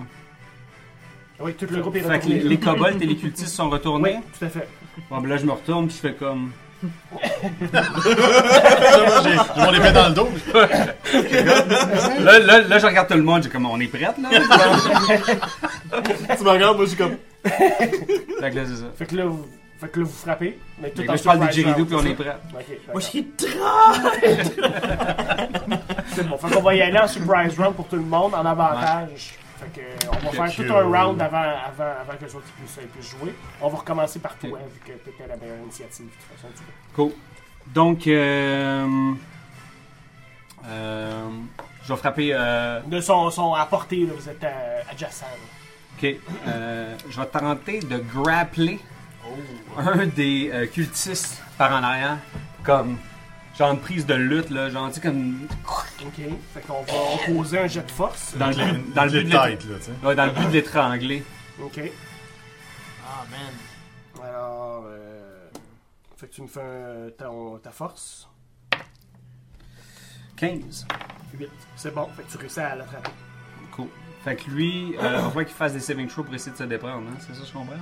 Oui, tout le groupe est Fait que retourné. les, les kobolds et les cultistes sont retournés. Oui, tout à fait. Bon, ben là, je me retourne puis je fais comme. J'ai mon épée dans le dos. Là, là, là, je regarde tout le monde, j'ai comme, on est prête, là? tu me regardes, moi, je suis comme. fait que là, c'est ça. Fait que là, vous, fait que là, vous frappez. Mais tout Fait que en là, je parle des surprise hein. Geridou round, c'est puis on est prête. ça? Ok, Moi, d'accord. je suis Bon, fait qu'on va y aller en surprise round pour tout le monde, en avantage. Fait que, euh, on va faire tout un round avant, avant, avant que les euh, autres puissent, puissent jouer. On va recommencer par toi, hein, vu que t'étais la meilleure initiative, de toute façon. tu vois. Cool. Donc, euh, euh, je vais frapper. euh, De son, son à portée, là, vous êtes euh, adjacent. là. ok, euh, je vais tenter de grappler Oh. un des euh, cultistes par en arrière, comme genre une prise de lutte, là, genre tu sais, comme Ok. Fait qu'on va opposer un jet de force. dans le but, dans le but de l'é- tête, là, tu sais. ouais, dans le but de l'étrangler. Ok. Ah, man. Alors, euh, fait que tu me fais un- ton- ta force. 15. 8. C'est bon. Fait que tu réussis à l'attraper. Cool. Fait que lui, euh, on voit qu'il fasse des saving throws pour essayer de se déprendre, hein? c'est ça que je comprends?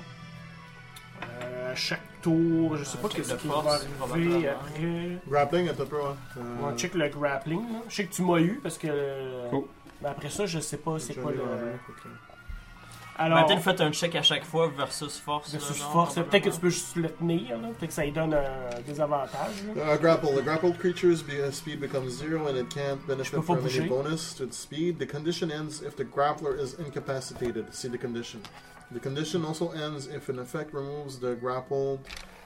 Euh, à chaque tour, je sais Un pas Euh, check qu'est-ce de qui force, va arriver probablement. après. Grappling, un peu, ouais. Euh, On check le grappling. là. Je sais que tu m'as eu parce que. euh, Oh. Cool. mais après ça, je sais pas c'est quoi le. Ben, Alors, peut-être faites un check à chaque fois versus force. versus là, genre, force, peut-être que tu probablement. peux juste le tenir. là. Peut-être que ça lui donne un désavantage. là. Uh, grapple. The grappled creature's be- uh, speed becomes zero and it can't benefit peux pas from any bouger. bonus to its speed. The condition ends if the grappler is incapacitated. See the condition. The condition also ends if an effect removes the grappled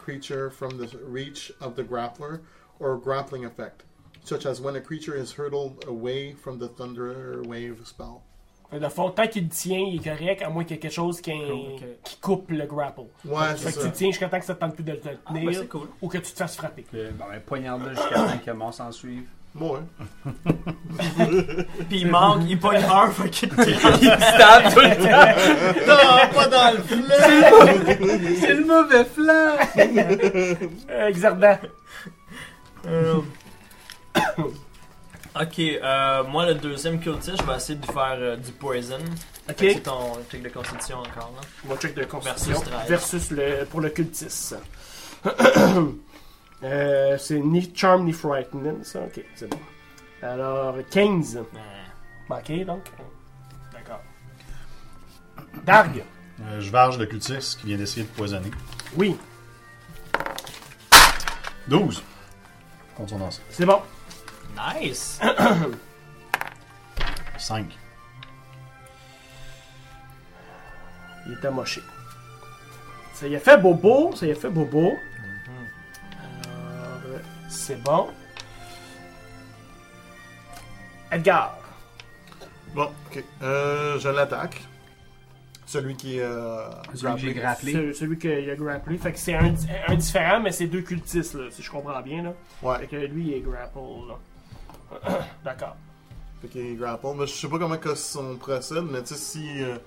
creature from the reach of the grappler or grappling effect, such as when a creature is hurtled away from the thunder wave spell. Fait que Dans le fond, tant qu'il le tient, il est correct, à moins qu'il y ait quelque chose qui, Cool, Oh, ok. qui coupe le grapple. Ouais, c'est Fait que tu ça. le tiens jusqu'à temps que ça te tente plus de le tenir Ah, ben, c'est cool. ou que tu te fasses frapper. Euh, bon, ben, poignarde-le jusqu'à temps que mort s'en suive. Bon, hein. Puis il manque, il pogne un, fait que C'est le mauvais flanc! Euh, Xerdan. Euh, Ok, euh, moi le deuxième cultiste, je vais essayer de faire euh, du poison. Ok. Fait que C'est ton check de constitution encore là. Mon check de constitution Versus 13. versus le pour le cultiste. Euh, c'est ni charm ni frightening, ça. Ok, c'est bon. Alors 15. Manqué donc. D'accord. Darg. Euh, je varge le cultiste qui vient d'essayer de poisonner. Oui, 12. Contre son lancer. c'est bon. Nice! Ah, 5. Il est amoché. Ça y a fait bobo, ça y a fait bobo. Alors, euh, c'est bon. Edgar. Bon, ok. Euh, je l'attaque. Celui qui est euh, Celui que j'ai grapplé. grapplé. C'est celui qu'il a grapplé. Fait que c'est un, un différent, mais c'est deux cultistes, là, si je comprends bien. Là. Fait Ouais, que lui, il est grapple. là. D'accord. fait qu'il grapple. Mais je sais pas comment que son procède, mais tu sais, si euh,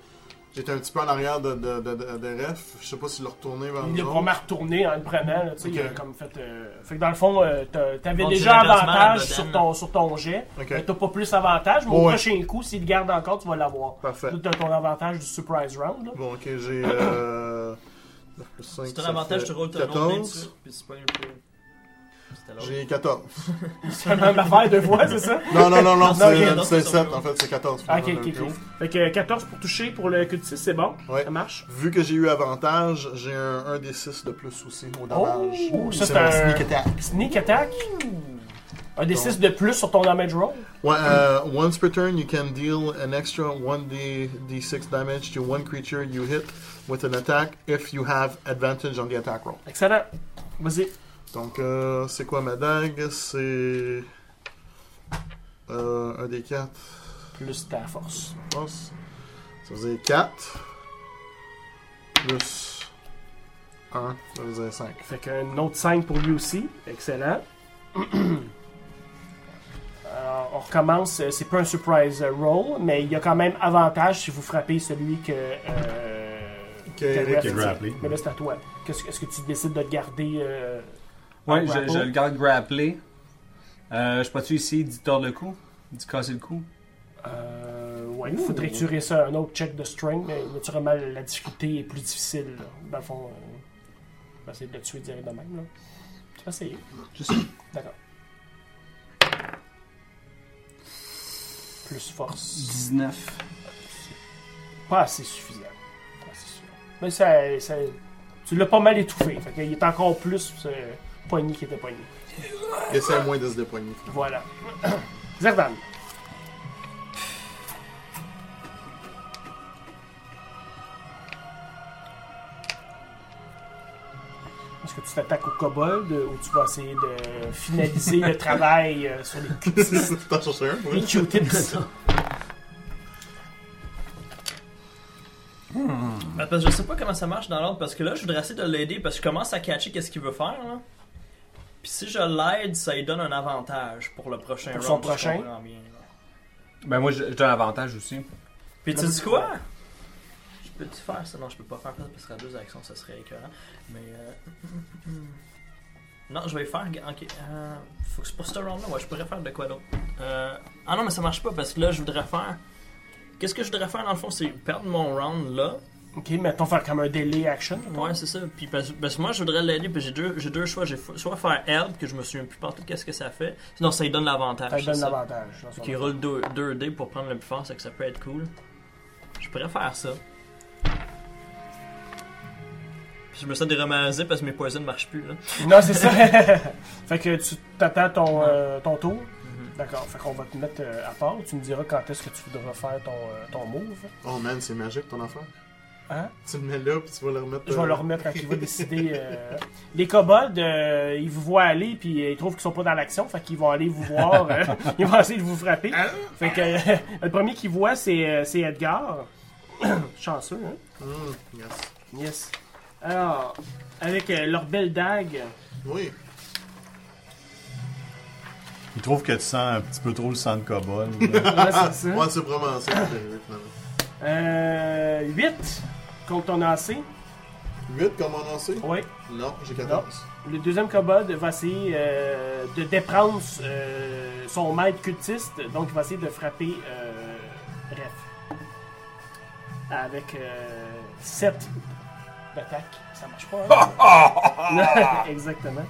j'étais un petit peu en arrière de, de, de, de, de ref, je sais pas s'il l'a retourné vers Il l'a nous vraiment autres. retourné en le prenant. Là, tu sais, Ok. il a comme fait, euh, fait que dans le fond, euh, t'as- t'avais Bon, déjà tu l'as quasiment avantage à sur Boden, ton, sur ton jet. Ben. Ok. Mais t'as pas plus avantage, mais au Ouais. prochain coup, s'il le garde encore, tu vas l'avoir. Parfait. Là, t'as ton avantage du surprise round. là. Bon, ok, j'ai. Euh, 5, C'est ton avantage, tu roules ton nom dessus, 14. puis c'est pas un peu. C'était l'autre. J'ai 14. C'est la même affaire deux fois, c'est ça? Non, non, non, non, ok, non, c'est c'est c'est son 7, plus en fait, c'est 14. Ah, finalement, ok, ok, le ok. plus haut. Fait que euh, 14 pour toucher pour le cultiste, c'est bon. Ouais. Ça marche. Vu que j'ai eu avantage, j'ai un 1 des 6 de plus aussi au damage. Oh, ça, c'est c'est mon un- sneak attack. Sneak attack. Un des 6 de plus sur ton damage roll. Well, uh, once per turn, you can deal an extra 1d6 damage to one creature you hit with an attack if you have advantage on the attack roll. Excellent. Vas-y. Donc, euh, c'est quoi ma dague C'est. Euh, un des 4, Plus ta force. je pense. Ça faisait 4. Plus 1, ça faisait 5. Fait qu'un autre 5 pour lui aussi. Excellent. Alors, Euh, on recommence. Euh, C'est pas un surprise euh, roll, mais il y a quand même avantage si vous frappez celui que. euh, Que Eric Raph est dit. grapplé. Mais là, c'est à toi. Qu'est-ce que- Est-ce que tu décides de te garder euh, Ah, Ouais, en je, grapple? je le garde grapplé. Euh, je peux-tu essayer d'y tordre le cou? D'y casser le cou? Euh, ouais, il faudrait que tu réussisses un autre check de strength, mais naturellement, la difficulté est plus difficile. là. Dans le fond, euh, on va essayer de le tuer direct de même. Là. Tu vas essayer. Je sais. D'accord. Plus force. 19. Pas assez suffisant. Pas assez suffisant. Mais ça, ça- tu l'as pas mal étouffé. Fait qu'il est encore plus euh, poigné qu'il était poigné. Et c'est à moins 10 de poignée. Voilà. Zerdan. Est-ce que tu t'attaques au kobold euh, ou tu vas essayer de finaliser le travail euh, sur les, T'en cherches un, les oui. Q-tips? Ben, parce que je sais pas comment ça marche dans l'ordre, parce que là, je voudrais essayer de l'aider, parce que je commence à catcher qu'est-ce qu'il veut faire. Là. Puis si je l'aide, ça lui donne un avantage pour le prochain Pour son round. si je prochain. comprends bien, là. Ben moi, j'ai j'ai un avantage aussi. Puis tu dis quoi? Je peux-tu faire ça? Non, je peux pas faire ça, parce que à deux actions, ça serait écœurant. Mais... euh, Non, je vais faire... Ok, euh, faut que c'est pour ce round-là, ouais, je pourrais faire de quoi d'autre. Euh, Ah non, mais ça marche pas, parce que là, je voudrais faire... Qu'est-ce que je voudrais faire, dans le fond, c'est perdre mon round, là, Ok, mettons faire comme un delay action. Ouais, c'est ça. Puis parce, parce que moi, je voudrais l'aider, puis j'ai deux, j'ai deux choix. J'ai fo- soit faire herbe, que je me souviens plus partout qu'est-ce que ça fait. Sinon, ça lui donne l'avantage. Ça lui donne Ah, c'est ça. l'avantage. dans son Fait qu'il roule 2, d pour prendre le plus fort, c'est que ça peut être cool. Je pourrais faire ça. Puis je me sens déromanisé parce que mes poisons ne marchent plus, là. Non, c'est ça. fait que tu t'attends ton, euh, ton tour. Mhm. D'accord. Fait qu'on va te mettre euh, à part. Tu me diras quand est-ce que tu voudras faire ton, euh, ton move. Oh man, c'est magique ton affaire. Hein? Tu le mets là, puis tu vas le remettre. Je euh, vais le remettre quand il va décider. euh, Les kobolds, euh, ils vous voient aller, puis euh, ils trouvent qu'ils sont pas dans l'action. Fait qu'ils vont aller vous voir. euh, ils vont essayer de vous frapper. Fait que euh, le premier qu'ils voient, c'est euh, c'est Edgar. Chanceux, hein? hmm, yes. Yes. Alors, avec euh, leur belle dague. Oui. Il trouve que tu sens un petit peu trop le sang de cobalt. Ouais, Ah, c'est ça. ouais, c'est vraiment ça. qui est arrivé, finalement. Euh, 8 contre ton AC. 8 comme on en sait Ouais. Non, j'ai 14. Le deuxième kobold va essayer euh, de déprendre euh, son maître cultiste, donc il va essayer de frapper euh, Ref. Avec 7 d'attaque. Ça marche pas. hein? Non, Exactement.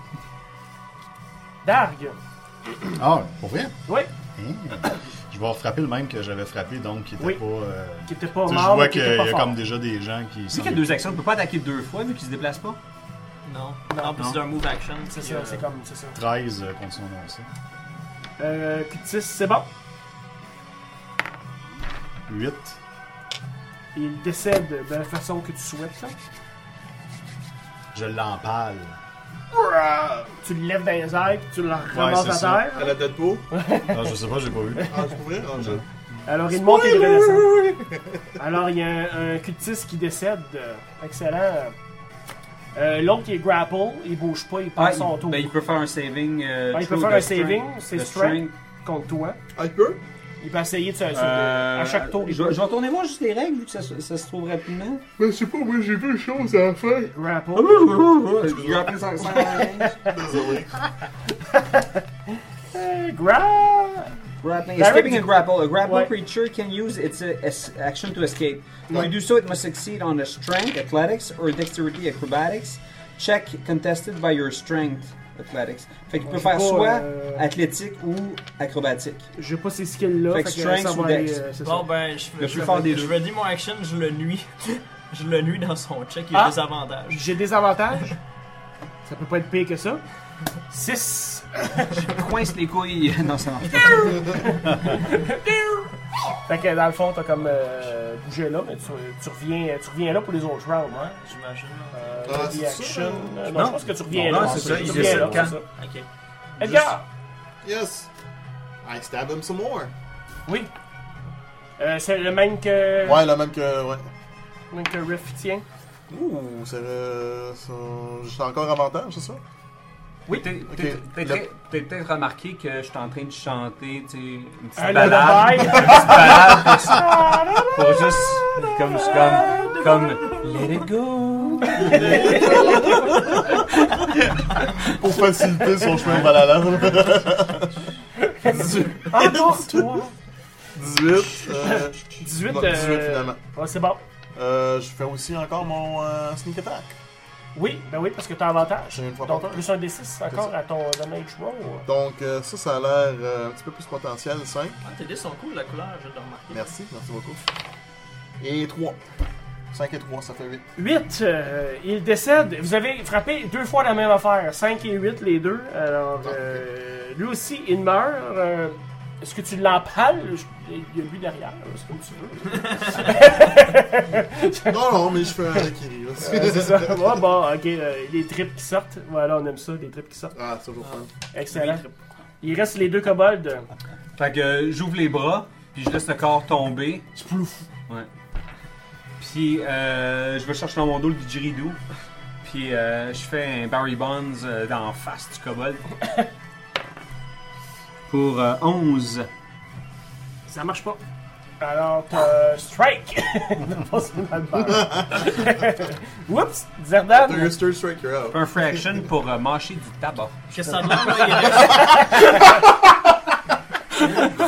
Darg. Ah, pour vrai? Oui, Hein? Je vais refrapper le même que j'avais frappé, donc qui était Oui. pas. euh, qui était pas tu sais, mort. je vois mais qui qu'il était y pas a fort. comme déjà des gens qui. Tu sais qu'il y a semblent- deux actions, on peut pas attaquer deux fois vu qu'il se déplace pas. Non. Non, puis c'est un move action. C'est puis, ça, euh, c'est comme c'est ça. 13 euh, contre son lancé. Euh, cultiste, c'est bon. 8. Il décède de la façon que tu souhaites. Là. Je l'empale. Tu le lèves dans les airs, puis tu le c'est ramasses ça. à terre. À la Deadpool Non, je sais pas, j'ai pas vu. Ah, je pourrais Ah, je- Alors il monte et il redescend. Alors il y a un, un cultiste qui décède. Euh, excellent. Euh, L'autre qui est grapple, il bouge pas, il Ah, passe son il, tour. ben, il peut faire un saving. euh, Ah, il peut through faire the un strength- saving, c'est the strength. contre toi. Ah, il peut Il peut essayer de se. sur- Euh, à chaque tour, il Je peut vais je vais retourner moi juste les règles vu que ça, se- ça se trouve rapidement. Mais je sais pas, moi j'ai deux choses à faire. grapple. Je vais appeler ça- ça- Désolé. Euh, grapple. Grappling. Escaping a grapple. A grapple Ouais. creature can use its uh, es- action to escape. When you do so, it must succeed on a strength, athletics, or dexterity, acrobatics check contested by your strength, athletics. Fait qu'il je peut sais faire pas, soit euh, athlétique ou acrobatique. J'ai pas ces skills là. Fait que strength ça ou va aller. dex. euh, c'est Bon, ça. ben, je, Le je, plus fort des je deux. me dis mon action, je le nuis. je le nuis dans son check, il y a Ah. des avantages. J'ai des avantages. ça peut pas être pire que ça. 6. Coince les couilles. Non, ça marche pas. Fait que dans le fond, t'as comme euh, bougé là, mais tu, tu reviens, tu reviens là pour les autres rounds. Hein? J'imagine. Euh, Ah, Lady c'est ça, action. euh, Euh, non, non. je pense que tu reviens Non, là. c'est ça, Tu il reviens décide là, quand. c'est ça. Eh, Ok. Edgar! Yes. I stab him some more. Oui. Euh, c'est le même que, Ouais, la même que. Ouais. même que Riff tient. Ouh, c'est. euh, son- J'ai encore avantage, c'est ça Oui, t'as Ok. t'as- t'as- Le- t'as peut-être remarqué que je suis en train de chanter, tu sais, une petite Un balade, lullaby. une petite balade pour, Ah, pour juste, comme, comme, comme, let it go. Pour faciliter son chemin baladant. Encore toi! 18. Euh, 18, non, euh, 18 finalement. Ouais, c'est bon. Euh, je fais aussi encore mon euh, sneak attack. Oui, ben oui, parce que t'as avantage. J'ai une fois par peur. Donc plus un D6 encore à ton damage roll. Donc, euh, ça, ça a l'air euh, un petit peu plus potentiel, 5. Ah, tes dés sont cool, la couleur, je dois remarquer. Merci, merci beaucoup. Et 3. 5 et 3, ça fait 8. 8, euh, il décède. Vous avez frappé deux fois la même affaire. 5 et 8, les deux. Alors, euh, lui aussi, il meurt. euh, Est-ce que tu l'empales? Je- Il y a lui derrière, là, c'est comme tu veux. Non, non, mais je fais un harakiri. là. Euh, c'est ça. Ouais, bon, ok, euh, les tripes qui sortent. Voilà, on aime ça, les tripes qui sortent. Ah, c'est toujours fun. Excellent. Il reste les deux kobolds. Fait que euh, j'ouvre les bras, puis je laisse le corps tomber. Je plouf. Ouais. Puis euh, je vais chercher dans mon dos le didgeridoo. Puis euh, je fais un Barry Bonds euh, dans la face du kobold. Pour euh, 11. Ça marche pas. Alors, t'as strike! Non, pas sur la barre. Oups! Zerdan! T'as eu Stir Strike, you're out. Un fraction pour euh, mâcher du tabac. Que ça demande, là, il reste,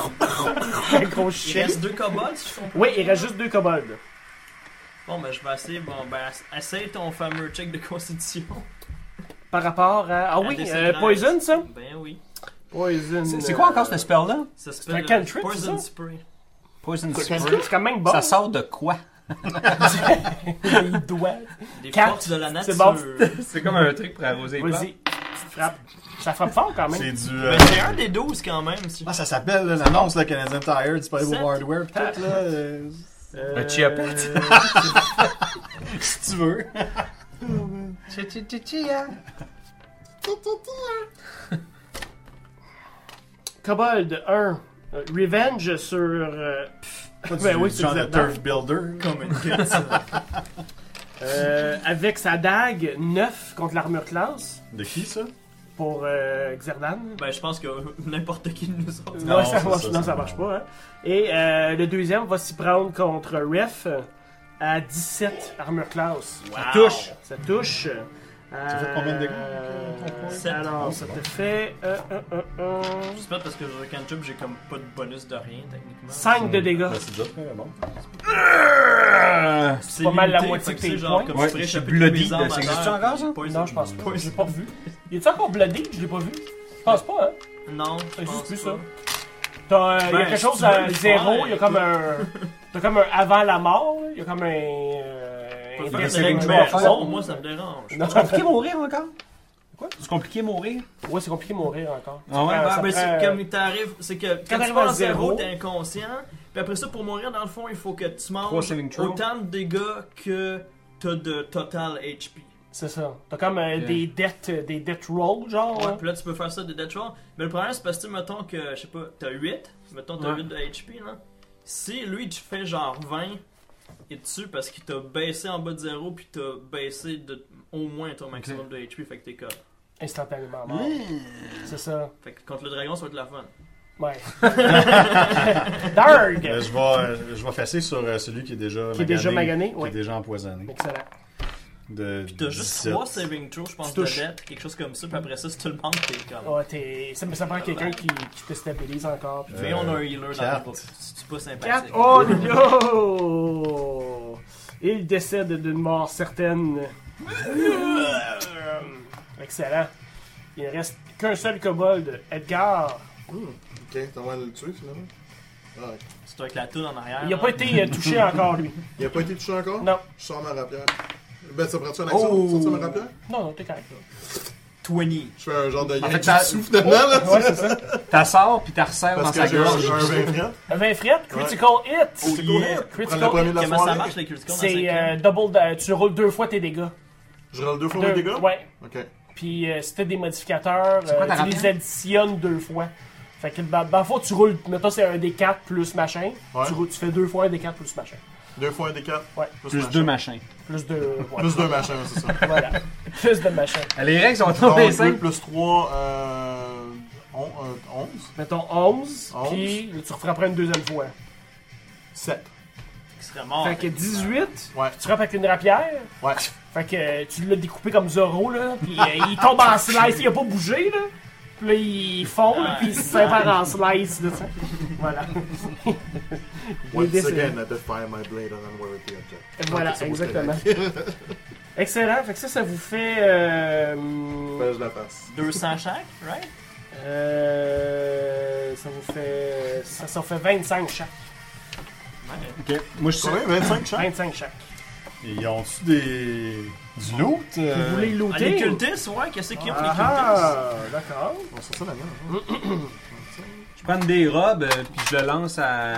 Un gros il chien. reste deux kobolds, si je comprends. Oui, il reste juste deux kobolds. Bon, ben, je vais essayer. Bon, ben, essaye ton fameux check de constitution. Par rapport à. Ah oui, À des euh, séquences. poison, ça? Ben oui. Poison. euh, C'est c'est quoi encore ce spell-là? Ça se un fait cantrip, Poison ça? Spray. Poison C'est Spray. C'est quand même bon. Ça sort de quoi? Il doit. Des Quatre. forces de la nature. C'est bon. C'est comme un truc pour arroser les plantes. Vas-y, frappe. Ça frappe fort quand même. C'est du. euh, Ben, c'est un des 12 quand même. Si... Ah, ça s'appelle là, l'annonce, là, Canadian Tire, disponible Sept. au hardware, pis tout, là. euh, Un chia pet. si tu veux. Kobold 1. euh, Revenge sur. euh, Pas Ben du- oui, du c'est genre de exact. Non. turf builder. Comme euh, avec sa dague 9 contre l'armure classe De qui, ça? pour euh, Xerdan. Ben, je pense que euh, n'importe qui de nous autres. Non, Non, ça, c'est marche, ça, non, ça ça marche pas. hein. Et euh, le deuxième va s'y prendre contre Ref euh, à 17 armure class. Ça touche. Ça touche. Ça fait combien de dégâts, Sept. Alors, ça te fait euh, euh, euh, euh, J'espère parce que le cantrip, j'ai comme pas de bonus de rien, techniquement. 5 de dégâts. Ben, c'est déjà très bon. C'est pas mal limité, la moitié fait de que tes c'est genre points. hein? comme Ouais, tu pourrais je suis échapper toutes bloody, mes armes ça à existe-tu terre, encore, puis ça? poison. Non, je pense pas. Je l'ai pas revu. Il est encore bloodé Je l'ai pas vu. Je pense pas, hein. Non, Ça je existe pense plus, pas. ça. T'as, euh, il y a Ben, quelque si chose tu veux à le zéro, faire, il y a comme un. T'as comme un avant la mort, là. il y a comme un. euh, Faut un faire test des de règles mort. vertes. Ça, Pour moi, ça me dérange. Non. C'est compliqué mourir encore? Quoi? C'est compliqué mourir? Ouais, c'est compliqué de mourir encore. Ah ouais? Euh, Ah, ça ben, prend, c'est comme t'arrives, c'est que quand tu t'arrives pars à à zéro, zéro, t'es inconscient. Puis après ça, pour mourir, dans le fond, il faut que tu Trois manges saving throws. autant de dégâts que t'as de total HP. C'est ça. T'as comme euh, Ok. des dettes, euh, des death rolls, genre. Ouais, hein. puis là, tu peux faire ça des death rolls. Mais le problème, c'est parce que, tu sais, mettons que, je sais pas, t'as 8. Mettons, t'as Ouais. 8 de HP, là. Si lui, tu fais genre 20, et dessus parce qu'il t'a baissé en bas de 0, puis t'as baissé de, au moins ton maximum de HP, fait que t'es correct. Instantanément mort. C'est ça. Fait que contre le dragon, ça va être la fun. Ouais. Darg! Euh, je, vais, euh, je vais fesser sur euh, celui qui est déjà Qui est déjà magané, Qui ouais. est déjà empoisonné. Excellent. De T'as juste 17. 3 saving throws, je pense, Tu de touches. death, quelque chose comme ça, puis après ça, si tu le manques, t'es correct. Ouais, t'es- ça, ça prend quelqu'un qui, qui te stabilise encore. Mais on a un healer dans quatre. le groupe. C'est pas sympathique. 4. Oh no! Il décède d'une mort certaine. Excellent. Il ne reste qu'un seul kobold, Edgar. Hmm, Ok, t'as mal le tuer finalement. Ah, ok. C'est avec la toune en arrière. Il n'a là. pas été euh, touché encore, lui. Il a pas été touché encore? Non. Je sors ma rapière. Ben, ça prend-tu une action? Ça, ma rapière? Non, non, t'es correct. 20. Je fais un genre de fait, yank ça- qui souffle finalement, là. Ouais, c'est ça. T'as sort puis t'as resserres dans Parce sa que j'ai un gorge. j'ai un 20 fret. 20 frettes, critical hit! C'est cool. yeah. Oh, Prends le Critical premier hit. de la Comment ça soirée. marche, les critical dans C'est cinq euh, double. da- tu roules deux fois tes dégâts. Je roule deux fois Deux, mes dégâts? Ouais. Ok. Puis euh, si t'as des modificateurs, euh, quoi ta tu les rapière? additionnes deux fois. Fait que dans, dans le fond, tu roules. Mettons, c'est un D4 plus machin. Ouais. Tu, roules- tu fais deux fois un D4 plus machin. Deux fois un des quatre. Ouais. Plus machin. deux machins. Plus de. ouais, Plus deux machins, c'est ça. voilà. Plus de machin. Les règles sont tombées Donc, deux simples. plus trois, euh... on- euh, Onze? Mettons 11, Onze. puis là, tu refrapperas une deuxième fois. Sept. qui serait mort. fait que 18, Ouais. tu frappes avec une rapière. Ouais. Fait que euh, tu l'as découpé comme Zoro, là. Puis euh, il tombe en slice, il a pas bougé, là. Puis là, il fond, là, puis il se sépare en slice, là, tu sais. Voilà. Il est Once décédé. again, I defy my blade and unworthy object. Voilà, Ok, ça vaut exactement. le débat. Excellent. Fait que ça, ça vous fait. Euh, Fallait que je la fasse. 200 chaque, right? euh, ça vous fait. Ça, ça fait 25 chaque. Ok. Moi, je suis. Combien? 25 chaque? 25 chaque. Ils ont-tu des. du loot? Vous euh, voulez Ah, les looter? cultistes, ouais, qu'est-ce qu'ils ont pour les cultistes? Ah, d'accord. On sort ça la main. hein? Je Je prends des robes, euh, puis je le lance à.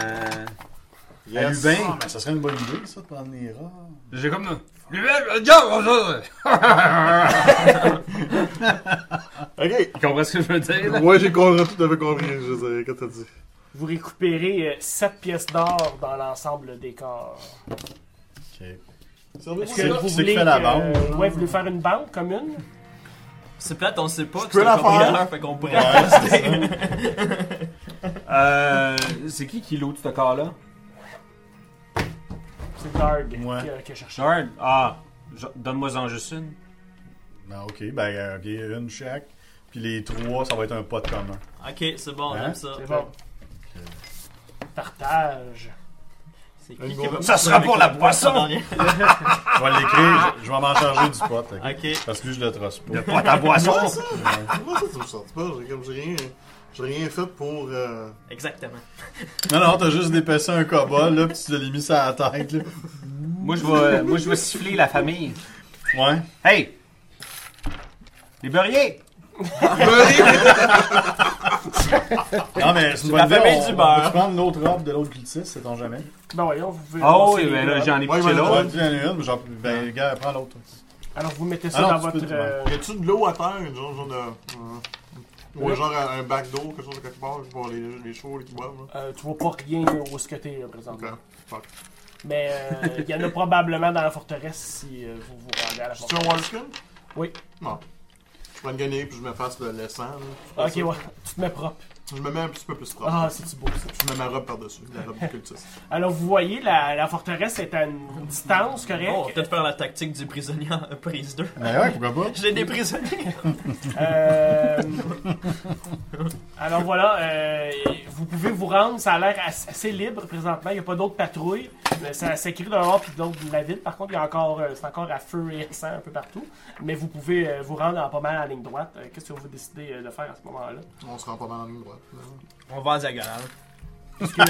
Yes. Lubin. Ah, mais ça serait une bonne idée, ça, de prendre les rats. J'ai comme. Il Ok. comprend ce que je veux dire, là? Moi, j'ai compris, tout à fait compris, je sais, quand t'as dit. Vous récupérez 7 pièces d'or dans l'ensemble des corps. Ok. Est-ce C'est- que vous c'est voulez, que fait la euh, banque, ouais, vous voulez faire une banque commune? C'est plate, on sait pas. que peux c'est la un faire. cambrioleur, fait qu'on pourrait. Euh, c'est qui qui loot ce corps-là? C'est Darg Ouais. qui, a- qui a cherché. Shard? Ah, je- donne-moi-en juste une. Non, ok, ben, euh, ok, une chaque. Puis les trois, ça va être un pot commun. ok, c'est bon, on Hein? aime ça. C'est bon. Partage. C'est qui qui va Ça sera pour la poisson! Je vais l'écrire, je je vais m'en charger du pot. ok? Ok. Parce que lui, je le trosse pas. Pas ta boisson! Moi, ça, Ah, moi, ça, tu me sens pas. J'ai comme, j'ai rien, j'ai rien fait pour. euh, Exactement. Non, non, t'as juste dépassé un cobalt, là, puis tu l'as mis sur la tête, là. moi, je vais, moi, je vais siffler la famille. Ouais. Hey! Les beurriers! Non, mais c'est une la bonne idée. famille on- du on beurre. peut-tu prendre l'autre robe de l'autre cultiste, c'est ton jamais? Ben voyons, vous pouvez Ah Oh, lancer oui, les ben là, deux. j'en ai Ouais, pitché mais l'autre. tu en as une, mais genre, ben, gars, prends l'autre. Alors vous mettez ça Ah non, dans tu peux votre... te- euh, Y a-tu de l'eau à terre, une genre, genre de. euh, ou un genre un, un bac d'eau, quelque chose de quelque part, pour les, les chauds qui boivent, là. euh, tu vois pas rien où ce que t'es là, présentement. Ok. Fuck. Mais euh, il y en a probablement dans la forteresse si euh, vous vous rendez à la C'est forteresse. un wireskin? Oui. Non. Je prends une gagner puis je me fasse le, le sang, là. Je fais Ok, ça. ouais, tu te mets propre. Je me mets un petit peu plus propre. Ah, c'est-tu beau ça. Je mets ma robe par-dessus, la robe du cultiste. Alors vous voyez, la, la forteresse est à une distance Oh, on va correcte. peut-être faire la tactique du prisonnier en prise 2. Ben ouais, pourquoi pas? Je l'ai déprisonné! Euh, Alors voilà, euh, vous pouvez vous rendre, ça a l'air assez, assez libre présentement, il n'y a pas d'autres patrouilles. Mais Ça s'écrit d'un bord puis de l'autre de la ville, par contre, il y a encore, euh, c'est encore à feu et à sang un peu partout. Mais vous pouvez euh, vous rendre en pas mal à la ligne droite. Euh, Qu'est-ce que vous décidez euh, de faire à ce moment-là? On se rend pas mal en ligne droite. On va en diagonale. Est-ce que-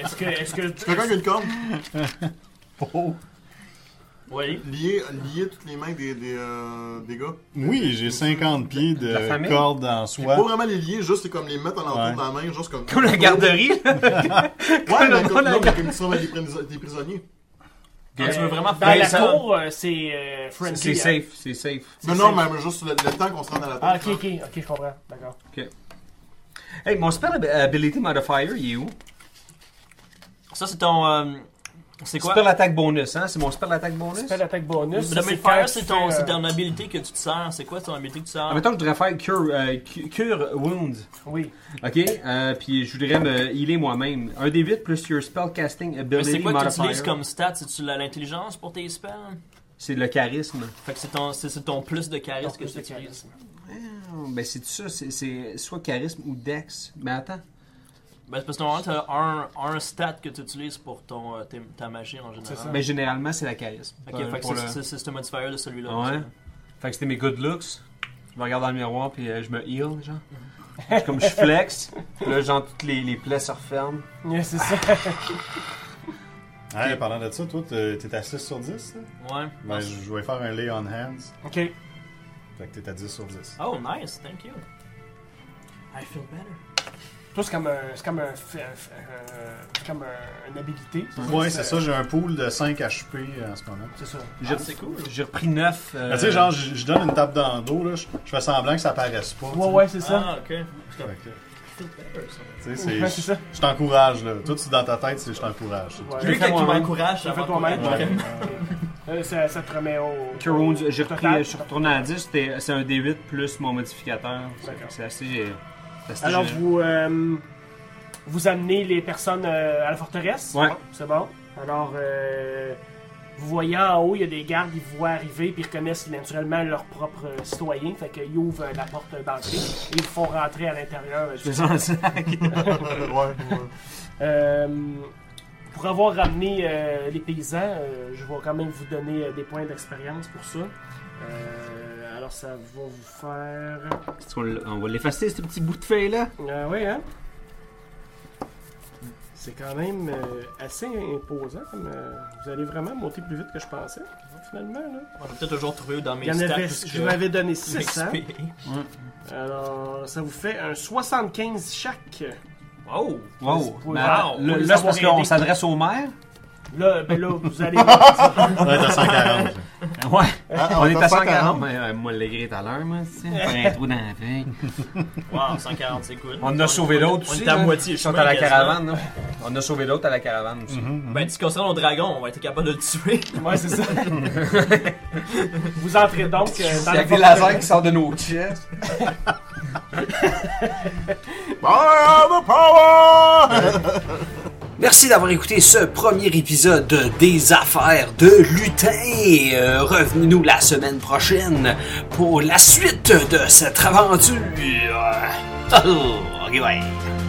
Est-ce que... Est-ce que, Quelqu'un qui a une corde? Oh. Euh, Oui. Lier, lier toutes les mains des, des, euh, des gars. Oui, j'ai 50 pieds La de famille. corde en Pas soie. vraiment les lier, juste c'est comme les mettre en l'entour Ouais. de la main, juste comme. Comme la garderie, là. Ouais, mais Comme comme, la non, mais comme ils sont avec des, pris- des prisonniers. Tu veux vraiment Dans faire la ça? cour, euh, c'est euh, friendly. C'est hein. safe, c'est safe. Non, non, mais juste le, le temps qu'on se rende à la Ah, tête. ok, ok, ok, je comprends. D'accord. Hey, mon spell ab- ability modifier, il est où? Ça, c'est ton. euh, c'est quoi? Spell attack bonus, hein? C'est mon spell attack bonus? Spell attack bonus. Le c'est fire, quand c'est tu ton, fais, c'est euh, ton habilité que tu te sers. C'est quoi ton habilité que tu sers? Ah, mettons que je voudrais faire cure, euh, cu- cure wounds. Oui. Ok? Euh, puis je voudrais me healer moi-même. Un D8 plus your spell casting Mais ability c'est quoi que tu utilises modifier. comme stat? C'est-tu la- l'intelligence pour tes spells? C'est le charisme. Fait que c'est ton, c'est, c'est ton plus de Ton charisme que plus tu de utilises. Ah, Ben c'est ça, c'est- c'est soit charisme ou dex. Mais attends. Ben, c'est parce que normalement, t'as un, un stat que tu utilises pour ton, euh, tes- ta magie en général. C'est ça. Mais Ben, généralement c'est la charisme. Ok, Euh, fait que pour c'est, le- c'est, c'est ce modifier de celui-là. Ah ouais? Fait que c'était mes good looks. Je me regarde dans le miroir puis euh, je me heal, genre. Je- Comme je flex, puis là, genre, toutes les, les plaies se referment. Ouais, c'est ça. Hey, parlant de ça, toi, t'es t'es à 6 sur 10, là? Ouais. Ben, je je vais faire un lay on hands. Ah. Ok. Fait que t'es à 10 sur 10. Oh, nice, thank you. I feel better. Toi, c'est comme un. C'est comme un. f- un f- un- c'est comme un- une habilité. Ouais, c'est ça, j'ai un pool de 5 HP euh, en ce moment. C'est ça. J'ai- Ah, c'est cool. J'ai repris euh, 9. Ben, tu sais, genre, je je donne une tape dans le dos, là, je je fais semblant que ça paraisse pas. tu Ouais, ouais, c'est ça. Ah, ok. sais. Fait que, I feel better, ça. tu sais, Ouais, c'est c'est- ça. Je t'encourage, là. Toi, tu dans ta tête, c'est je t'encourage. c'est tout. Ouais. Lui, quand il moi-même. m'encourage, ça J'ai fait m'encourage. toi-même. Ouais. Euh, ça, ça te remet au. Cure Wounds, j'ai total. repris, je suis retourné à 10, c'était- c'est un D8 plus mon modificateur. D'accord. C'est assez. euh, c'est assez Alors, génial. vous. euh, vous amenez les personnes euh, à la forteresse. Ouais. C'est bon. Alors, euh, vous voyez en haut, il y a des gardes, ils vous voient arriver, puis ils reconnaissent naturellement leurs propres euh, citoyens. Fait qu'ils ouvrent euh, la porte d'entrée et ils vous font rentrer à l'intérieur. euh, Je fais ça en sac. ouais, ouais. Euh, pour avoir ramené euh, les paysans, euh, je vais quand même vous donner euh, des points d'expérience pour ça. Euh, alors ça va vous faire. Est-ce qu'on l- On va l'effacer, ce petit bout de feuille là. Euh, oui, hein? C'est quand même euh, assez imposant. Comme, euh, vous allez vraiment monter plus vite que je pensais, finalement. Là. On va peut-être toujours trouver dans Il mes y en stats. avait, parce je que- vous avais donné hein? C'est 600. ça. Alors ça vous fait un 75 chaque. Oh! Wow. Pour- Mais wow, attends, là, pour les là, c'est parce avoir qu'on aidés. s'adresse au maire. Là, ben là, vous allez. Ouais, t'as 140. Ouais. Ah, on, est à 140. 140. mais, euh, Moi, le gré tout à l'heure, moi, c'est un trou dans la feuille. Wow, 140, c'est cool. On en a sauvé d'autres On aussi, est à là. moitié. Ils Je sont à la caravane. là. On a sauvé d'autres à la caravane aussi. Ben, tu concernes au dragon, on va être capable de le tuer. Ouais, c'est ça. vous entrez donc euh, dans Il y a la que des lasers qui sortent de nos chests. Merci d'avoir écouté ce premier épisode de des affaires de lutin. Euh, Revenez-nous la semaine prochaine pour la suite de cette aventure. Oh, ok, ouais.